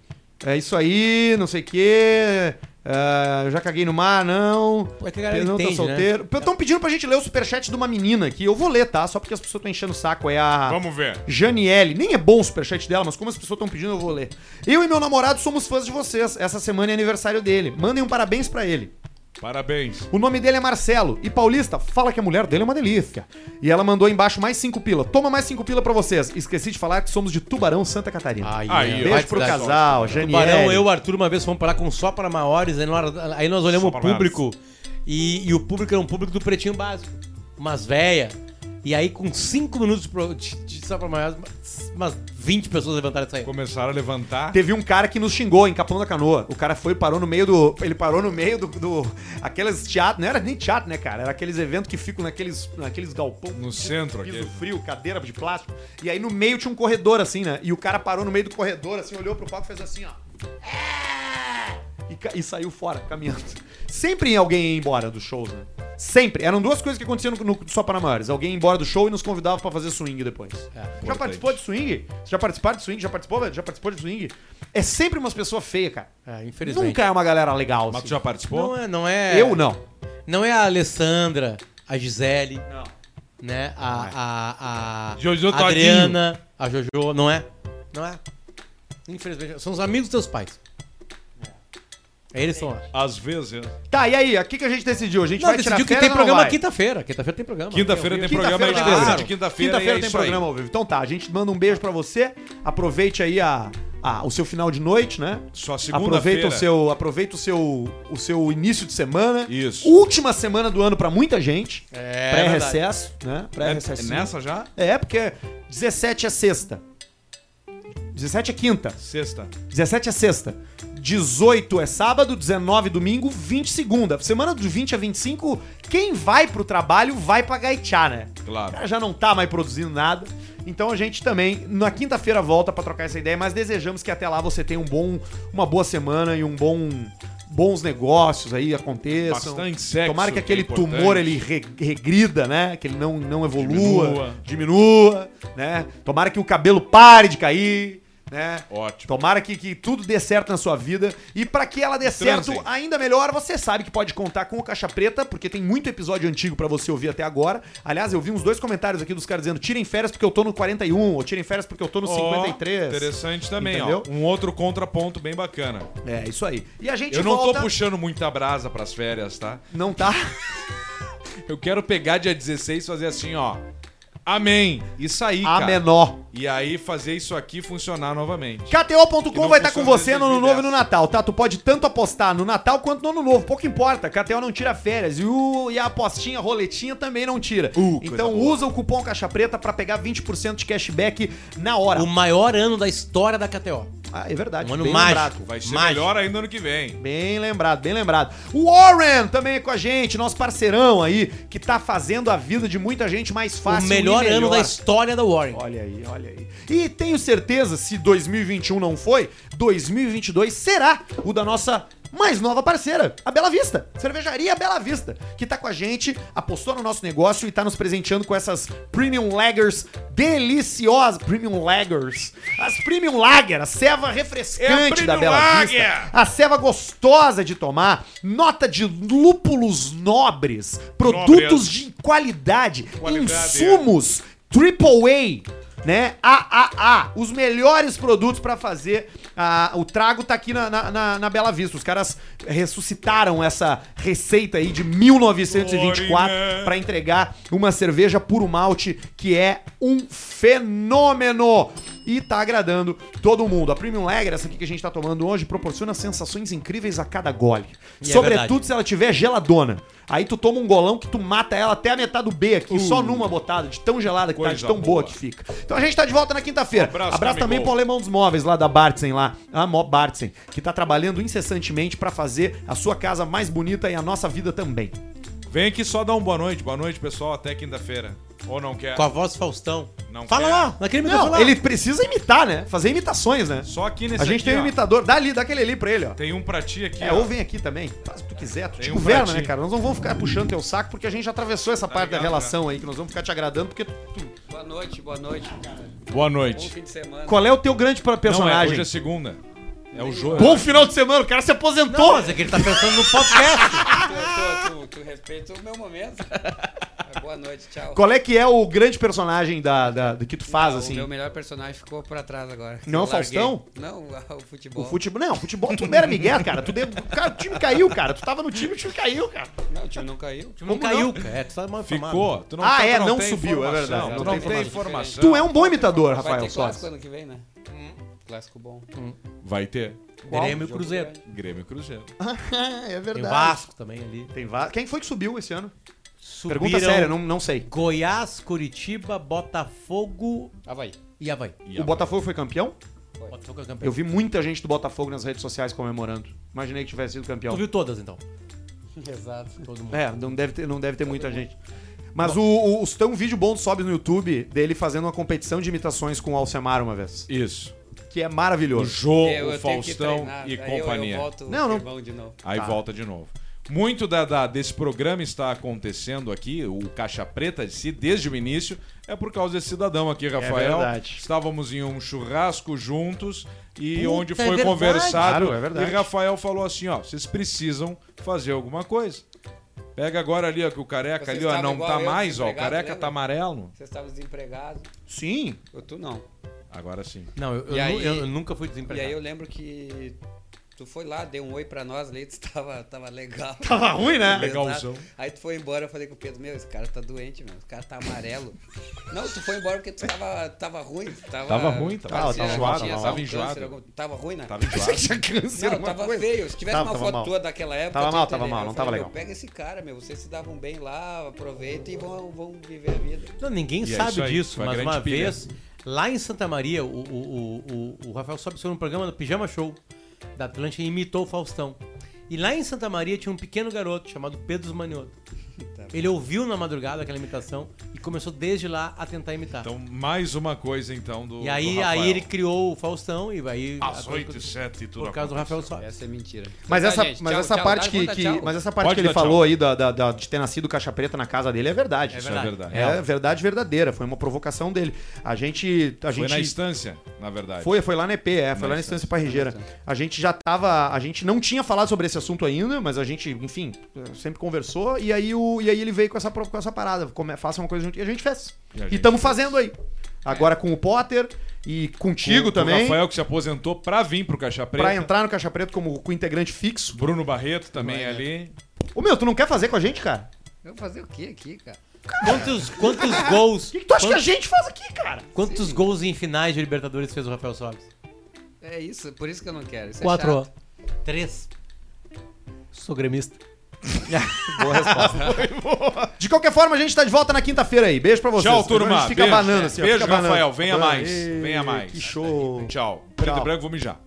[SPEAKER 1] é isso aí, não sei o quê. ah, eu já caguei no mar, não.
[SPEAKER 3] Pô, é que a galera
[SPEAKER 1] não
[SPEAKER 3] entende, né?
[SPEAKER 1] solteiro. Estão pedindo pra gente ler o superchat de uma menina aqui. Eu vou ler, tá? Só porque as pessoas estão enchendo o saco. É a.
[SPEAKER 2] Vamos ver.
[SPEAKER 1] Janiele, nem é bom o superchat dela, mas como as pessoas estão pedindo, eu vou ler. Eu e meu namorado somos fãs de vocês. Essa semana é aniversário dele. Mandem um parabéns pra ele.
[SPEAKER 2] Parabéns.
[SPEAKER 1] O nome dele é Marcelo. E Paulista, fala que a mulher dele é uma delícia. E ela mandou embaixo mais cinco pila. Toma mais cinco pila pra vocês. Esqueci de falar que somos de Tubarão, Santa Catarina.
[SPEAKER 2] Aí,
[SPEAKER 3] é.
[SPEAKER 2] ó.
[SPEAKER 1] Beijo pro
[SPEAKER 3] Vai te dar
[SPEAKER 1] casal, Janiele.
[SPEAKER 3] Tubarão, eu, Arthur, uma vez fomos pra lá com só para maiores, aí nós, aí nós olhamos
[SPEAKER 2] Só
[SPEAKER 3] o
[SPEAKER 2] para
[SPEAKER 3] público. E, e o público era um público do pretinho básico. Umas véia. E aí, com cinco minutos pro- de, de só para maiores, umas 20 pessoas levantaram essa aí.
[SPEAKER 2] Começaram a levantar.
[SPEAKER 1] Teve um cara que nos xingou em Capão da Canoa. O cara foi, parou no meio do. Ele parou no meio do. do aqueles teatro. Não era nem teatro, né, cara? Era aqueles eventos que ficam naqueles, naqueles galpão
[SPEAKER 2] No centro
[SPEAKER 1] piso
[SPEAKER 2] aqui.
[SPEAKER 1] frio, cadeira de plástico. E aí no meio tinha um corredor assim, né? E o cara parou no meio do corredor, assim, olhou pro palco e fez assim, ó. E, ca- e saiu fora, caminhando. Sempre alguém ia embora dos shows, né? Sempre. Eram duas coisas que aconteciam no, no Só Para Maiores. Alguém ia embora do show e nos convidava pra fazer swing depois. já
[SPEAKER 2] importante.
[SPEAKER 1] participou de swing? Você Já participou de swing? Já participou? velho? Já participou de swing? É sempre umas pessoas feias, cara.
[SPEAKER 3] É, infelizmente.
[SPEAKER 1] Nunca é uma galera legal.
[SPEAKER 2] Mas
[SPEAKER 1] assim.
[SPEAKER 2] tu já participou?
[SPEAKER 3] Não é, não é.
[SPEAKER 1] Eu não.
[SPEAKER 3] Não é a Alessandra, a Gisele,
[SPEAKER 1] Não.
[SPEAKER 3] né?
[SPEAKER 1] é.
[SPEAKER 3] A. A. a
[SPEAKER 2] Jojo
[SPEAKER 3] a Adriana, a Jojo, não é? Não é? Infelizmente, são os amigos dos teus pais. É. Eles são lá.
[SPEAKER 2] Às vezes. né?
[SPEAKER 1] Tá, e aí? O que, que a gente decidiu? A gente
[SPEAKER 3] Não,
[SPEAKER 1] vai tirar
[SPEAKER 3] decidiu que
[SPEAKER 1] férias
[SPEAKER 3] tem
[SPEAKER 1] ou não
[SPEAKER 3] programa
[SPEAKER 1] vai?
[SPEAKER 3] quinta-feira. Quinta-feira tem programa.
[SPEAKER 2] Quinta-feira tem
[SPEAKER 1] Quinta-feira
[SPEAKER 2] programa, a gente
[SPEAKER 1] tem
[SPEAKER 2] decide
[SPEAKER 1] programa.
[SPEAKER 2] quinta-feira.
[SPEAKER 1] Quinta-feira
[SPEAKER 2] e é
[SPEAKER 1] tem
[SPEAKER 2] isso aí.
[SPEAKER 1] programa ao vivo. Então tá, a gente manda um beijo pra você. Aproveite aí a, a- o seu final de noite, né?
[SPEAKER 2] Só segunda-feira.
[SPEAKER 1] Aproveita o seu, aproveita o seu, o seu início de semana.
[SPEAKER 2] Isso.
[SPEAKER 1] Última semana do ano pra muita gente.
[SPEAKER 3] É,
[SPEAKER 1] Pré-recesso, né?
[SPEAKER 2] É,
[SPEAKER 1] Pré-recesso.
[SPEAKER 2] nessa já?
[SPEAKER 1] É, porque 17 é sexta. 17 é quinta.
[SPEAKER 2] Sexta.
[SPEAKER 1] 17 é sexta. 18 é sábado, 19 é domingo, 20 é segunda. Semana do 20 a 25, quem vai pro trabalho vai pra gaitear, né? O
[SPEAKER 2] Claro.
[SPEAKER 1] cara já não tá mais produzindo nada. Então a gente também, na quinta-feira, volta pra trocar essa ideia, mas desejamos que até lá você tenha um bom, uma boa semana e um bom. Bons negócios aí aconteçam.
[SPEAKER 2] Bastante sexo,
[SPEAKER 1] Tomara que
[SPEAKER 2] que é
[SPEAKER 1] aquele
[SPEAKER 2] importante.
[SPEAKER 1] tumor ele re- regrida, né? Que ele não, não evolua,
[SPEAKER 2] Diminua.
[SPEAKER 1] diminua. né? Tomara que o cabelo pare de cair, né?
[SPEAKER 2] Ótimo.
[SPEAKER 1] Tomara que, que tudo dê certo na sua vida. E pra que ela dê
[SPEAKER 2] Transem.
[SPEAKER 1] certo ainda melhor, você sabe que pode contar com o Caixa Preta, porque tem muito episódio antigo pra você ouvir até agora. Aliás, eu vi uns dois comentários aqui dos caras dizendo: tirem férias porque eu tô no 41, ou tirem férias porque eu tô no
[SPEAKER 2] Ó,
[SPEAKER 1] 53.
[SPEAKER 2] Interessante também,
[SPEAKER 1] Entendeu?
[SPEAKER 2] ó. Um outro contraponto bem bacana.
[SPEAKER 1] É, isso aí. E a gente
[SPEAKER 2] Eu não
[SPEAKER 1] volta.
[SPEAKER 2] tô puxando muita brasa pras férias, tá?
[SPEAKER 1] Não tá?
[SPEAKER 2] Eu quero pegar dia 16 e fazer assim, ó. Amém. Isso aí,
[SPEAKER 1] A
[SPEAKER 2] cara.
[SPEAKER 1] menor.
[SPEAKER 2] E aí fazer isso aqui funcionar novamente. Que
[SPEAKER 1] KTO.com
[SPEAKER 2] não
[SPEAKER 1] vai estar com
[SPEAKER 2] funciona
[SPEAKER 1] você no
[SPEAKER 2] desde
[SPEAKER 1] Ano Novo e no
[SPEAKER 2] 2010.
[SPEAKER 1] Natal, tá? Tu pode tanto apostar no Natal quanto no Ano Novo, pouco importa. KTO não tira férias e, o, e a apostinha, a roletinha também não tira.
[SPEAKER 2] Uh, coisa
[SPEAKER 1] então
[SPEAKER 2] boa.
[SPEAKER 1] usa o cupom Caixa Preta pra pegar 20% de cashback na hora.
[SPEAKER 3] O maior ano da história da KTO.
[SPEAKER 1] Ah, é verdade.
[SPEAKER 3] Um ano
[SPEAKER 1] bem
[SPEAKER 3] mágico.
[SPEAKER 1] lembrado.
[SPEAKER 2] Vai ser
[SPEAKER 3] Mágico.
[SPEAKER 2] melhor ainda ano que vem.
[SPEAKER 1] Bem lembrado, bem lembrado. O Warren também é com a gente, nosso parceirão aí, que tá fazendo a vida de muita gente mais fácil.
[SPEAKER 3] o melhor,
[SPEAKER 1] e
[SPEAKER 3] ano da história da Warren.
[SPEAKER 1] Olha aí, olha aí. E tenho certeza, se 2021 não foi, 2022 será o da nossa mais nova parceira, a Bela Vista. Cervejaria Bela Vista, que tá com a gente, apostou no nosso negócio e tá nos presenteando com essas Premium Lagers deliciosas. Premium Lagers. As Premium Lager, a ceva refrescante
[SPEAKER 2] É a
[SPEAKER 1] da
[SPEAKER 2] Premium
[SPEAKER 1] Bela
[SPEAKER 2] Lager.
[SPEAKER 1] Vista. A ceva gostosa de tomar, nota de lúpulos nobres, produtos
[SPEAKER 2] Nobres.
[SPEAKER 1] de qualidade,
[SPEAKER 2] Qualidade,
[SPEAKER 1] insumos Triple A, né? AAA, os melhores produtos pra fazer. Ah, o trago tá aqui na, na, na- na Bela Vista. Os caras ressuscitaram essa receita aí de 1924
[SPEAKER 2] Glorinha.
[SPEAKER 1] pra entregar uma cerveja puro malte que é um fenômeno e tá agradando todo mundo. A Premium Lager, essa aqui que a gente tá tomando hoje, proporciona sensações incríveis a cada gole.
[SPEAKER 3] E é
[SPEAKER 1] Sobretudo
[SPEAKER 3] verdade.
[SPEAKER 1] se ela tiver geladona. Aí tu toma um golão que tu mata ela até a metade do B aqui, só numa botada, de tão gelada que tá, de
[SPEAKER 2] Coisa
[SPEAKER 1] tão boa
[SPEAKER 2] boa.
[SPEAKER 1] que fica. Então a gente tá de volta na quinta-feira. Abraço,
[SPEAKER 2] Abraço,
[SPEAKER 1] também
[SPEAKER 2] Camigol.
[SPEAKER 1] pro Alemão dos Móveis lá da Bartzen lá, a Mó Bartzen, que tá trabalhando incessantemente pra fazer a sua casa mais bonita e a nossa vida também.
[SPEAKER 2] Vem aqui só dar um boa noite. Boa noite, pessoal. Até quinta-feira. Ou não quer?
[SPEAKER 3] Com a voz do Faustão.
[SPEAKER 2] Não
[SPEAKER 3] Fala
[SPEAKER 2] quer.
[SPEAKER 3] lá, naquele
[SPEAKER 1] Não,
[SPEAKER 3] microfone lá.
[SPEAKER 1] ele precisa imitar, né? Fazer imitações, né?
[SPEAKER 2] Só aqui nesse
[SPEAKER 1] A gente
[SPEAKER 2] aqui,
[SPEAKER 1] tem um
[SPEAKER 2] ó.
[SPEAKER 1] imitador. Dá ali, dá aquele ali pra ele, ó.
[SPEAKER 2] Tem um pra ti aqui.
[SPEAKER 1] É,
[SPEAKER 2] ó.
[SPEAKER 1] ou vem aqui também. Faz o que tu quiser, tu te
[SPEAKER 2] Tem um
[SPEAKER 1] governa,
[SPEAKER 2] pra
[SPEAKER 1] né,
[SPEAKER 2] ti.
[SPEAKER 1] cara? Nós não vamos ficar puxando teu saco porque a gente já atravessou essa parte da
[SPEAKER 2] ligado,
[SPEAKER 1] relação aí, que nós vamos ficar te agradando porque tu
[SPEAKER 5] Boa noite, boa noite.
[SPEAKER 2] Boa
[SPEAKER 5] Bom
[SPEAKER 2] noite.
[SPEAKER 5] fim de semana.
[SPEAKER 1] Qual é o teu grande pra-
[SPEAKER 2] Não, é,
[SPEAKER 1] personagem?
[SPEAKER 2] hoje é segunda. É o jogo.
[SPEAKER 1] Bom final de semana, o cara se
[SPEAKER 3] Não,
[SPEAKER 1] aposentou.
[SPEAKER 3] mas é que ele tá pensando no podcast.
[SPEAKER 5] Tu, tu- tu- tu respeita o meu momento. boa noite, tchau.
[SPEAKER 1] Qual é que é o grande personagem da, da- do que tu faz,
[SPEAKER 5] Ah,
[SPEAKER 1] assim?
[SPEAKER 5] O meu melhor personagem ficou pra trás agora.
[SPEAKER 1] Não é o
[SPEAKER 5] Eu larguei.
[SPEAKER 1] Faustão?
[SPEAKER 5] Não, o futebol.
[SPEAKER 1] O futebol. Não, o futebol tu não era Miguel, cara. Tu deu, cara. O time caiu, cara. Tu tava no time, o time caiu, cara.
[SPEAKER 5] Não, o time não caiu.
[SPEAKER 1] Tipo,
[SPEAKER 3] Não caiu, cara. É, tu tá mal informado.
[SPEAKER 2] Ficou. Tu não
[SPEAKER 1] Ah,
[SPEAKER 2] tu
[SPEAKER 1] é, não
[SPEAKER 2] tem
[SPEAKER 1] subiu, é
[SPEAKER 2] informação,
[SPEAKER 1] verdade, não
[SPEAKER 2] Tu
[SPEAKER 1] tem
[SPEAKER 2] não tem
[SPEAKER 5] informação.
[SPEAKER 2] informação.
[SPEAKER 1] Tu é um bom imitador,
[SPEAKER 5] Vai
[SPEAKER 1] Rafael
[SPEAKER 5] ter clássico
[SPEAKER 1] Sosa.
[SPEAKER 5] ano que vem, né? Clássico bom.
[SPEAKER 2] Vai ter.
[SPEAKER 3] Grêmio e Cruzeiro.
[SPEAKER 2] Grêmio e Cruzeiro.
[SPEAKER 1] é
[SPEAKER 3] Tem Vasco também ali.
[SPEAKER 1] Tem Vasco. Quem foi que subiu esse ano?
[SPEAKER 3] Subiram
[SPEAKER 1] Pergunta séria, não, não sei.
[SPEAKER 3] Goiás, Curitiba, Botafogo
[SPEAKER 5] Havaí.
[SPEAKER 3] e Havaí.
[SPEAKER 2] E
[SPEAKER 1] O
[SPEAKER 2] a-
[SPEAKER 1] Botafogo foi campeão?
[SPEAKER 3] Botafogo é campeão.
[SPEAKER 1] Eu vi muita gente do Botafogo nas redes sociais comemorando. Imaginei que tivesse sido campeão.
[SPEAKER 3] Tu viu todas, então?
[SPEAKER 5] Exato.
[SPEAKER 3] Todo mundo.
[SPEAKER 1] É, não deve ter, não deve ter muita gente. Mas o, o, os- tem um vídeo bom que sobe no YouTube dele fazendo uma competição de imitações com o Alcemar uma vez.
[SPEAKER 2] Isso.
[SPEAKER 1] Que é
[SPEAKER 2] O
[SPEAKER 1] maravilhoso.
[SPEAKER 5] Eu-
[SPEAKER 2] jogo,
[SPEAKER 5] eu tenho que
[SPEAKER 2] Faustão
[SPEAKER 5] treinar,
[SPEAKER 2] e
[SPEAKER 5] daí eu- eu
[SPEAKER 2] companhia.
[SPEAKER 5] volto
[SPEAKER 1] Não, não.
[SPEAKER 5] firmão de novo.
[SPEAKER 2] Aí
[SPEAKER 1] Tá.
[SPEAKER 2] volta de novo. Muito da, da- desse programa está acontecendo aqui, o Caixa Preta de si, desde o início, é por causa desse cidadão
[SPEAKER 3] É
[SPEAKER 2] aqui, Rafael.
[SPEAKER 1] verdade.
[SPEAKER 2] Estávamos em um churrasco juntos e
[SPEAKER 3] Puta,
[SPEAKER 2] onde
[SPEAKER 3] é
[SPEAKER 2] foi
[SPEAKER 3] verdade.
[SPEAKER 2] conversado.
[SPEAKER 1] Claro, é verdade.
[SPEAKER 2] E Rafael falou assim: ó, vocês precisam fazer alguma coisa. Pega agora ali, ó, que o careca
[SPEAKER 5] Vocês
[SPEAKER 2] ali, ó,
[SPEAKER 5] estavam
[SPEAKER 2] não
[SPEAKER 5] igual
[SPEAKER 2] tá
[SPEAKER 5] eu,
[SPEAKER 2] mais, ó. O
[SPEAKER 5] desempregado,
[SPEAKER 2] careca tá
[SPEAKER 5] lembra?
[SPEAKER 2] amarelo.
[SPEAKER 5] Vocês estavam desempregados.
[SPEAKER 1] Sim.
[SPEAKER 5] Eu, tu não.
[SPEAKER 2] Agora sim.
[SPEAKER 3] Não, eu,
[SPEAKER 5] E
[SPEAKER 3] eu nu-
[SPEAKER 5] aí-
[SPEAKER 3] eu- eu nunca fui
[SPEAKER 5] E aí
[SPEAKER 3] desempregado.
[SPEAKER 5] eu lembro que tu foi lá, deu um oi pra nós ali, tu tava, tava legal.
[SPEAKER 1] Tava ruim, né?
[SPEAKER 2] Legalzão.
[SPEAKER 5] Exato. Aí tu foi embora, eu falei com o Pedro, meu, esse cara tá doente, meu, esse cara tá amarelo. não, tu foi embora porque tu tava, tava ruim. tu Tava,
[SPEAKER 2] Tava ruim, tava-
[SPEAKER 5] parecia
[SPEAKER 1] tava
[SPEAKER 5] que
[SPEAKER 1] enjoado,
[SPEAKER 5] tinha
[SPEAKER 1] tava
[SPEAKER 5] só um
[SPEAKER 2] enjoado.
[SPEAKER 5] câncer, algum- Tava ruim, né?
[SPEAKER 2] Tava enjoado.
[SPEAKER 1] Tinha câncer,
[SPEAKER 5] Não,
[SPEAKER 1] alguma
[SPEAKER 5] tava
[SPEAKER 1] coisa.
[SPEAKER 5] feio. Se tivesse
[SPEAKER 1] Tava-
[SPEAKER 5] uma
[SPEAKER 1] tava
[SPEAKER 5] foto
[SPEAKER 1] mal.
[SPEAKER 5] tua daquela época.
[SPEAKER 1] Tava
[SPEAKER 5] tu
[SPEAKER 1] mal, tava
[SPEAKER 5] entenderia.
[SPEAKER 1] mal,
[SPEAKER 5] Eu
[SPEAKER 1] não tava
[SPEAKER 5] falei,
[SPEAKER 1] legal.
[SPEAKER 5] meu, Pega esse cara, meu. Vocês se davam bem lá, aproveita e vão, vão viver a vida.
[SPEAKER 3] Não, ninguém
[SPEAKER 2] E é
[SPEAKER 3] sabe
[SPEAKER 2] isso aí,
[SPEAKER 3] disso,
[SPEAKER 2] foi a
[SPEAKER 3] mas
[SPEAKER 2] grande
[SPEAKER 3] uma
[SPEAKER 2] pilha.
[SPEAKER 3] vez, lá em Santa Maria, o, o, o, o, o Rafael Sobe no programa do Pijama Show da Atlântica e imitou o Faustão. E lá em Santa Maria tinha um pequeno garoto chamado Pedro Manioto.
[SPEAKER 5] Tá.
[SPEAKER 3] Ele ouviu na madrugada aquela imitação e começou desde lá a tentar imitar.
[SPEAKER 2] Então, mais uma coisa, então, do.
[SPEAKER 3] e
[SPEAKER 2] do
[SPEAKER 3] aí,
[SPEAKER 2] Rafael.
[SPEAKER 3] aí ele criou o Faustão e aí.
[SPEAKER 2] Às
[SPEAKER 3] a-
[SPEAKER 2] 8 e 7 tudo
[SPEAKER 3] Por causa do Rafael Sobe.
[SPEAKER 5] Essa é mentira.
[SPEAKER 1] Mas
[SPEAKER 5] Tá,
[SPEAKER 1] essa,
[SPEAKER 5] gente,
[SPEAKER 1] mas
[SPEAKER 5] tchau,
[SPEAKER 1] essa
[SPEAKER 5] tchau,
[SPEAKER 1] parte
[SPEAKER 5] dá
[SPEAKER 1] que,
[SPEAKER 5] conta,
[SPEAKER 1] que-
[SPEAKER 5] tchau.
[SPEAKER 1] mas essa parte
[SPEAKER 2] Pode
[SPEAKER 1] que ele
[SPEAKER 2] dar tchau.
[SPEAKER 1] falou aí da, da- da- de ter nascido caixa preta na casa dele é verdade.
[SPEAKER 3] É
[SPEAKER 2] Isso é verdade.
[SPEAKER 1] É verdade verdadeira, foi uma provocação dele. A gente a
[SPEAKER 2] Foi
[SPEAKER 1] gente
[SPEAKER 2] na instância, na verdade.
[SPEAKER 1] Foi, foi lá na EP, é, foi lá na Estância Parrigeira. A gente já tava. A gente não tinha falado sobre esse assunto ainda, mas a gente, enfim, sempre conversou. E aí, o, e aí ele veio com essa, pro- com essa parada. Come, faça uma coisa junto. E a gente fez.
[SPEAKER 2] E a
[SPEAKER 1] E
[SPEAKER 2] gente
[SPEAKER 1] estamos fazendo aí. Agora com o Potter e contigo
[SPEAKER 2] Com- com
[SPEAKER 1] também.
[SPEAKER 2] O Rafael que se aposentou pra vir pro Caixa Preta.
[SPEAKER 1] Pra entrar no Caixa Preto como com integrante fixo.
[SPEAKER 2] Bruno Barreto também
[SPEAKER 1] né?
[SPEAKER 2] ali.
[SPEAKER 1] Ô meu, tu não quer fazer com a gente, cara?
[SPEAKER 5] Eu vou fazer o quê aqui, cara?
[SPEAKER 3] Quantos, quantos gols.
[SPEAKER 1] O que, que tu acha
[SPEAKER 3] quantos,
[SPEAKER 1] que é a gente faz aqui, cara?
[SPEAKER 3] quantos gols em finais de Libertadores fez o Rafael Sobes?
[SPEAKER 5] É isso, por isso que eu não quero. Isso é
[SPEAKER 4] Quatro.
[SPEAKER 5] chato.
[SPEAKER 3] Três.
[SPEAKER 4] Sou gremista. Boa resposta.
[SPEAKER 1] De qualquer forma, a gente tá de volta na quinta-feira aí. Beijo pra vocês.
[SPEAKER 2] Tchau,
[SPEAKER 1] A
[SPEAKER 2] turma.
[SPEAKER 1] gente fica
[SPEAKER 2] Beijo,
[SPEAKER 1] banana, assim, ó,
[SPEAKER 2] Beijo,
[SPEAKER 1] fica banana.
[SPEAKER 2] Rafael. Venha
[SPEAKER 1] Banana.
[SPEAKER 2] mais.
[SPEAKER 1] Ei,
[SPEAKER 2] Venha mais.
[SPEAKER 1] Que show.
[SPEAKER 2] Tchau. Preto e branco, vou mijar.